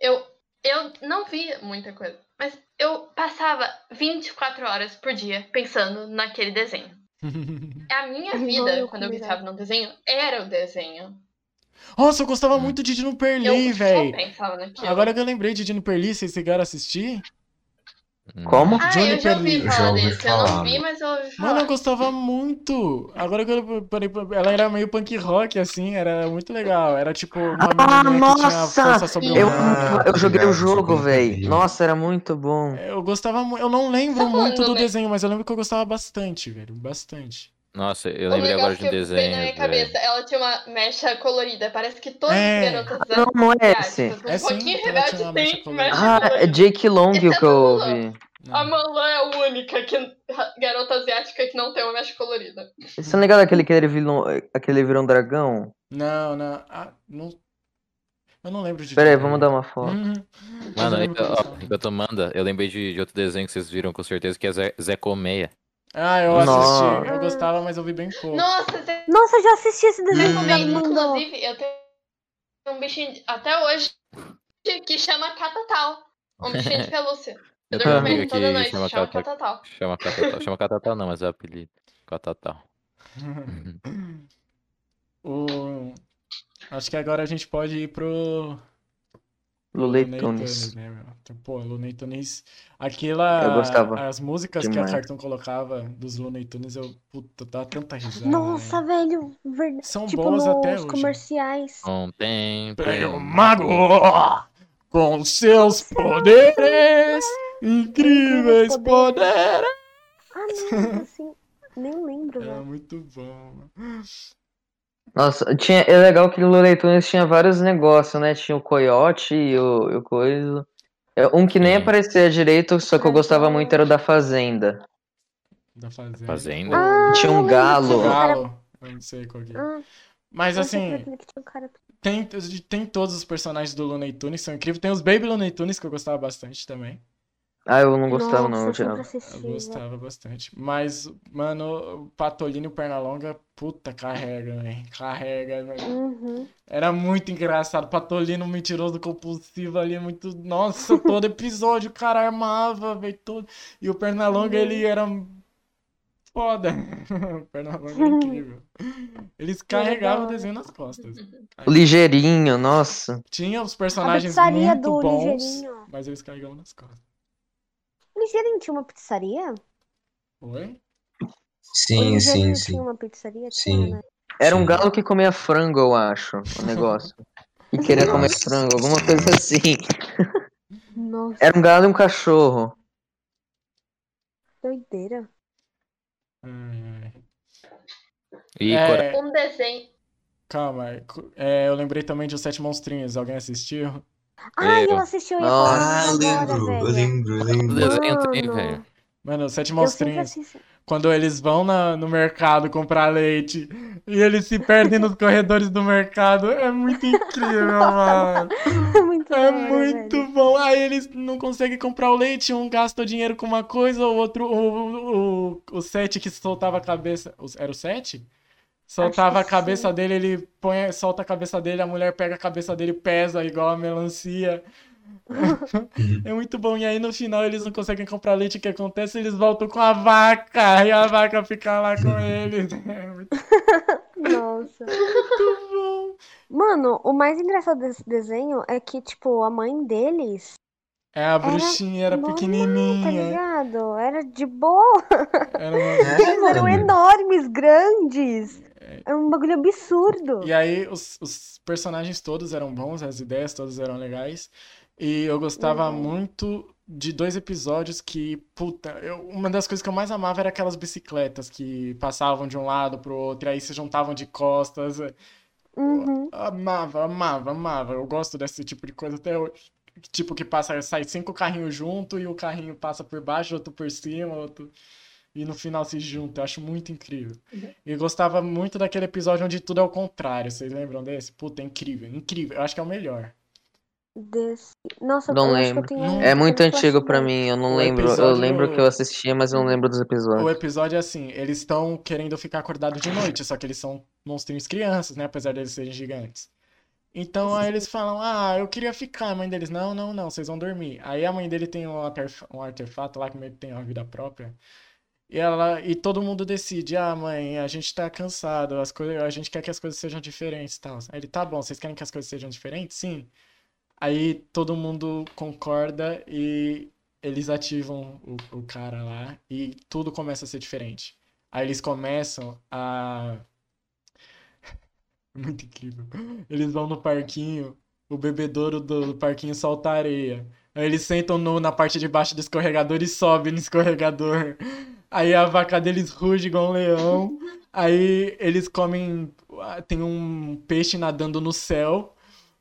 Eu, eu não via muita coisa, mas eu passava 24 horas por dia pensando naquele desenho. A minha
Não,
vida,
eu
quando eu
também não.
pensava num desenho, era o desenho.
Nossa, eu gostava muito de Dino Perli,
Eu só
velho.
pensava naquilo.
Agora que eu lembrei de Dino Perli, vocês chegaram a assistir?
Hum.
Como?
Ah,
Johnny
eu já ouvi
Perlin.
Eu já
falar
ouvi
desse. Eu
falar.
não vi, mas eu ouvi falar.
Mano, eu gostava muito. Agora que eu parei, pra- ela era meio punk rock, assim, era muito legal. Era tipo uma
Ah,
menininha que tinha
nossa!
força sobre
Eu,
Ah,
eu joguei
obrigado,
o
jogo
jogo,
nunca
velho.
vi.
Nossa, era muito bom.
Eu gostava muito. Eu não lembro
Tá falando
muito do
mesmo.
desenho, mas eu lembro que eu gostava bastante, velho. Bastante.
Nossa, eu
O
lembrei
negócio
agora de um
é que eu fiquei na
desenho.
minha
é. velho.
cabeça, ela tinha uma mecha colorida. Parece que todas
É.
as garotas
Não, não é esse.
asiáticas, um
É sim,
pouquinho
ela tinha uma
rebelde,
mecha
tem
colorida.
mecha
Ah, é
colorida.
Jake Long
Esse é
que eu
Lolo.
ouvi.
Não.
A Malan é a única que, garota asiática que não tem uma mecha colorida.
Vocês estão ligados aquele que ele virou, aquele virou um dragão?
Não, não. Ah, não. Eu não lembro de.
Pera aí,
Johnny
vamos
Perlin.
dar uma foto.
Uhum. Mas eu
Mano,
lembro que eu
eu- ó,
gostava.
enquanto manda, eu lembrei de, de outro desenho que vocês viram com certeza, que é Zé, Zé Colmeia.
Ah, eu
Nossa.
assisti. Eu gostava, mas eu vi bem pouco.
Nossa, você
Nossa, eu já assisti esse
Zé
desenho
Colmeia,
quando mandou.
inclusive, eu tenho um bichinho de- até hoje que chama Catatal. Um bichinho de pelúcia.
Eu
Eu
tenho
durmo
um
com ele
amigo
toda
que
noite,
chama
chama
Cata-
Catatal.
Chama Catatal. Chama Catatal não, mas é o apelido. Catatal.
O... Acho que agora a gente pode ir pro.
Lulei
Looney
Tunes.
né, meu? Então, Pô, Looney Tunes. Aquela.
Eu gostava
As músicas que
demais.
a Cartoon colocava dos Looney Tunes, eu. Puta, eu dava tanta risada.
Nossa,
velho.
velho. Verdade.
São
Tipo,
bons até
nos
hoje.
comerciais.
um Ontem.
Pelo mago, com seus poderes, incríveis
incríveis poderes.
poderes.
Ah, não, assim, nem lembro,
Era
velho.
muito bom. mano.
Nossa, tinha, é legal que o Lulei Tunes tinha vários negócios, né? Tinha o coiote e o, e o coisa. É, Um que nem
Sim.
aparecia direito, só que eu gostava muito, era o da Fazenda.
Da Fazenda.
Fazenda.
Ah,
Tinha
eu
O
um
lembro que tinha um
galo.
cara.
galo. Eu não sei qual que é.
Ah,
Mas
nossa, pior
assim,
que tinha um cara.
tem, tem todos os personagens do Looney Tunes, são incríveis. Tem os Baby Looney Tunes que eu gostava bastante também.
Ah, eu não gostava,
Nossa,
não,
eu sempre
já.
Eu
assisti. velho.
gostava bastante. Mas, mano, o Patolino Pernalonga, puta, carrega, velho. Carrega, velho.
Uhum.
Era muito engraçado. Patolino mentiroso compulsivo ali, muito. Nossa, todo episódio o cara armava, velho. Todo... E o Pernalonga, ele era. Foda. O Pernalonga era incrível. Eles
da
carregavam o
hora.
desenho nas costas.
O Ligeirinho, nossa.
Tinha os
A
personagens
pizzaria
muito
do
bons,
Ligeirinho.
mas eles carregavam nas costas.
O Ligeirinho tinha uma pizzaria?
Oi?
O
Sim, sim,
Ligeirinho tinha
sim.
uma pizzaria? Tinha,
Sim.
né?
Era um
Sim.
galo que comia frango, eu acho, o negócio. E queria comer
Nossa.
frango, alguma coisa assim.
Nossa,
Era um galo e um cachorro.
doideira.
Ai, ai.
E Cora-
É,
Um desenho.
calma. é, co- é, eu lembrei também de Os Sete Monstrinhos. Alguém assistiu?
Ai, Ah, eu
Eu.
assisti, eu ia falar
Nossa.
Ah, eu
disso agora,
lembro, eu
velho.
lembro, eu
O
lembro.
desenho tem,
Mano,
velho.
Mano, Os Sete
eu sempre
Monstrinhos.
assisti.
Quando eles vão na- no mercado comprar leite e eles se perdem nos corredores do mercado. É muito incrível, mano.
muito da
É
hora,
muito
velho.
bom. Aí eles não conseguem comprar o leite, um gasta o dinheiro com uma coisa, o outro, o, o, o, o Sete que soltava a cabeça. os- Era o Sete? Soltava a
Acho que
cabeça
sim.
dele, ele põe, solta a cabeça dele, a mulher pega a cabeça dele, pesa igual a melancia. É muito bom. E aí no final eles não conseguem comprar leite, o que acontece? Eles voltam com a vaca e a vaca fica lá com eles. É muito
Nossa.
bom.
Mano, o mais engraçado desse desenho é que, tipo, a mãe deles
É, a
era
bruxinha era
normal, tá
pequenininha.
ligado? Era de boa. tá
Era uma...
É,
Eles eram
mano.
enormes, grandes. Era um bagulho absurdo.
E aí os, os personagens todos eram bons, as ideias todas eram legais. E eu gostava
Verdade.
muito de dois episódios que, puta, eu- uma das coisas que eu mais amava era aquelas bicicletas que passavam de um lado pro outro e aí se juntavam de costas.
Uhum.
Amava, amava, amava. Eu gosto desse tipo de coisa até hoje. Tipo que passa, sai cinco carrinhos junto e o carrinho passa por baixo, outro por cima, outro e no final se junta. Eu acho muito incrível. E eu gostava muito daquele episódio onde tudo é o contrário. Vocês lembram desse? Puta, é incrível, incrível. Eu acho que é o melhor.
Desse... Nossa, eu
Não
acho que eu
lembro.
tenho
Não-
É
um,
muito
um
antigo pra
flashback.
mim, eu não
O
lembro. Eu
episódio-
lembro que eu assistia, mas eu não lembro dos
O
episódios.
episódio é assim, eles estão querendo ficar acordados de noite, só que eles são monstrinhos crianças, né? Apesar de eles serem gigantes. Então aí eles falam, ah, eu queria ficar. A mãe deles, não, não, não, vocês vão dormir. Aí a mãe dele tem um, artef um artefato lá que meio que tem uma vida própria. E ela e todo mundo decide, ah, mãe, a gente tá cansado, as coisas, a gente quer que as coisas sejam diferentes, e tal. Aí ele, tá bom, vocês querem que as coisas sejam diferentes? Sim. Aí todo mundo concorda e eles ativam o, o cara lá e tudo começa a ser diferente. Aí eles começam a muito incrível. Eles vão no parquinho, o bebedouro do parquinho solta areia. Aí eles sentam no- na parte de baixo do escorregador e sobem no escorregador. Aí a vaca deles ruge igual um leão. Aí eles comem. ah, Tem um peixe nadando no céu.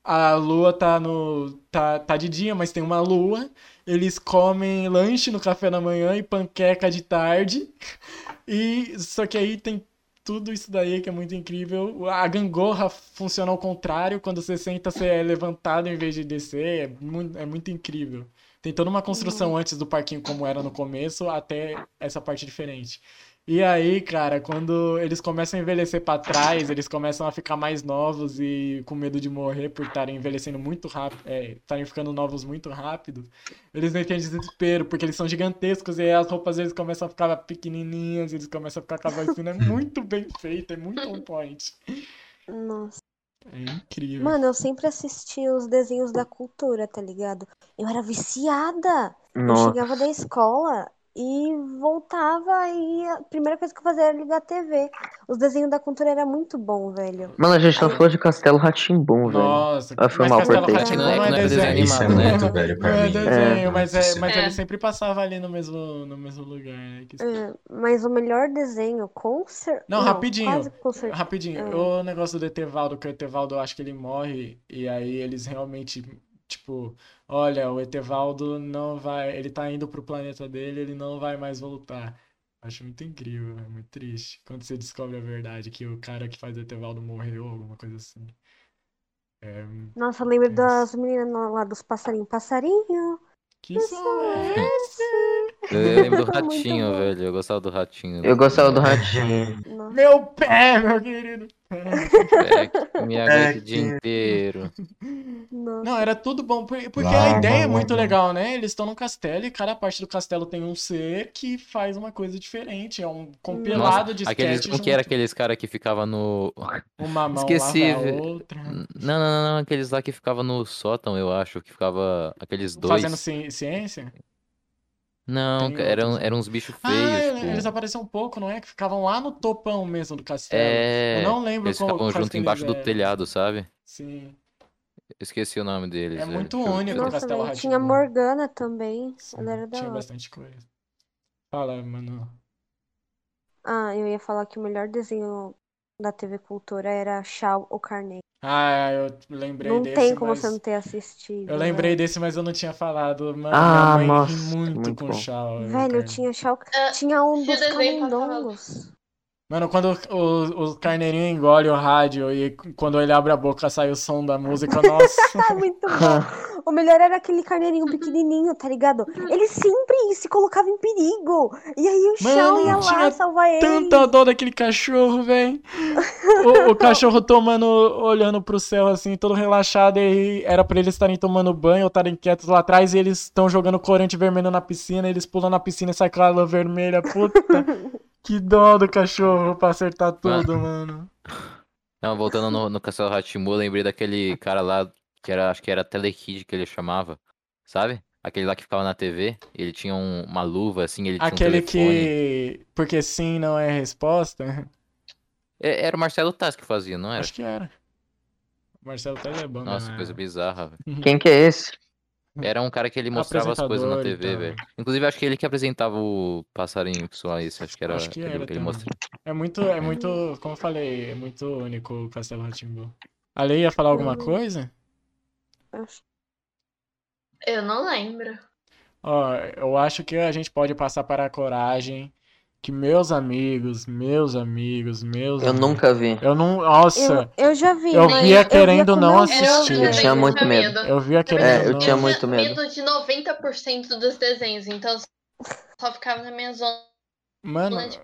A lua tá no. tá, tá de dia, mas tem uma lua. Eles comem lanche no café da manhã e panqueca de tarde. E só que aí tem tudo isso daí que é muito incrível. A gangorra funciona ao contrário, quando você senta, você é levantado em vez de descer. É muito, é muito incrível. Tem toda uma construção antes do parquinho, como era no começo, até essa parte diferente. E aí, cara, quando eles começam a envelhecer pra trás, eles começam a ficar mais novos e com medo de morrer por estarem envelhecendo muito rápido, é, estarem ficando novos muito rápido, eles não entendem desespero, porque eles são gigantescos e aí as roupas deles começam a ficar pequenininhas, eles começam a ficar com a vacina
Hum.
muito bem feita, é muito on point.
Nossa.
É incrível.
Mano, eu sempre assisti os desenhos da cultura, tá ligado? Eu era viciada. Eu
Nossa.
chegava da escola e voltava e a primeira coisa que eu fazia era ligar a TV. Os desenhos da cultura era muito bom, velho.
Mano, a gente tá falando de Castelo Ratimbum, velho.
Nossa,
Ah, foi
mas
mal,
Castelo
cortei.
Rá-Tim-Bum
Não é-
não é
não é
desenho
desenho
animado.
Isso é
animado, né?
muito velho
Não
pra
é
mim.
desenho,
Não,
mas,
isso
é, mas
É.
ele sempre passava ali no mesmo, no mesmo lugar. né? Que-
É, Mas o melhor desenho, com cer...
Não,
quase
rapidinho.
com certeza.
Rapidinho. O negócio do Etevaldo, que o Etevaldo eu acho que ele morre, e aí eles realmente, tipo, olha, o Etevaldo não vai. Ele tá indo pro planeta dele, ele não vai mais voltar. Acho muito incrível, é muito triste. Quando você descobre a verdade, que o cara que faz o Etevaldo morreu, alguma coisa assim. É,
Nossa, eu lembro
Isso.
das meninas lá dos passarinhos. Passarinho,
que som é esse?
Eu lembro do
Muito
ratinho,
bom.
velho. Eu gostava do ratinho.
Eu gostava do Ratinho.
Nossa.
Meu pé, meu querido!
É, que me aguenta o dia
que-
inteiro.
nossa.
Não, era tudo bom, por- porque a
Lá,
ideia é
lá,
muito
lá.
legal, né? Eles estão num castelo e cada parte do castelo tem um ser que faz uma coisa diferente. É um compilado de
Aqueles,
sketches. um,
como que era aqueles cara que ficava no.
Uma mão
Esqueci,
lava a
velho. Hum,
outra.
Não, não, não, não, aqueles lá que ficava no sótão, eu acho, que ficava aqueles dois.
Fazendo ci- ciência?
Não,
Tem
ca- eram,
outros.
eram uns bichos
Ah,
feios, tipo,
eles apareciam um pouco, não é? Que ficavam lá no topão mesmo do castelo.
É,
Eu não lembro
eles
qual,
ficavam
quais
junto
que eles
embaixo do
eram.
telhado, sabe?
Sim.
Eu Esqueci o nome deles,
É
velho.
muito
Deixa eu-
único.
deixa eu-
Nossa,
Castelo
velho, tinha
Rá-Tim-Bum.
Morgana também. Ela era
Sim,
da
tinha
hora.
bastante coisa. Fala, mano.
Ah, eu ia falar que o melhor desenho da TV Cultura era Shao o Carneiro.
Ah, eu lembrei
Não
desse,
tem como
mas.
você não ter assistido. né?
Eu lembrei desse, mas eu não tinha falado. Mano, minha
Ah,
mãe
nossa,
ri muito,
muito
com
bom.
Shao.
velho.
eu,
Velho,
cara.
tinha Shao.
Ah,
Tinha um
se o
dos
desenho passava-
camundongos.
Mano, quando o, o carneirinho engole o rádio e quando ele abre a boca sai o som da música, nossa.
Ah, muito bom. O melhor era aquele carneirinho pequenininho, tá ligado? Ele sempre se colocava em perigo. E aí o Shao
Mano,
ia
tinha
lá salvar ele.
Tanta dó daquele cachorro, velho. O, o cachorro tomando, olhando pro céu assim, todo relaxado. E era pra eles estarem tomando banho ou estarem quietos lá atrás. E eles estão jogando corante vermelho na piscina. Eles pulam na piscina e sai com a lã vermelha. Puta, que dó do cachorro pra acertar tudo, mano.
Não, voltando no, no Castelo rá eu lembrei daquele cara lá, que era, acho que era Telekid que ele chamava, sabe? Aquele lá que ficava na TV, ele tinha um- uma luva, assim, ele tinha
Aquele
um telefone.
que. Porque sim não é resposta.
É- Era o Marcelo Taz que fazia, não era?
Acho que era. Marcelo Telles é bom,
É. Nossa,
né?
coisa bizarra, velho.
Quem que é esse?
Era um cara que ele mostrava as coisas na
É. Apresentador e
TV,
tal.
velho. Inclusive, acho que ele que apresentava o passarinho pessoal esse, acho que era
Acho que
ele,
era
ele
também.
mostrava.
É muito, é muito, como eu falei, é muito único o Castelo rá A Lei ia falar alguma
Uhum.
coisa?
Eu não lembro.
Ó, eu acho que a gente pode passar para a coragem, que meus amigos, meus amigos, meus
Eu
amigos-
nunca vi.
Eu não, nossa,
Eu, eu já vi,
Eu
mas
via
eu via
querendo
com
não
meu
assistir.
Era um
Assistia.
Eu
desenho
tinha
que
muito
tinha
medo.
medo.
eu via
Na verdade,
querendo
É, eu
não.
tinha muito medo.
medo de 90% dos desenhos, então só ficava na minha zona
Mano,
de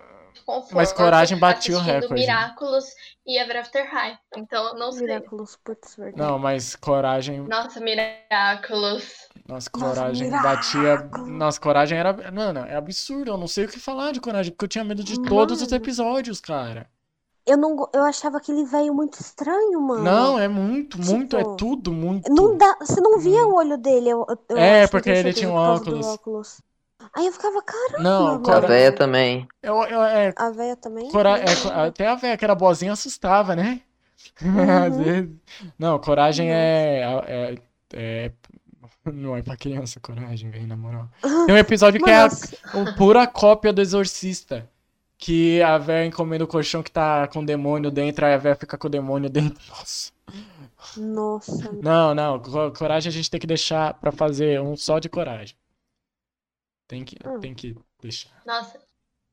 conforme
Mas coragem batia o
assistindo
recorde.
Miraculous e Ever After High. Então eu não sei.
Miraculous, putz, verdade.
Não, mas coragem.
Nossa, Miraculous.
Nossa,
Nossa,
coragem batia.
Miraculous.
Nossa, coragem era. Mano, é absurdo. Eu não sei o que falar de coragem, porque eu tinha medo de todos os
Mano.
episódios, cara.
Eu, não, go- eu achava aquele velho muito estranho, mano.
Não, é muito, muito, é
Tipo,
tudo, muito. Uhum.
Não dá, você não via o olho dele. Eu, eu- eu
É,
acho que eu
porque
tenho
ele
certeza
tinha um
por causa do
óculos.
Aí eu ficava, caramba,
Não,
mano.
A
cora...
véia também.
eu, eu, é,
A véia também?
cora...
Não
é, co-
lembro.
até a velha que era boazinha assustava, né? Às
Uhum.
vezes. Não, coragem é, é, é- Não é pra criança, coragem, velho, na moral. Tem um episódio que é a
Mano, esse-
o- pura cópia do Exorcista. Que a véia encomenda o colchão que tá com o demônio dentro, aí a véia fica com o demônio dentro. Nossa.
Nossa,
Não, não. co- Coragem a gente tem que deixar pra fazer um só de coragem. Tem que,
Hum.
tem que deixar.
Nossa,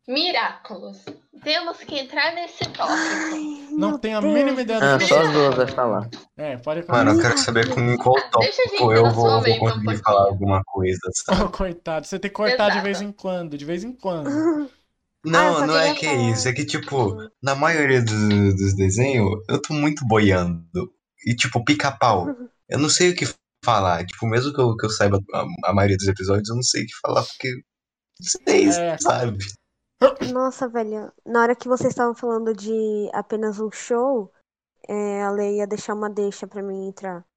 Miraculous. Temos que entrar nesse tópico.
Ai,
Não
meu
tenho a
Deus.
mínima ideia do
Ah,
que
só
você
as duas
tá
vai falar.
falando. É, pode
Mano, eu
começar.
quero saber com qual
Ah, deixa a gente
tópico eu
na sua
vou,
meio
vou
pra um
conseguir
pouquinho.
falar alguma coisa, sabe?
Oh, coitado, você tem que cortar de
Exato.
vez em quando, de vez em quando.
Ah, eu
Não,
só
não é
queria
que
falar.
é isso. É que, tipo, na maioria do- dos desenhos, eu tô muito boiando. E, tipo, pica-pau. Eu não sei o que falar. Tipo, mesmo que eu, que eu saiba a, a maioria dos episódios, eu não sei o que falar, porque. Não sei,
É.
sabe?
Nossa, velho, na hora que vocês estavam falando de apenas um show, é, a Lei ia deixar uma deixa pra mim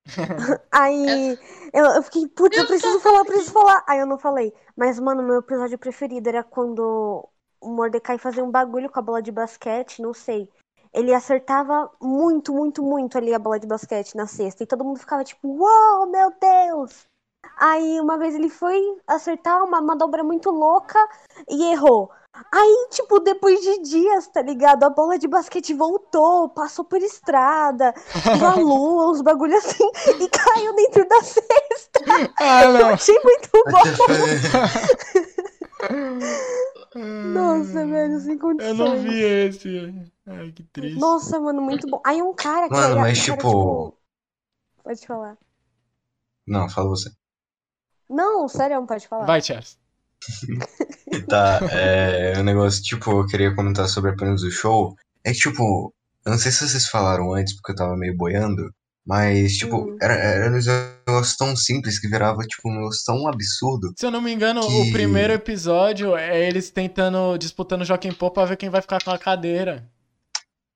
entrar. Aí eu, eu fiquei, putz, eu
Eu
preciso
só
falar, eu preciso falar. Aí eu não falei. Mas, mano, meu episódio preferido era quando o Mordecai fazia um bagulho com a bola de basquete, não sei. Ele acertava muito, muito, muito ali a bola de basquete na cesta. E todo mundo ficava tipo, uau, meu Deus! Aí uma vez ele foi acertar uma manobra muito louca e errou. Aí, tipo, depois de dias, tá ligado? A bola de basquete voltou, passou por estrada, pela lua, uns bagulho assim, e caiu dentro da cesta.
Ah,
Eu
não.
achei muito bom.
Hum,
Nossa, velho, sem condições.
Eu não vi esse. Ai, que triste.
Nossa, mano, muito bom. Aí um cara que
Mano,
era,
mas,
um cara,
tipo-
tipo. Pode falar.
Não, fala você.
Não, sério, não pode falar.
Vai, Chess.
Tá, é. O negócio, tipo, eu queria comentar sobre apenas o show. É que, tipo, eu não sei se vocês falaram antes, porque eu tava meio boiando, mas, tipo,
Hum.
era, era um negócio tão simples que virava, tipo, um negócio tão absurdo.
Se eu não me engano, o
Que-
primeiro episódio é eles tentando, disputando o Joaquim Pô pra ver quem vai ficar com a cadeira.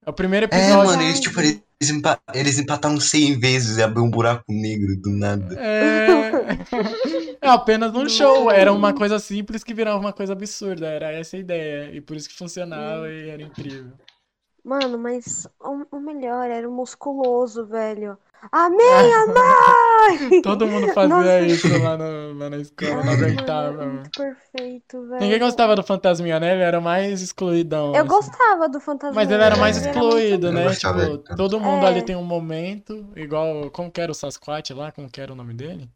É o primeiro
É,
episódio.
mano, eles, tipo, eles, empa- eles empataram 100 vezes e abriu um buraco negro do nada.
É... é apenas um
Não.
show. Era uma coisa simples que virava uma coisa absurda. Era essa a ideia. E por isso que funcionava e era incrível.
Mano, mas o, o melhor era o musculoso, velho. A minha mãe!
É. Todo mundo fazia
Nossa.
isso lá, no- lá na escola, não
Ai, mano,
aguentava.
era
mano.
muito perfeito, velho.
Ninguém gostava do Fantasminha, né? Ele era o mais excluidão.
Eu
assim.
gostava do fantasma.
Mas ele era mais
É.
excluído,
Eu
né?
gostava
Tipo,
dele também.
todo mundo
É.
ali tem um momento, igual. Como que era o Sasquatch lá? Como que era o nome dele?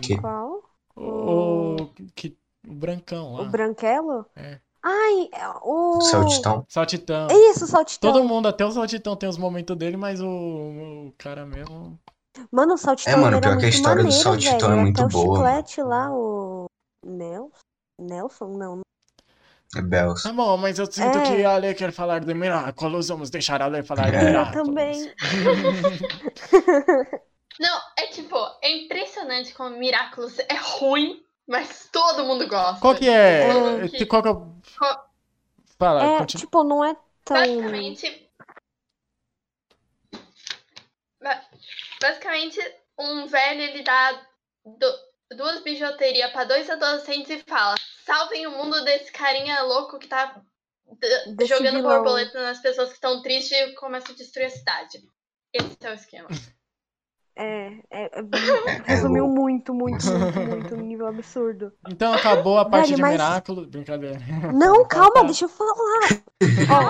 Que?
Qual?
O, o, que, o Brancão
O
lá.
branquelo?
É.
Ai, é o.
Saltitão.
Saltitão.
Isso, saltitão.
Todo mundo, até o Saltitão tem os momentos dele, mas o, o cara mesmo.
Mano, o saltitão
É, mano,
ele
pior
era
que a
muito
história do
maneiro,
saltitão
velho.
é
Até
muito
o
boa,
chiclete lá, o. Nelson? Nelson? Não.
É Bells.
Tá bom, mas eu sinto
É.
que a Ale quer falar de Miraculous, vamos deixar a Ale falar de
É. Eu
Eu
Miraculous.
também.
Não, é tipo, é impressionante como Miraculous é ruim, mas todo mundo gosta.
Qual que é?
É.
Que- Qual que eu.
Qual-
Fala,
É,
continua.
tipo, não é tão.
Basicamente. ba- Basicamente, um velho ele dá du- duas bijuterias pra dois adolescentes e fala: salvem o mundo desse carinha louco que tá d-
Desse
jogando
vilão."
borboleta nas pessoas que estão tristes e começa a destruir a cidade. Esse é o esquema.
É, é, é- resumiu muito, muito, muito, muito, um nível absurdo.
Então acabou a parte
Velho,
de
mas-
Miraculous. Brincadeira.
Não,
Tá.
calma, deixa eu falar. Ó,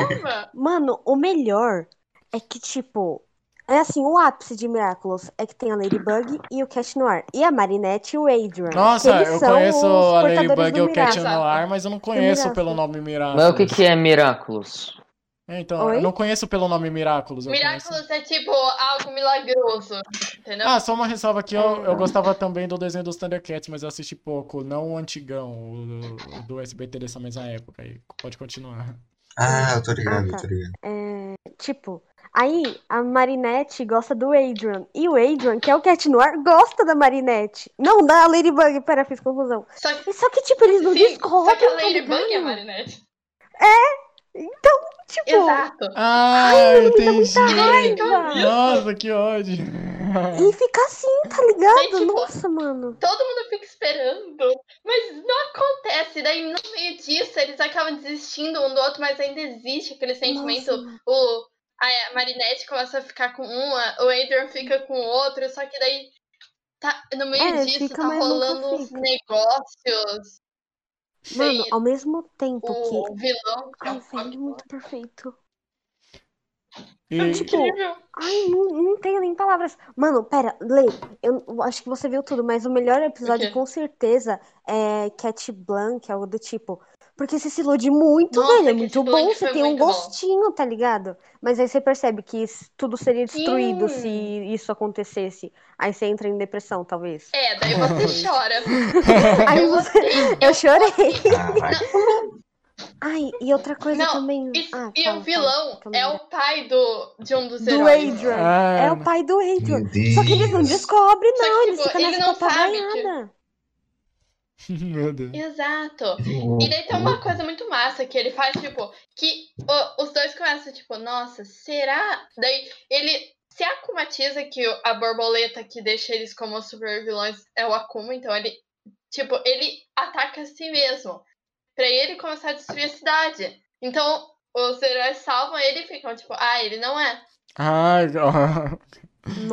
Calma!
Mano, o melhor é que, tipo, é assim, o ápice de Miraculous é que tem a Ladybug e o Cat Noir. E a Marinette e o Adrian. que
Nossa,
eles
eu
são
conheço
os
a
portadores
Ladybug
do
e o Cat
Miraculous.
Noir, mas eu não conheço
Miraculous.
pelo nome Miraculous.
Mas o que, que é Miraculous?
É, então,
Oi?
eu não conheço pelo nome Miraculous. eu conheço-
Miraculous é tipo algo milagroso, entendeu?
Ah, só uma ressalva aqui, eu, eu gostava também do desenho dos Thundercats, mas eu assisti pouco, não o antigão, o, o do SBT dessa mesma época. Aí, pode continuar.
Ah, eu tô ligado,
Ah,
eu
tá.
tô ligado.
Tipo, aí a Marinette gosta do Adrian. E o Adrian, que é o Cat Noir, gosta da Marinette. Não da Ladybug, pera, fiz confusão.
Só que,
E Só que, tipo, Ah, eles não
sim,
discordam.
só que a
tá
Ladybug é a
ligado?
Marinette.
Tipo,
Exato. Então,
Ah,
tá
entendi.
E daí fica
raiva.
isso.
Nossa, que ódio.
e fica assim, tá ligado?
Mas, tipo,
Nossa, mano.
Todo mundo fica esperando. Mas não acontece. Daí, no meio disso, eles acabam desistindo um do outro, mas ainda existe aquele sentimento.
Nossa, mano.
O, a Marinette começa a ficar com uma, o Adrian fica com o outro, só que daí. Tá, no meio
É,
disso,
fica,
tá
mas nunca
rolando uns
fica.
negócios.
Mano,
Sei,
ao mesmo tempo que.
o vilão.
Ai, velho, muito perfeito.
E-
Tipo,
Incrível.
ai, não, não tenho nem palavras. Mano, pera, Lê, eu eu acho que você viu tudo, mas o melhor episódio
quê?
com certeza é Cat Blanc, algo do tipo. Porque você se ilude muito,
Nossa,
velho. É
Cat
muito
Blanc
bom, você
foi
tem um
muito bom.
gostinho, tá ligado? Mas aí você percebe que isso- tudo seria destruído
Sim.
se isso acontecesse. Aí você entra em depressão, talvez.
É, daí você chora.
Aí
Eu
você.
gostei.
Eu chorei.
Caraca.
Ai, e outra coisa
Não,
também.
E,
Ah,
e o
fala, fala,
vilão
que eu
é
lembro.
o pai do, de um dos
Do
heróis.
Adrian.
Ah,
É o pai do Adrian.
Meu
Só que eles não
Deus.
descobrem,
Só que,
não. Eles
tipo,
ficam
ele
nessa
não sabe
papagaiada.
Meu Deus.
Exato. E daí tem uma coisa muito massa que ele faz, tipo, que o- os dois começam, tipo, nossa, será? Daí ele se acumatiza que o- a borboleta que deixa eles como super vilões é o Akuma, então ele, tipo, ele ataca a si mesmo. Pra ele começar a destruir a cidade. Então, os heróis salvam ele e ficam, tipo, ah, ele não é.
Ai, ó,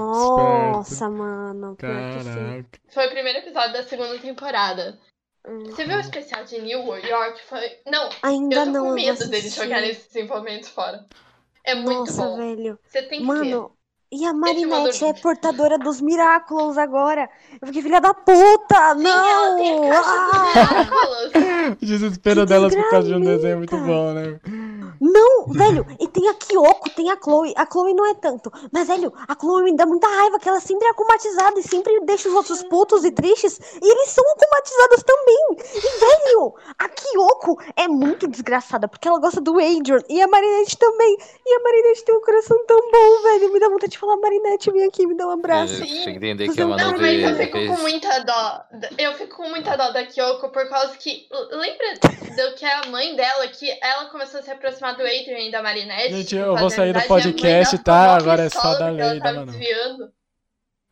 Nossa, mano. Pior que sim.
caraca.
Foi o primeiro episódio da segunda temporada. Você viu o especial de New York? Foi. Não,
Hum, Ainda
eu tô
não,
com
eu vou
medo deles
assistir.
jogarem esses desenvolvimentos fora. É muito
Nossa,
bom.
velho.
Você tem que ver.
Mano, e a
mandou
Marinette
o
é
link.
portadora dos Miraculous agora. Eu fiquei filha da puta!
Sim, ela tem a
Não! Ah!
caixa dos Miraculous.
O desespero
Que
delas por causa de um desenho muito
desgramenta.
bom, né?
Não, velho, e tem a Kyoko, tem a Chloe. A Chloe não é tanto. Mas, velho, a Chloe me dá muita raiva que ela sempre é acumatizada e sempre deixa os outros putos e tristes. E eles são acumatizados também. E, velho, a Kyoko é muito desgraçada porque ela gosta do Adrian. E a Marinette também. E a Marinette tem um coração tão bom, velho. Me dá vontade de falar, Marinette, vem aqui, me dá um abraço.
Você tem que entender
Fazer
que é
um
uma
Não,
nova
mas eu
vez.
fico com muita dó. Eu fico com muita dó da Kyoko por causa que. Lembra do que a mãe dela, que ela começou a se aproximar do Adrian e da Marinette?
Gente,
tipo,
eu vou
fazer
sair do
amizade, e a mãe
podcast,
dela
tá?
tomou uma
Agora é só
pistola
da
porque ela
lei,
tava
não, não.
desviando.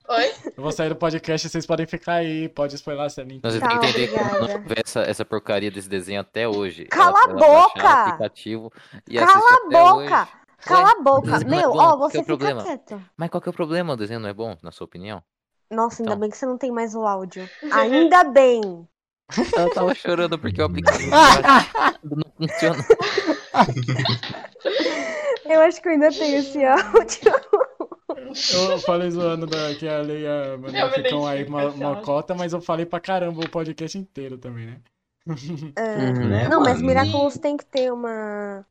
Oi?
Eu vou sair do podcast e vocês podem ficar aí. Pode spoiler se é mentira.
Não, você
Tá,
tem que entender que eu
obrigada.
não vê essa, essa porcaria desse desenho até hoje.
Cala
ela,
a
ela baixava o
boca!
aplicativo e assiste
Cala a
até
boca!
hoje.
Cala
Ué,
a boca.
mas não é
Meu,
bom, qual
ó,
que é
você
o
fica
problema?
quieto.
Mas qual que é o problema? O desenho não é bom, na sua opinião?
Nossa, ainda
Então.
bem que você não tem mais o áudio. Ainda bem.
Ela tava chorando porque o aplicativo baixado não funciona.
Eu acho que eu ainda tenho esse
É
áudio.
Eu falei zoando da, que a lei e a
Eu
Maria
me
ficam aí
identifico,
uma,
eu
uma
acho.
cota, mas eu falei pra caramba o podcast inteiro também, né?
Uhum.
Né,
Não, mas
mano?
Miraculous tem que ter uma.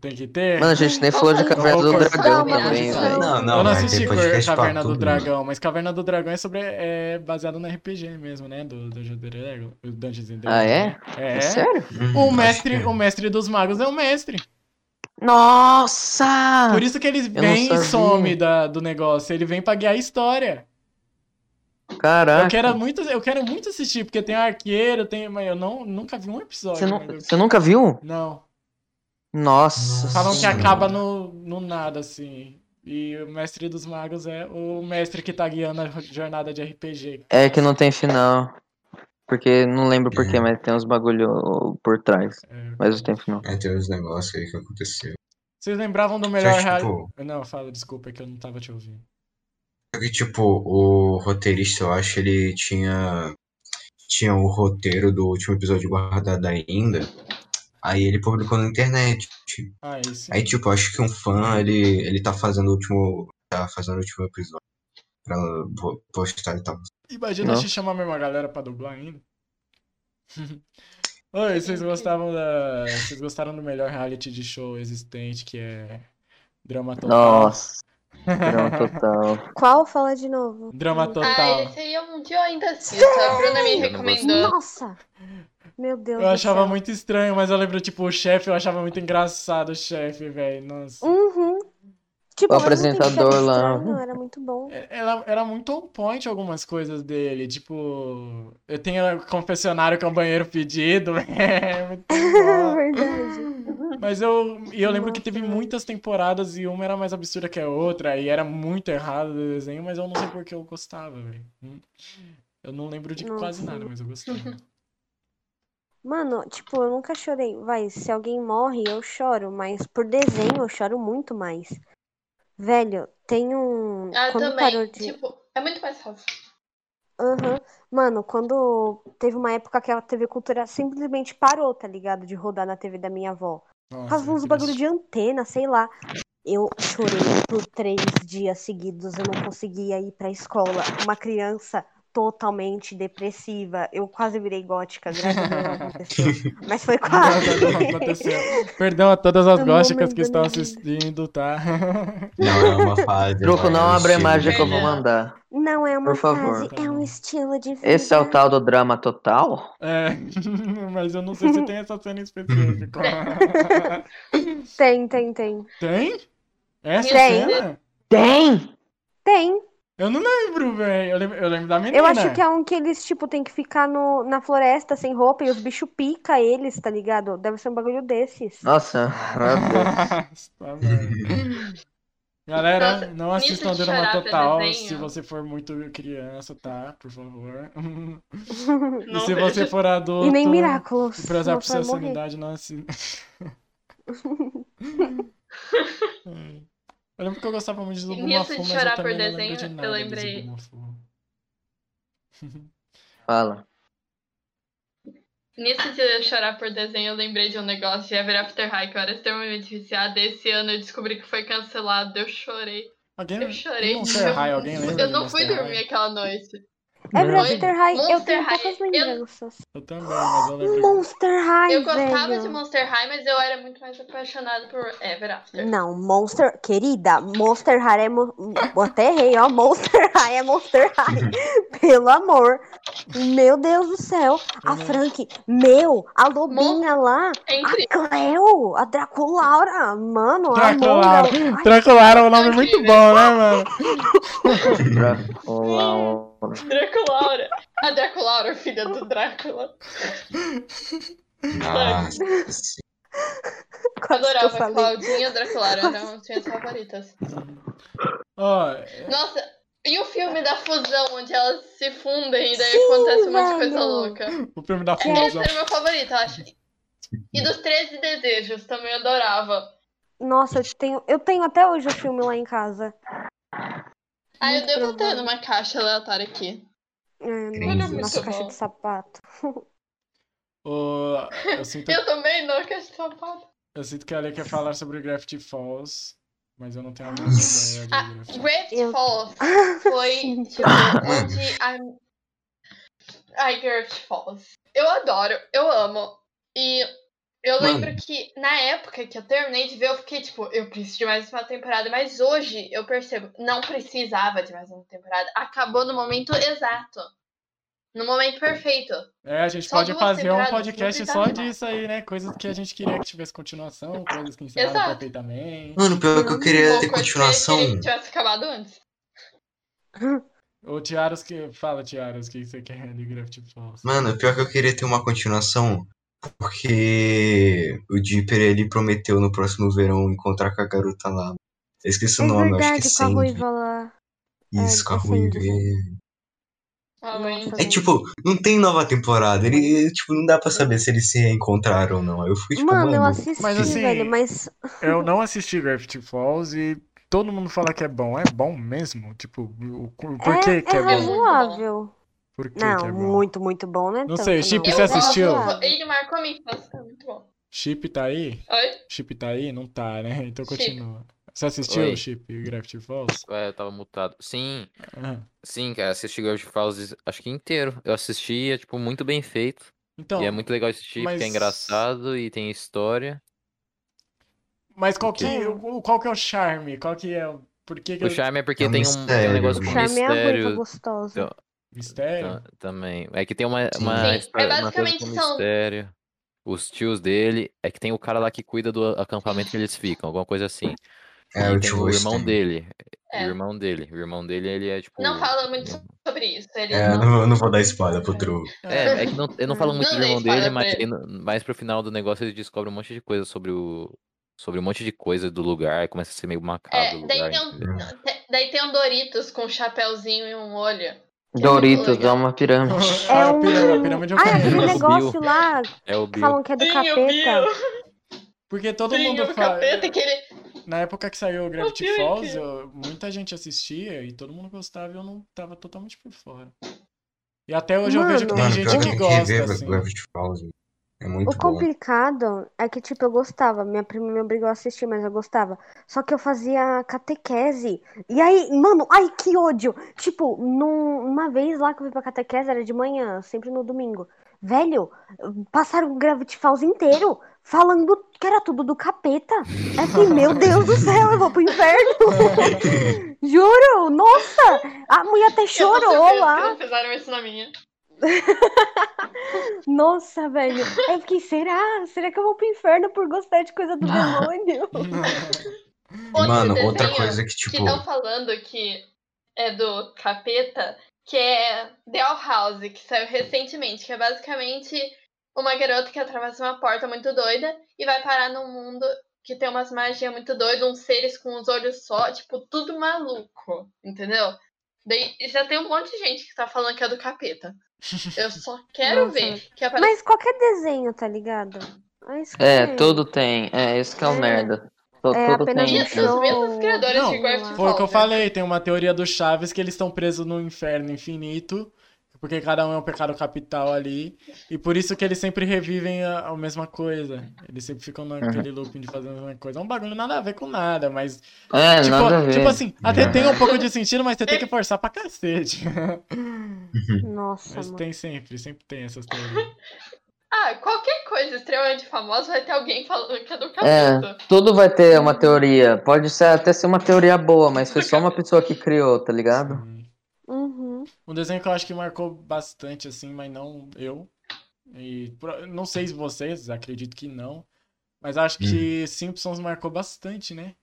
Tem que ter.
Mano, a gente nem
Vamos
falou de
fazer-
Caverna do
vamos fazer-
Dragão
Calma,
também, né?
não.
velho.
Não,
eu
não,
não
vai
assisti
ter podcast pra
Caverna do
tudo. mano.
Dragão, mas Caverna do Dragão é sobre é baseado no RPG mesmo, né? Do Dungeons and Dragons. Dungeons and Dragons.
Ah, é?
né?
É
É.
sério?
O
Hum, acho
mestre,
que-
o mestre dos magos é o mestre.
Ah,
Nossa!
Por isso que eles
não
vêm e
sabia.
some da, do negócio. Ele vem pra guiar a história.
Caraca.
Eu quero muito, eu quero muito assistir, porque tem arqueiro, tem. Mas eu não, nunca vi um episódio.
Você, nu-
mas eu-
você nunca viu?
Não.
Nossa.
Falam que
senhora.
acaba no, no nada, assim. E o mestre dos magos é o mestre que tá guiando a jornada de RPG.
É que não tem final. Porque não lembro porquê,
É.
mas tem uns bagulho por trás.
É.
Mas não tem final.
É, tem uns negócios aí que aconteceu.
Vocês lembravam do melhor
Só que,
real...
tipo,
Não, fala, desculpa, é que eu não tava te ouvindo.
só que, tipo, o roteirista, eu acho, ele tinha. Tinha o roteiro do último episódio guardado ainda. Aí ele publicou na internet.
Ah, isso.
Aí, tipo, eu acho que um fã, ele, ele tá fazendo o último. Tá fazendo o último episódio pra po- postar e tal.
Imagina
Não.
se chamar a mesma galera pra dublar ainda. Oi, vocês gostavam da. Vocês gostaram do melhor reality de show existente, que é Drama Total.
Nossa. Drama total.
Qual? Fala de novo.
Drama
Ah,
Total.
esse aí um dia eu ainda assisto. A Bruna me
Eu não gostei.
recomendou.
Nossa! Meu Deus.
Eu
do
achava
céu.
muito estranho, mas eu lembro, tipo, o chefe, eu achava muito engraçado o chefe, velho. Nossa.
Uhum. Tipo,
O
mas não tem chefe
apresentador lá.
estranho, Era muito bom.
É, Ela era muito on point algumas coisas dele, tipo, eu tenho confessionário que é um banheiro pedido, é muito
É
bom.
verdade.
Mas eu, e eu lembro que teve
Nossa.
muitas temporadas e uma era mais absurda que a outra, e era muito errado o desenho, mas eu não sei por que eu gostava, velho. Eu não lembro de quase
Nossa.
nada, mas eu gostava.
Mano, tipo, eu nunca chorei. Vai, se alguém morre, eu choro, mas por desenho eu choro muito mais. Velho, tem um.
Ah,
Quando parou
também.
de.
Tipo, é muito mais fácil.
Aham. Mano, quando teve uma época que a TV Cultura simplesmente parou, tá ligado? De rodar na TV da minha avó.
Nossa,
Faz uns
é
bagulho
triste.
de antena, sei lá. Eu chorei por três dias seguidos, eu não conseguia ir pra escola. Uma criança totalmente depressiva. Eu quase virei gótica, graças a Deus não aconteceu. Mas foi quase.
Não, tá não, não aconteceu. Perdão a todas as
Um
góticas que
momento
estão
na vida.
assistindo, tá?
Não é uma fase. É um
Truco, não abre a imagem que eu vou
Verdade.
mandar.
Não é uma
Por favor.
fase,
Tá
é um
bom.
estilo de vida.
Esse é o tal do drama total?
É, mas eu não sei se tem essa cena específica.
Tem, tem, tem.
Tem? Essa
Tem.
cena?
Tem!
Tem.
Eu não lembro, velho. Eu lembro, eu lembro da menina.
Eu acho que é um que eles, tipo, tem que ficar no, na floresta sem roupa e os bichos pica eles, tá ligado? Deve ser um bagulho desses.
Nossa, meu Deus.
Tá, mano. Galera,
Nossa,
não
nisso
assistam
de
Drama
chorar pra
Total
desenho.
se você for muito criança, tá? Por favor. e
Não
se
vejo.
você for adulto.
E nem Miraculous.
E prezar
senão
por
você vai
sua
morrer.
sanidade, não assim. É. eu lembro que eu gostava muito de
Nisso
Zubumafu,
de
mas eu
chorar por
também não lembro de
desenho, eu
nada de
lembrei.
Zubumafu.
Fala.
Nisso de eu chorar por desenho, eu lembrei de um negócio de Ever After High, que eu era extremamente viciada. Esse ano eu descobri que foi cancelado, eu chorei.
Alguém
Eu chorei.
Hum, Monster
Eu-
High, alguém lembra
Eu
de
não
Monster
fui dormir
High?
aquela noite.
É
Meu
verdade,
Deus.
Monster High, eu
Monster
tenho
High,
poucas
eu-
lembranças.
Eu também, mas eu lembro.
Monster High,
Eu gostava
velho.
de Monster High, mas eu era muito mais apaixonada por Ever After.
Não, Monster... Querida, Monster High é... Mo... eu Até errei, ó. Monster High é Monster High. Pelo amor. Meu Deus do céu. A Frank, meu, a lobinha lá.
É incrível.
A Ah, Cleo, a Draculaura. Mano, a
Draculaura.
Monga. Ai,
Draculaura é um nome muito bom, né, mano?
Draculaura.
Draculaura. A Draculaura, filha do Drácula.
Nossa. sim.
quase que eu
Adorava a
falei.
Claudinha e a Draculaura, eram as minhas favoritas.
Ó,
Nossa, e o filme da fusão, onde elas se fundem e daí
Sim,
acontece um monte de
velho.
coisa louca.
o prêmio da
Esse
fusão.
era o É, meu favorito, eu acho. E dos 13 desejos, também adorava.
Nossa, eu tenho, eu tenho até hoje o filme lá em casa.
Ah, eu
Muito
devo ter
provável.
numa caixa aleatória aqui.
É,
Era
nossa,
muito
nossa caixa
bom.
de sapato.
Ô, eu sinto,
Eu também não, que eu acho safado.
eu sinto que a Ale quer falar sobre Gravity Falls, mas eu não tenho a mínima ideia de
Ah,
Gravity
Great
Eu-
Falls foi,
Sim.
tipo, onde a... Ai, Great Falls. Eu adoro, eu amo. E eu
Mano.
lembro que na época que eu terminei de ver, eu fiquei tipo, eu preciso de mais uma temporada. Mas hoje eu percebo, não precisava de mais uma temporada. Acabou no momento exato. No momento perfeito.
É, a gente
Só
pode
duas
fazer um
temporadas,
podcast
não
só
precisava mais.
disso aí, né? Coisas que a gente queria que tivesse continuação, coisas que encerraram
Exato.
perfeitamente.
Mano, pior que eu queria
Ou
ter
coisa que
continuação.
eu queria que tivesse acabado antes.
Ô, Tiaras, que... fala, Tiaras, o que você quer de Gravity Falls?
Mano, pior que eu queria ter uma continuação. Porque o Dipper ele prometeu no próximo verão encontrar com a garota lá. Eu esqueci o
É
nome, eu acho que é
verdade, com a
Sandy.
ruiva lá. É,
Isso, com a
é Sandy,
Ruiva.
Sandy.
Ah, mãe.
Nossa,
É tipo, não tem nova temporada. Ele, tipo, não dá pra saber se eles se reencontraram ou não. Eu fui tipo,
Mano, eu
mano.
assisti,
tá Mas assim,
velho, mas
Eu não assisti Gravity Falls e todo mundo fala que é bom. É bom mesmo? Tipo, o- o- por que
é,
que
é
é bom?
razoável.
Por que que
Não,
é bom?
muito, muito bom, né?
Não
tanto,
sei, Chip,
não.
você
Eu
assistiu?
gosto.
Razoável.
Ele marcou a minha infância, é muito bom.
Chip tá aí?
Oi?
Chip tá aí? Não tá, né? Então
Chip.
continua. Você assistiu
Oi.
Chip e Gravity Falls?
Ué, É, eu tava mutado. Sim,
Ah,
sim, cara, assisti Gravity Falls acho que inteiro. Eu assistia, tipo, é, muito bem feito.
Então,
e é muito legal esse tipo,
mas-
que é engraçado e tem história.
mas qual que,
Ok.
o- qual que é o charme? Qual que é o... Por que que
O
eu-
charme é porque
É um
tem, um, tem um
mistério.
negócio com
Charme é a ruiva
mistério
gostosa.
Então,
Mistério?
ta- também. É que tem uma,
Sim.
uma
Sim, é
história- uma coisa
basicamente
com
são-
mistério. Os tios dele, é que tem o cara lá que cuida do acampamento que eles ficam, alguma coisa assim.
É,
E
o
tem
tio
o irmão
Einstein.
dele.
É.
O irmão dele. O irmão dele, ele é tipo.
Não fala muito sobre isso. Ele
É, eu
não...
não, vou- eu não vou dar spoiler pro Tru.
É, é que não, eu não falo muito
Não
do irmão
dei spoiler
dele,
pra
mas,
ele.
ele- mas pro final do negócio ele descobre um monte de coisa sobre o. Sobre um monte de coisa do lugar, e começa a ser meio macabro
É,
o
daí
lugar,
tem um-
entendeu?
Te- Daí tem um Doritos com um chapéuzinho e um olho.
Doritos,
legal.
é uma pirâmide.
É
Ah,
um-
pirâmide, pirâmide é o
Ah, é
quê?
aquele
Bill.
negócio lá
É o
que
Bill.
falam que é do capeta.
Porque todo
Sim,
mundo
o
fala.
capeta que ele.
Na época que saiu o Gravity
Bill é
Falls,
incrível.
eu- muita gente assistia e todo mundo gostava e eu não tava totalmente por fora. E até hoje eu vejo que
Mano.
tem
Mano,
gente
pior
que
eu tenho
gosta,
rever
assim.
Gravity Falls. mano. É
O
muito bom.
complicado é que, tipo, eu gostava. Minha prima me obrigou a assistir, mas eu gostava. Só que eu fazia catequese. E aí, mano, ai que ódio! Tipo, num- uma vez lá que eu fui pra catequese, era de manhã, sempre no domingo. Velho, passaram o Gravity Falls inteiro falando que era tudo do capeta. É assim, meu Deus do céu, eu vou pro inferno! Juro! Nossa! A mulher até
Eu tô surpresa
chorou
que
lá.
Não fizeram isso na minha.
Nossa, velho. Aí Eu fiquei, será? Será que eu vou pro inferno por gostar de coisa do demônio?
Outro
Mano,
desenho
outra coisa que,
que
tipo.
estão falando que é do capeta, que é Del House, que saiu recentemente, que é basicamente uma garota que atravessa uma porta muito doida e vai parar num mundo que tem umas magias muito doidas, uns seres com os olhos só, tipo, tudo maluco, entendeu? Daí já tem um monte de gente que tá falando que é do capeta. Eu só quero
Nossa.
ver que aparece.
Mas qualquer desenho, tá ligado? É, isso que
É, todo tem. É, esse que é o
É.
merda. To-
É
todo
apenas
E
tem.
um
essas-
dos
show.
mesmos criadores
Não,
de Gravity
Foi é o que eu
Falls, né?
falei, tem uma teoria do Chaves que eles estão presos no inferno infinito, porque cada um é um pecado capital ali, e por isso que eles sempre revivem a, a mesma coisa. Eles sempre ficam
Uhum.
naquele looping de fazer a mesma coisa. É um bagulho nada a ver com nada, mas.
É,
tipo,
nada a ver.
tipo assim, até
Uhum.
tem um pouco de sentido, mas você tem que forçar pra cacete.
Tá Nossa,
Mas
mano.
tem sempre, sempre tem essas teorias.
Ah, qualquer coisa extremamente famosa vai ter alguém falando que é do
É,
capeta.
tudo vai ter uma teoria. Pode ser até ser uma teoria boa, mas foi só uma pessoa que criou, tá ligado?
Sim.
Uhum.
Hum. Um desenho que eu acho que marcou bastante, assim, mas não eu. E pro- não sei se vocês, acredito que não. Mas acho que
Hum.
Simpsons marcou bastante, né?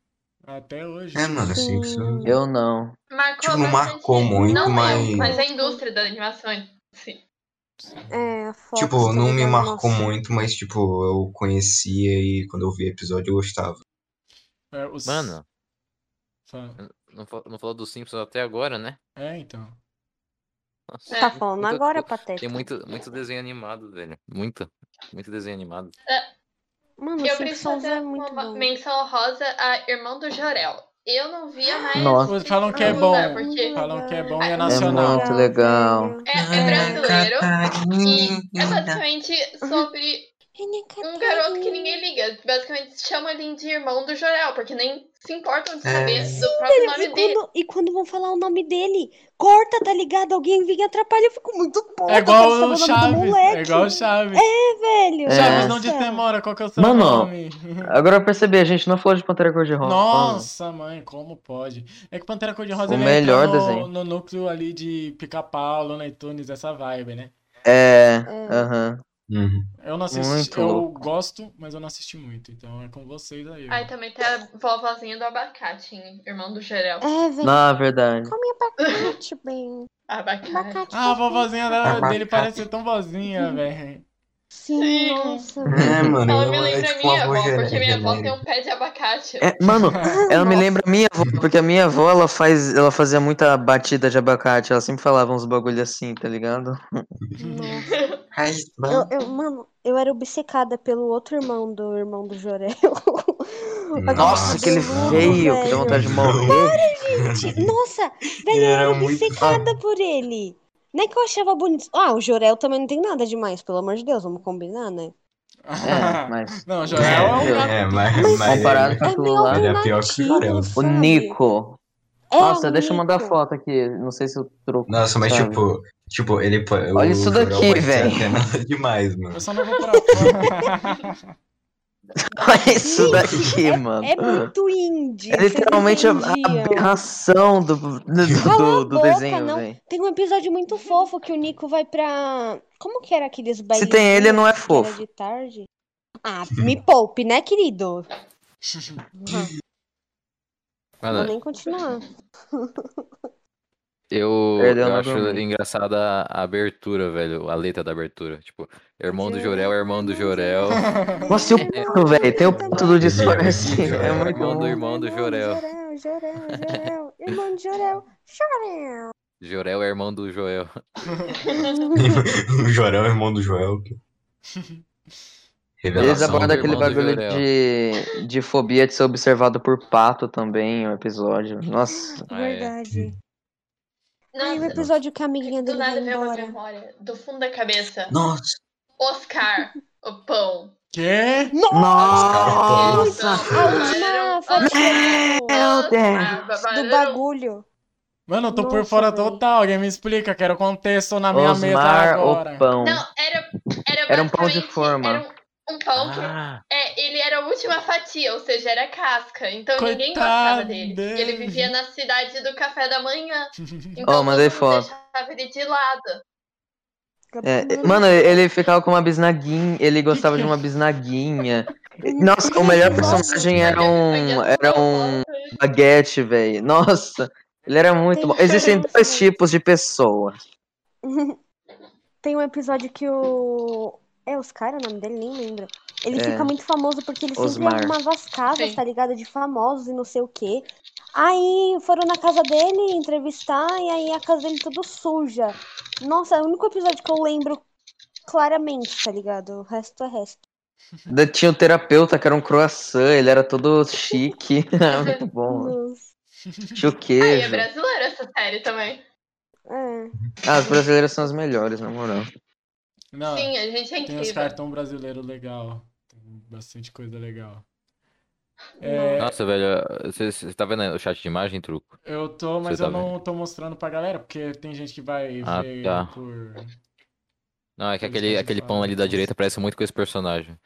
Até hoje.
É, mano, assim.
Sim.
isso-
Eu não.
Marcou
Tipo, não
bastante-
marcou muito,
não
mas-
Eu, mas a indústria da animação, assim. sim.
É, Fox,
Tipo,
tá
não me
ligado?
marcou
Nossa.
muito, mas, tipo, eu conhecia e quando eu vi episódio eu gostava.
É, os-
Mano,
Fa-
não, fa- não falou dos Simpsons até agora, né?
É, então.
Nossa,
É.
Tá falando
muita
agora,
co-
Pateta?
Tem muito, muito desenho animado, velho. Muito. Muito desenho animado.
Mano,
Eu preciso
Simpsons
fazer
é muito
uma
bom.
menção rosa a Irmão do Jorel. Eu não
Ah,
via mais.
Nossa.
Os falam que é
preciso usar,
bom.
Porque
Uhum.
Falam que é bom e
Ah,
é
é
nacional.
muito legal.
velho.
é, é brasileiro
tá
e é basicamente sobre
Uhum.
um garoto que ninguém liga. Basicamente chama ele de Irmão do Jorel, porque nem se importam de saber
É.
do próprio nome
E
dele.
quando, e quando vão falar o nome dele, corta, tá ligado? Alguém vem e atrapalha. Eu fico muito puta.
É
quero
igual
saber
o
o nome do
Chaves.
moleque.
É igual o Chaves.
velho.
Chaves
É.
não
nossa.
desdemora, qual que é o seu
Mano.
nome?
Agora eu percebi, a gente não falou de Pantera Cor-de-Rosa.
Nossa, mãe, como pode? É que Pantera Cor-de-Rosa
O
ele
melhor
entra no,
desenho.
no núcleo ali de pica-pau, Looney Tunes, essa vibe, né?
É,
É.
aham.
Uhum.
Eu não assisti,
Muito
eu
louco.
gosto, mas eu não assisti muito, então é com vocês aí.
Aí também tem a vovozinha do abacate, em Irmão do Jorel.
É, velho.
Na verdade.
Come abacate, bem.
Abacate.
Abacate.
Ah, a
tá
vovozinha dela-
Abacate.
dele parece ser tão vozinha, velho.
Sim,
Sim.
nossa.
É, mano,
Ela me
eu- é
lembra
tipo
minha
uma
avó,
voz
porque minha avó tem
genérica.
um pé de abacate.
É, mano, ela me
Nossa.
lembra a minha avó, porque a minha avó ela faz, ela fazia muita batida de abacate, ela sempre falava uns bagulho assim, tá ligado?
Nossa.
um
Ai,
Eu, eu, mano, eu era obcecada pelo outro irmão do irmão do Jorel. Aquele
Nossa, aquele
cabeludo,
feio, que dá
velho.
vontade de morrer.
Gente, nossa, velho, eu
Era
era
muito
obcecada por ele. Não é que eu achava bonito. Ah, o Jorel também não tem nada demais, pelo amor de Deus, vamos combinar, né?
É, mas
Não, Joel é um gato.
É, é, mas,
Mas-
mas
comparado com
É
aquilo
meio
lá,
ele é pior que o Jorel.
alternativo,
o
sabe?
Nico.
É
Nossa, deixa eu mandar
Nico.
foto aqui, não sei se eu troco.
Nossa, mas
sabe?
tipo, Tipo, ele. po-
Olha
o
isso
Jorel
daqui,
pode ser
velho.
até demais, mano.
Eu só não vou pra fora.
Olha isso daqui, mano.
É muito indie.
É
vocês
literalmente a
não
a
entendiam.
aberração do, do,
Cala a
do, do
boca,
desenho,
não.
velho.
Tem um episódio muito fofo que o Nico vai pra. Como que era aqueles bailes?
tem ele, não é fofo.
de tarde. Ah, me poupe, né, querido? Uhum,
Mano,
Vou nem continuar.
Eu,
Perdeu
eu
na
acho
vergonha.
engraçada a a abertura, velho. A letra da abertura. Tipo, irmão do Jorel, é irmão do Jorel.
Nossa, e o pato, velho? Tem o pato do disfarce. É
Irmão
muito
Irmão do
bom.
irmão do Jorel.
Jorel, Jorel, Jorel. Irmão de Jorel. Jorel.
Jorel é irmão do Joel.
o Jorel é irmão do Joel. que-
Eles
Relação do
abordam aquele
irmão do
bagulho
Jorel.
de, de fobia de ser observado por pato também, o episódio. Nossa.
Ah, é.
Verdade.
Ai, o
Nossa, é
episódio que a amiguinha
do
dele vai
nada veio uma
embora.
memória do fundo da cabeça.
Nossa,
Oscar, o pão.
Quê?
Nossa!
A última fatia
Meu Deus!
É, do bagulho.
Mano, eu tô por
Nossa,
fora
velho.
total. Alguém me explica, quero contexto na minha mesa
Osmar
agora.
o pão.
Não, era, era,
Era um pão de
basicamente-
forma.
Era um, um pão que
Ah,
É, ele era a última fatia, ou seja, era casca. Então ninguém
Coitado
gostava dele.
dele.
E ele vivia na cidade do café da manhã. Então
Ó, mandei
todo mundo
foto.
deixava ele de lado.
É, mano, ele ficava com uma bisnaguinha, ele gostava de uma bisnaguinha. Nossa, o melhor personagem era um, era
né?
um baguete, velho. Nossa, ele era muito bom. Existem
né?
dois tipos de pessoa.
Tem um episódio que o. É os caras, o nome dele, nem lembro. Ele
É.
fica muito famoso porque ele sempre
Osmar.
arrumava as casas,
Sim.
tá ligado? De famosos e não sei o quê. Aí foram na casa dele entrevistar e aí a casa dele tudo suja. Nossa, é o único episódio que eu lembro claramente, tá ligado? O resto é resto.
Da- Tinha o terapeuta, que era um croissant, ele era todo chique. muito bom.
Nossa.
Ah, e é
Tinha o um queijo.
brasileira essa série também.
É.
Ah, os brasileiros são os melhores, na moral.
Não,
Sim, a gente é
Ah, tem uns
incrível.
cartão brasileiro legal. Tem bastante coisa legal. É,
Nossa, velho, você você tá vendo o chat de imagem, truco?
eu tô, mas
Você tá
eu não tô mostrando pra galera, porque tem gente que vai
Ah,
ver
tá.
por.
Não, é que
Eles
aquele,
fazem
aquele
fala,
pão ali da
nossa.
direita parece muito com esse personagem.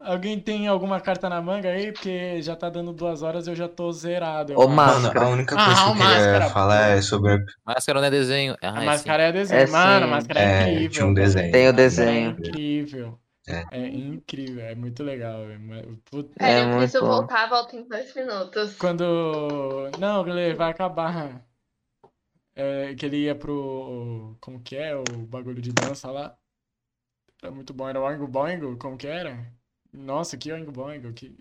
Alguém tem alguma carta na manga aí? Porque já tá dando duas horas e eu já tô zerado. eu
Ô,
acho.
Márcio.
mano, a única
Ah,
coisa que
o
eu queria
máscara,
falar é sobre. a-
Máscara não é desenho. Ah,
A
é sim.
máscara é desenho.
É,
Mano, a
sim.
máscara é,
É,
incrível.
tinha um desenho.
Tem o
A máscara É
desenho.
incrível.
É.
É incrível, é muito legal. é mu- puta-
É
Sério, eu preciso
muito bom.
voltar, volta em dois minutos.
Quando. Não, Guilherme, vai acabar. É, que ele ia pro. Como que é? O bagulho de dança lá. Era muito bom. Era o Oingo Boingo? Como que era? Nossa, que Oingo Boingo. Que...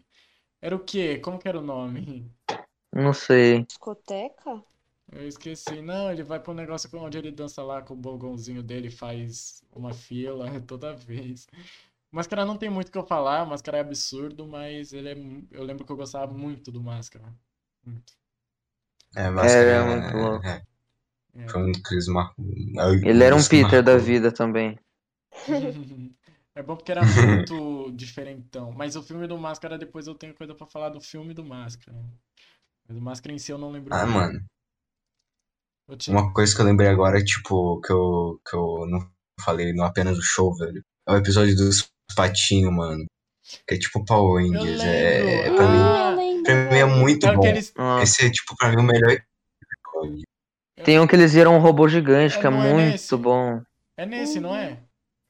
Era o quê? Como que era o nome?
Não sei.
Discoteca?
Eu esqueci. Não, ele vai pro negócio com- onde ele dança lá com o bogãozinho dele, faz uma fila toda vez. Máscara não tem muito o que eu falar, Máscara é absurdo, mas ele é... mu- eu lembro que eu gostava muito do Máscara. Muito.
É, máscara.
Era muito louco.
é,
É.
Foi um dos que mar-
Ele era um
dos que
Peter da
marcou.
vida também.
É bom porque era muito diferentão. Mas o filme do Máscara, depois eu tenho coisa pra falar do filme do Máscara. Mas o Máscara em si eu não lembro
Ah,
muito.
mano.
Eu tinha-
Uma coisa que eu lembrei agora, tipo, que eu, que eu não falei no apenas o show, velho. É o episódio dos patinhos, mano. Que é tipo Power
Eu
Rangers.
lembro!
É, é, pra, mim,
Ih,
Ah,
eu lembro.
pra
Então,
mim é
velho.
muito
é
bom.
aqueles...
Nossa.
Esse é, tipo, pra mim o melhor episódio.
Tem um que eles viram um robô gigante,
É,
que é
não é nesse?
muito bom.
É nesse, não é?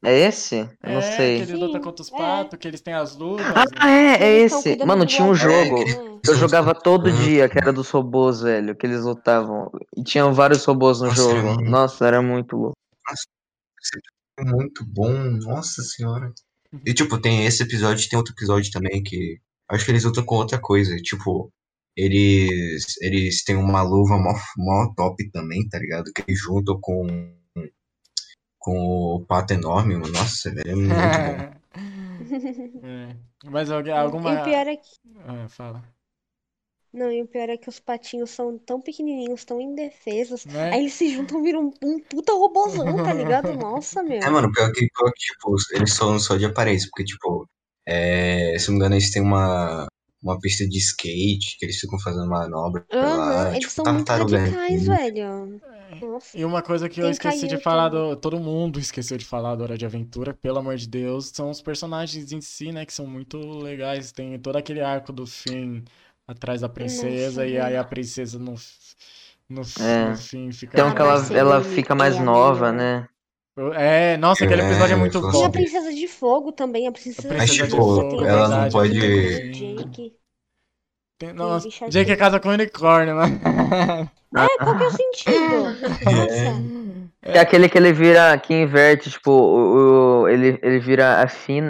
É esse? Eu não
é,
sei.
que eles lutam contra os
Sim, é.
patos, que eles têm as lutas.
Ah, é, é
Eles tão
esse.
cuidando
Mano,
do
tinha um
Walter,
jogo
né?
que eu jogava todo
Hum.
dia, que era dos robôs, velho, que eles lutavam. E tinham vários robôs no
Nossa,
jogo.
era muito-
Nossa, era muito louco.
Esse episódio é muito bom. Nossa senhora.
Uhum.
E, tipo, tem esse episódio, tem outro episódio também que. Acho que eles lutam com outra coisa. Tipo, eles. Eles têm uma luva mó, mó top também, tá ligado? Que eles juntam com. Com o pato enorme, mano. Nossa, velho, é muito bom.
É. Mas alguém,
E o
alguma.
pior é que.
Ah, fala.
Não, e o pior é que os patinhos são tão pequenininhos, tão indefesos.
Né?
Aí eles se juntam e viram um, um puta robozão, tá ligado? Nossa, meu.
É, mano, pior que, pior que tipo, eles são só de aparência, porque, tipo, é, se não me engano, eles têm uma. uma pista de skate, que eles ficam fazendo manobra
Aham,
lá.
eles
tipo,
são muito
tartaruga Uhum.
radicais,
ninja.
velho. Nossa.
E uma coisa que eu
Tem
esqueci de
Caillou
falar, do, todo mundo esqueceu de falar da Hora de Aventura, pelo amor de Deus, são os personagens em si, né, que são muito legais. Tem todo aquele arco do fim atrás da princesa,
Nossa,
e
velho.
aí a princesa no, f- no, f-
É.
no fim fica.
Então que ela,
Marceline
ela fica mais
é a
nova,
melhor.
né?
É, nossa, aquele episódio é
É,
muito
eu
bom.
E a
Nossa.
Princesa de Fogo também, a Princesa,
Mas,
de
tipo,
Fogo tem a
ela
versão
não
de
pode-
Nicolas Jake.
Tem- nossa,
bicho
Jake é
aqui.
casa com unicórnio, né?
É, qual que é o sentido? Nossa,
É aquele que ele vira, que inverte, tipo, o, o- ele, ele vira a Fin,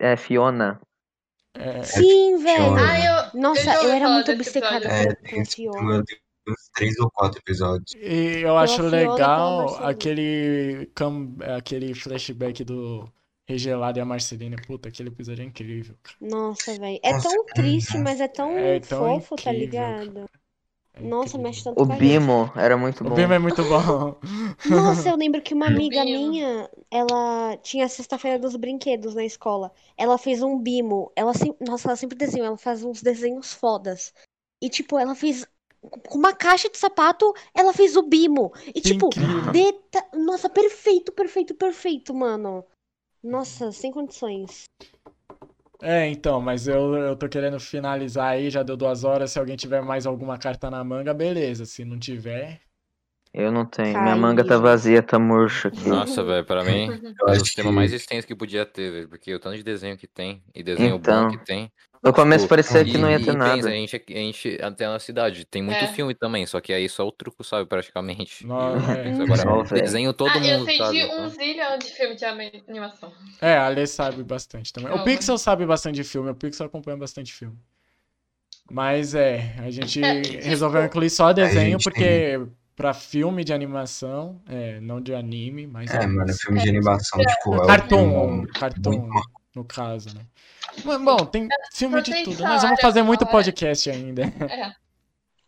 é, Fiona.
É.
é
sim,
tipo,
velho.
Fiona.
Ah, eu.
Nossa,
já
eu,
ouvi
era
falar
muito
desse
obcecada
episódio.
com,
É,
com
tem
a
esse-
Fiona.
meu Deus, uns três ou quatro episódios.
E eu acho
Fiona, pela
legal
Marceline.
aquele, come- aquele flashback do Regelado e a Marceline. Puta, aquele episódio é incrível, cara.
Nossa, velho. É
Nossa,
tão triste,
nossa.
mas é tão
É tão
fofo, tá
incrível, cara.
ligado?
É
Nossa, mexe
incrível.
tanto
O
com a gente.
Bimo era muito
O
bom.
Bima é muito bom.
Nossa, eu lembro que uma amiga
Bimo.
minha, ela tinha a sexta-feira dos brinquedos na escola. Ela fez um bimo. Ela sem- Nossa, ela sempre desenha, ela faz uns desenhos fodas. E tipo, ela fez com uma caixa de sapato, ela fez o bimo. E tipo,
Incrível.
deta... nossa, perfeito, perfeito, perfeito, mano. Nossa, sem condições.
É, então, mas eu, eu tô querendo finalizar aí, já deu duas horas. Se alguém tiver mais alguma carta na manga, beleza. Se não tiver.
Eu não tenho. Minha
Caí.
manga tá vazia, tá murcha aqui.
Nossa, velho, pra mim,
Eu
é
acho
o sistema
que-
mais extenso que podia ter, velho, porque o tanto de desenho que tem, e desenho bom
Então.
que tem.
No começo
tipo,
parecia
e,
que não ia
e-
ter
e pensa,
nada.
a gente, a gente até na cidade, tem muito
É.
filme também, só que aí só o truco, sabe, praticamente. E
Não,
o
é.
isso agora,
Só, velho.
desenho todo
Ah, eu
mundo,
sei
sabe?
de
Então,
um zilhão de filme de ami- animação.
É, a Alê sabe bastante também. O
Calma.
Pixel sabe bastante de filme, o Pixel acompanha bastante filme. Mas é, a gente
É, tipo-
resolveu incluir só desenho,
gente
porque pra filme de animação, é, não de anime, mas
É, mano,
animação.
filme de animação, tipo, é o
Cartoon,
filme
cartoon,
muito
no caso, né? Mas, bom, tem filme de
Vocês
tudo. Nós vamos
falaram
fazer muito
uma hora-
podcast ainda.
É,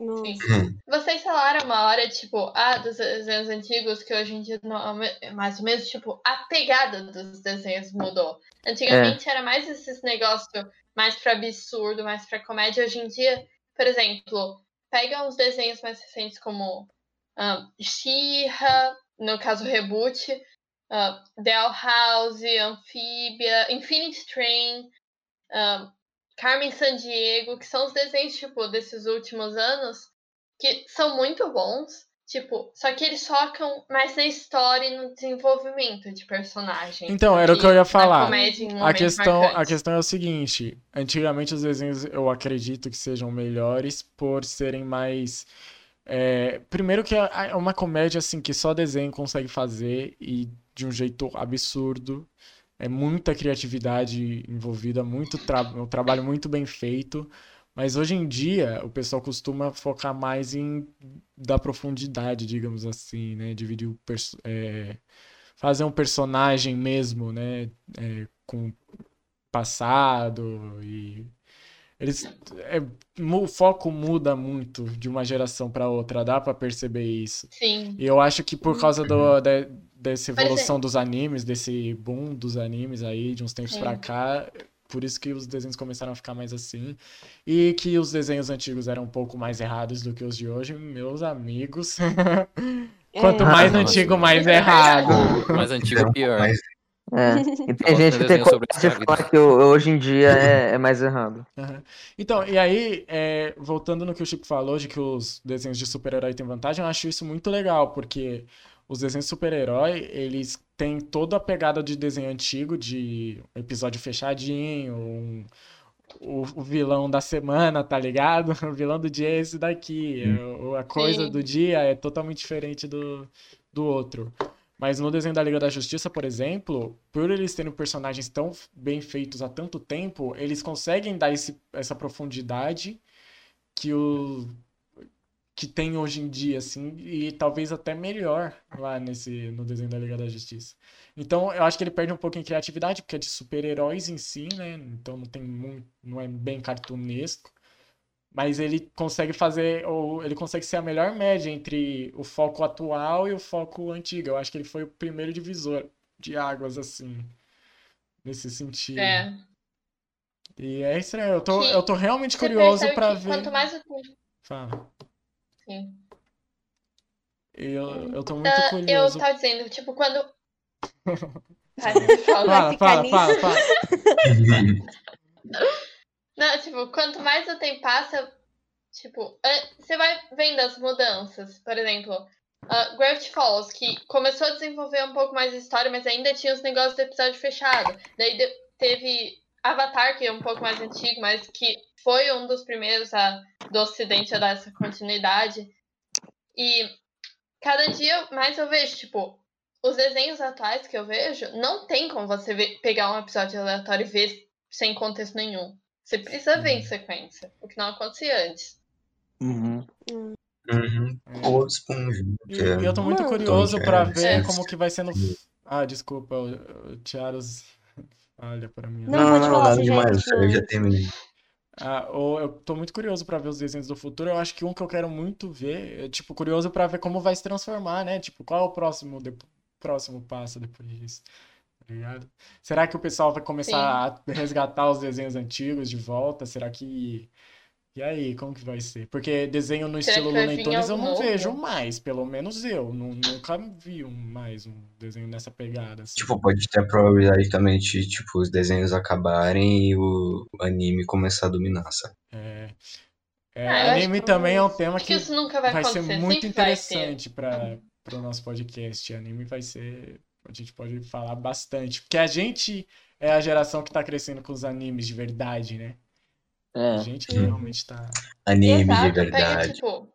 sim.
Nossa.
Vocês falaram uma hora, tipo, ah, dos desenhos antigos, que hoje em dia não, é mais ou menos, tipo, a pegada dos desenhos mudou. Antigamente
É.
era mais esses negócios mais pra absurdo, mais pra comédia. Hoje em dia, por exemplo, pega uns desenhos mais recentes como ah, She-Ra, no caso Reboot, ah, Dollhouse, Amphibia, Infinity Train, ah, Carmen Sandiego, que são os desenhos, tipo, desses últimos anos que são muito bons, tipo, só que eles focam mais na história e no desenvolvimento de personagem.
Então, era o que eu ia falar.
Na comédia, em um
A
momento
questão, a
marcante.
questão é o seguinte: antigamente os desenhos eu acredito que sejam melhores por serem mais. é, primeiro que é é uma comédia assim que só desenho consegue fazer e de um jeito absurdo. É muita criatividade envolvida, muito tra um trabalho muito bem feito. Mas hoje em dia o pessoal costuma focar mais em dar profundidade, digamos assim, né? Dividir o perso- é, fazer um personagem mesmo, né? é, com passado e eles é, mu- o foco muda muito de uma geração para outra, dá para perceber isso.
Sim.
E eu acho que por causa do, da- dessa
Por
evolução dos animes, desse boom dos animes aí de uns tempos
Sim.
pra cá, por isso que os desenhos começaram a ficar mais assim e que os desenhos antigos eram um pouco mais errados do que os de hoje, meus amigos. Quanto
É.
mais
Nossa,
antigo,
mano.
mais errado.
o mais antigo, pior.
mais
É. E tem
Nossa,
gente que tem
desenho sobre
coragem de falar
escravidão.
que o- hoje em dia é, é mais errado.
Aham. Então, e aí, é, voltando no que o Chico falou de que os desenhos de super-herói têm vantagem, eu acho isso muito legal, porque os desenhos de super-herói, eles têm toda a pegada de desenho antigo, de episódio fechadinho, um- o, o vilão da semana, tá ligado? O vilão do dia é esse daqui, é, o- a coisa
Sim.
do dia é totalmente diferente do, do outro. Mas no desenho da Liga da Justiça, por exemplo, por eles terem personagens tão f- bem feitos há tanto tempo, eles conseguem dar esse, essa profundidade que o que tem hoje em dia, assim, e talvez até melhor lá nesse no desenho da Liga da Justiça. Então, eu acho que ele perde um pouco em criatividade, porque é de super-heróis em si, né? Então não tem muito, não é bem cartunesco, mas ele consegue fazer ou ele consegue ser a melhor média entre o foco atual e o foco antigo. Eu acho que ele foi o primeiro divisor de águas assim, nesse sentido.
É.
E é estranho. Eu tô,
Que-
eu tô realmente
Você
curioso
percebe
pra
que
ver.
Quanto mais o tempo.
Fala.
Sim.
Eu, eu tô muito
Ah, eu
curioso.
tava dizendo, tipo, quando. Vai,
Fala,
fala.
fala,
nisso.
fala, fala.
Não, tipo, quanto mais o tempo passa, tipo, an- você vai vendo as mudanças. Por exemplo, ah, Gravity Falls, que começou a desenvolver um pouco mais a história, mas ainda tinha os negócios do episódio fechado. Daí de- teve Avatar, que é um pouco mais antigo, mas que foi um dos primeiros a, do Ocidente a dar essa continuidade. E cada dia mais eu vejo, tipo, os desenhos atuais que eu vejo, não tem como você ver- pegar um episódio aleatório e ver sem contexto nenhum. Você precisa ver em sequência, o que não acontecia antes.
Uhum.
Uhum. Bob Esponja,
E,
que é-
e eu tô muito
Mano.
curioso
Tom
pra
Jerry,
ver
É.
Simpsons.
como que vai ser no. Ah, desculpa, o, o Tiaros olha pra mim.
Não, pode falar,
nada
você já
demais,
tinha-
eu já terminei.
Ah, o- eu tô muito curioso pra ver os desenhos do futuro. Eu acho que um que eu quero muito ver, é, tipo, curioso pra ver como vai se transformar, né? Tipo, qual é o próximo, de- próximo passo depois disso, tá ligado? Será que o pessoal vai começar a resgatar os desenhos antigos de volta? Será que. E aí, como que vai ser? Porque desenho no
Será
estilo
que vai
Looney
vir
Tunes eu
algo
não
novo?
vejo mais, pelo menos eu. Nu- Nunca vi um, mais um desenho nessa pegada, assim.
Tipo, pode ter a probabilidade também de, tipo, os desenhos acabarem e o anime começar a dominar, sabe?
É, é,
Ah, eu acho
anime
que-
também é um tema
Acho que
que
isso nunca vai,
vai ser
acontecer.
muito
Sempre vai ter.
interessante para o nosso podcast. Anime vai ser. A gente pode falar bastante. Porque a gente é a geração que tá crescendo com os animes de verdade, né? A
É.
gente que realmente tá.
Anime de
Exato, pega
verdade.
tipo.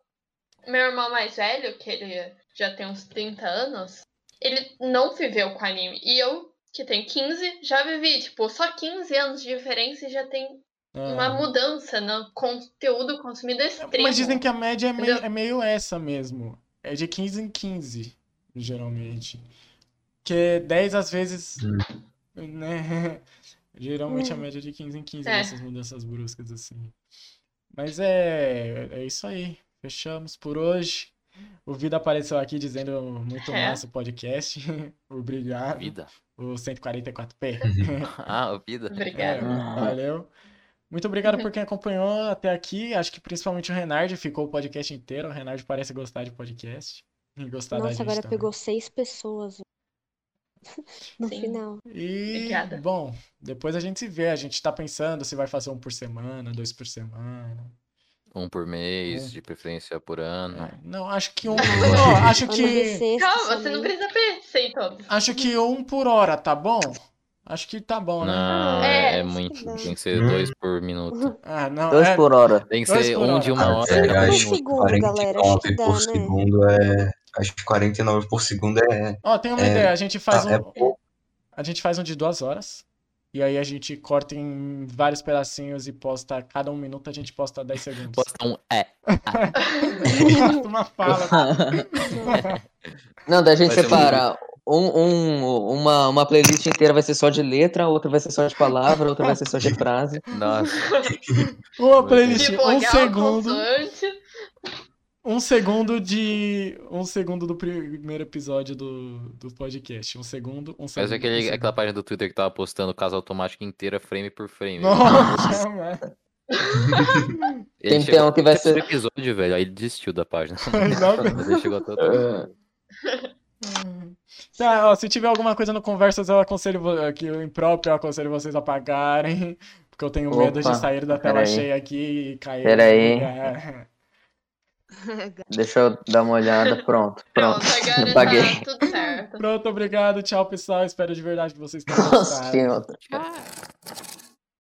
Meu irmão mais velho, que ele já tem uns 30 anos, ele não viveu com anime. E eu, que tenho 15, já vivi, tipo, só 15 anos de diferença e já tem uma
Ah,
mudança no conteúdo consumido extremo.
Mas dizem que a média é meio,
Entendeu?
é meio essa mesmo. É de 15 em 15, geralmente. Que 10 às vezes. Né? Geralmente a média é de 15 em 15
Hum. É.
dessas mudanças bruscas, assim. Mas é, é isso aí. Fechamos por hoje. O Vida apareceu aqui dizendo muito
É.
massa o podcast. Obrigado.
Vida.
O 144p.
Ah, vida.
É,
Obrigada.
valeu. Muito obrigado por quem acompanhou até aqui. Acho que principalmente o Renard ficou o podcast inteiro. O Renard parece gostar de podcast. E gostar da
Nossa,
gente tá
agora
também.
pegou seis pessoas no
Sim.
final.
E,
Obrigada.
bom, depois a gente se vê. A gente tá pensando se vai fazer um por semana, dois por semana.
Um por mês,
Um.
de preferência por ano.
Ah.
É, Não, acho que um.
Não.
Ó, acho
Ano
que.
bissexto
Calma, você não
somente.
precisa pensar em todos.
Acho que um por hora, tá bom? Acho que tá bom, né?
Não,
É,
é, é
acho que
muito.
não.
Tem que
Hum.
ser dois por minuto.
Ah, não.
Dois
é-
por hora.
Tem que
Dois
ser
por
um de
hora.
uma
Ah,
hora a
velho,
cada
Por
minuto.
acho que
segundo, galera, acho que
49
dá,
por
né?
segundo é. Acho que 49 por segundo é.
Ó, tem uma
É,
ideia. A gente faz
tá, é
um,
pouco.
a gente faz um de duas horas. E aí a gente corta em vários pedacinhos e posta. Cada um minuto a gente posta 10 segundos.
Posta um é.
Posta uma fala.
Não, da gente
Vai ser
separar. Um, um- uma, uma playlist inteira vai ser só de letra, outra vai ser só de palavra, outra vai ser só de frase.
Nossa,
Uma
Vai
playlist, um
De vogal,
segundo.
consoante.
Um segundo de. Um segundo do primeiro episódio do, do podcast. Um segundo, um segundo.
mas é
um
aquele,
segundo.
aquela página do Twitter que tava postando casa automática inteira, é frame por frame.
Nossa, mano.
Ele
Tem que
chegou
ter um que vai
até o
ser-
episódio, velho. Aí ele desistiu da página.
Exato.
Mas ele chegou até o
É. Ah,
Tá, ó, se tiver alguma coisa no Conversas, eu aconselho vo- aqui o impróprio, eu aconselho vocês a apagarem, porque eu tenho medo de
Opa,
sair da tela
peraí.
cheia aqui e cair.
Peraí.
no lugar.
Deixa eu dar uma olhada. Pronto,
Pronto,
pronto.
agora
Apaguei.
tá tudo certo.
Pronto, obrigado, tchau pessoal, espero de verdade que vocês tenham
Nossa,
gostado.
que...
Tchau.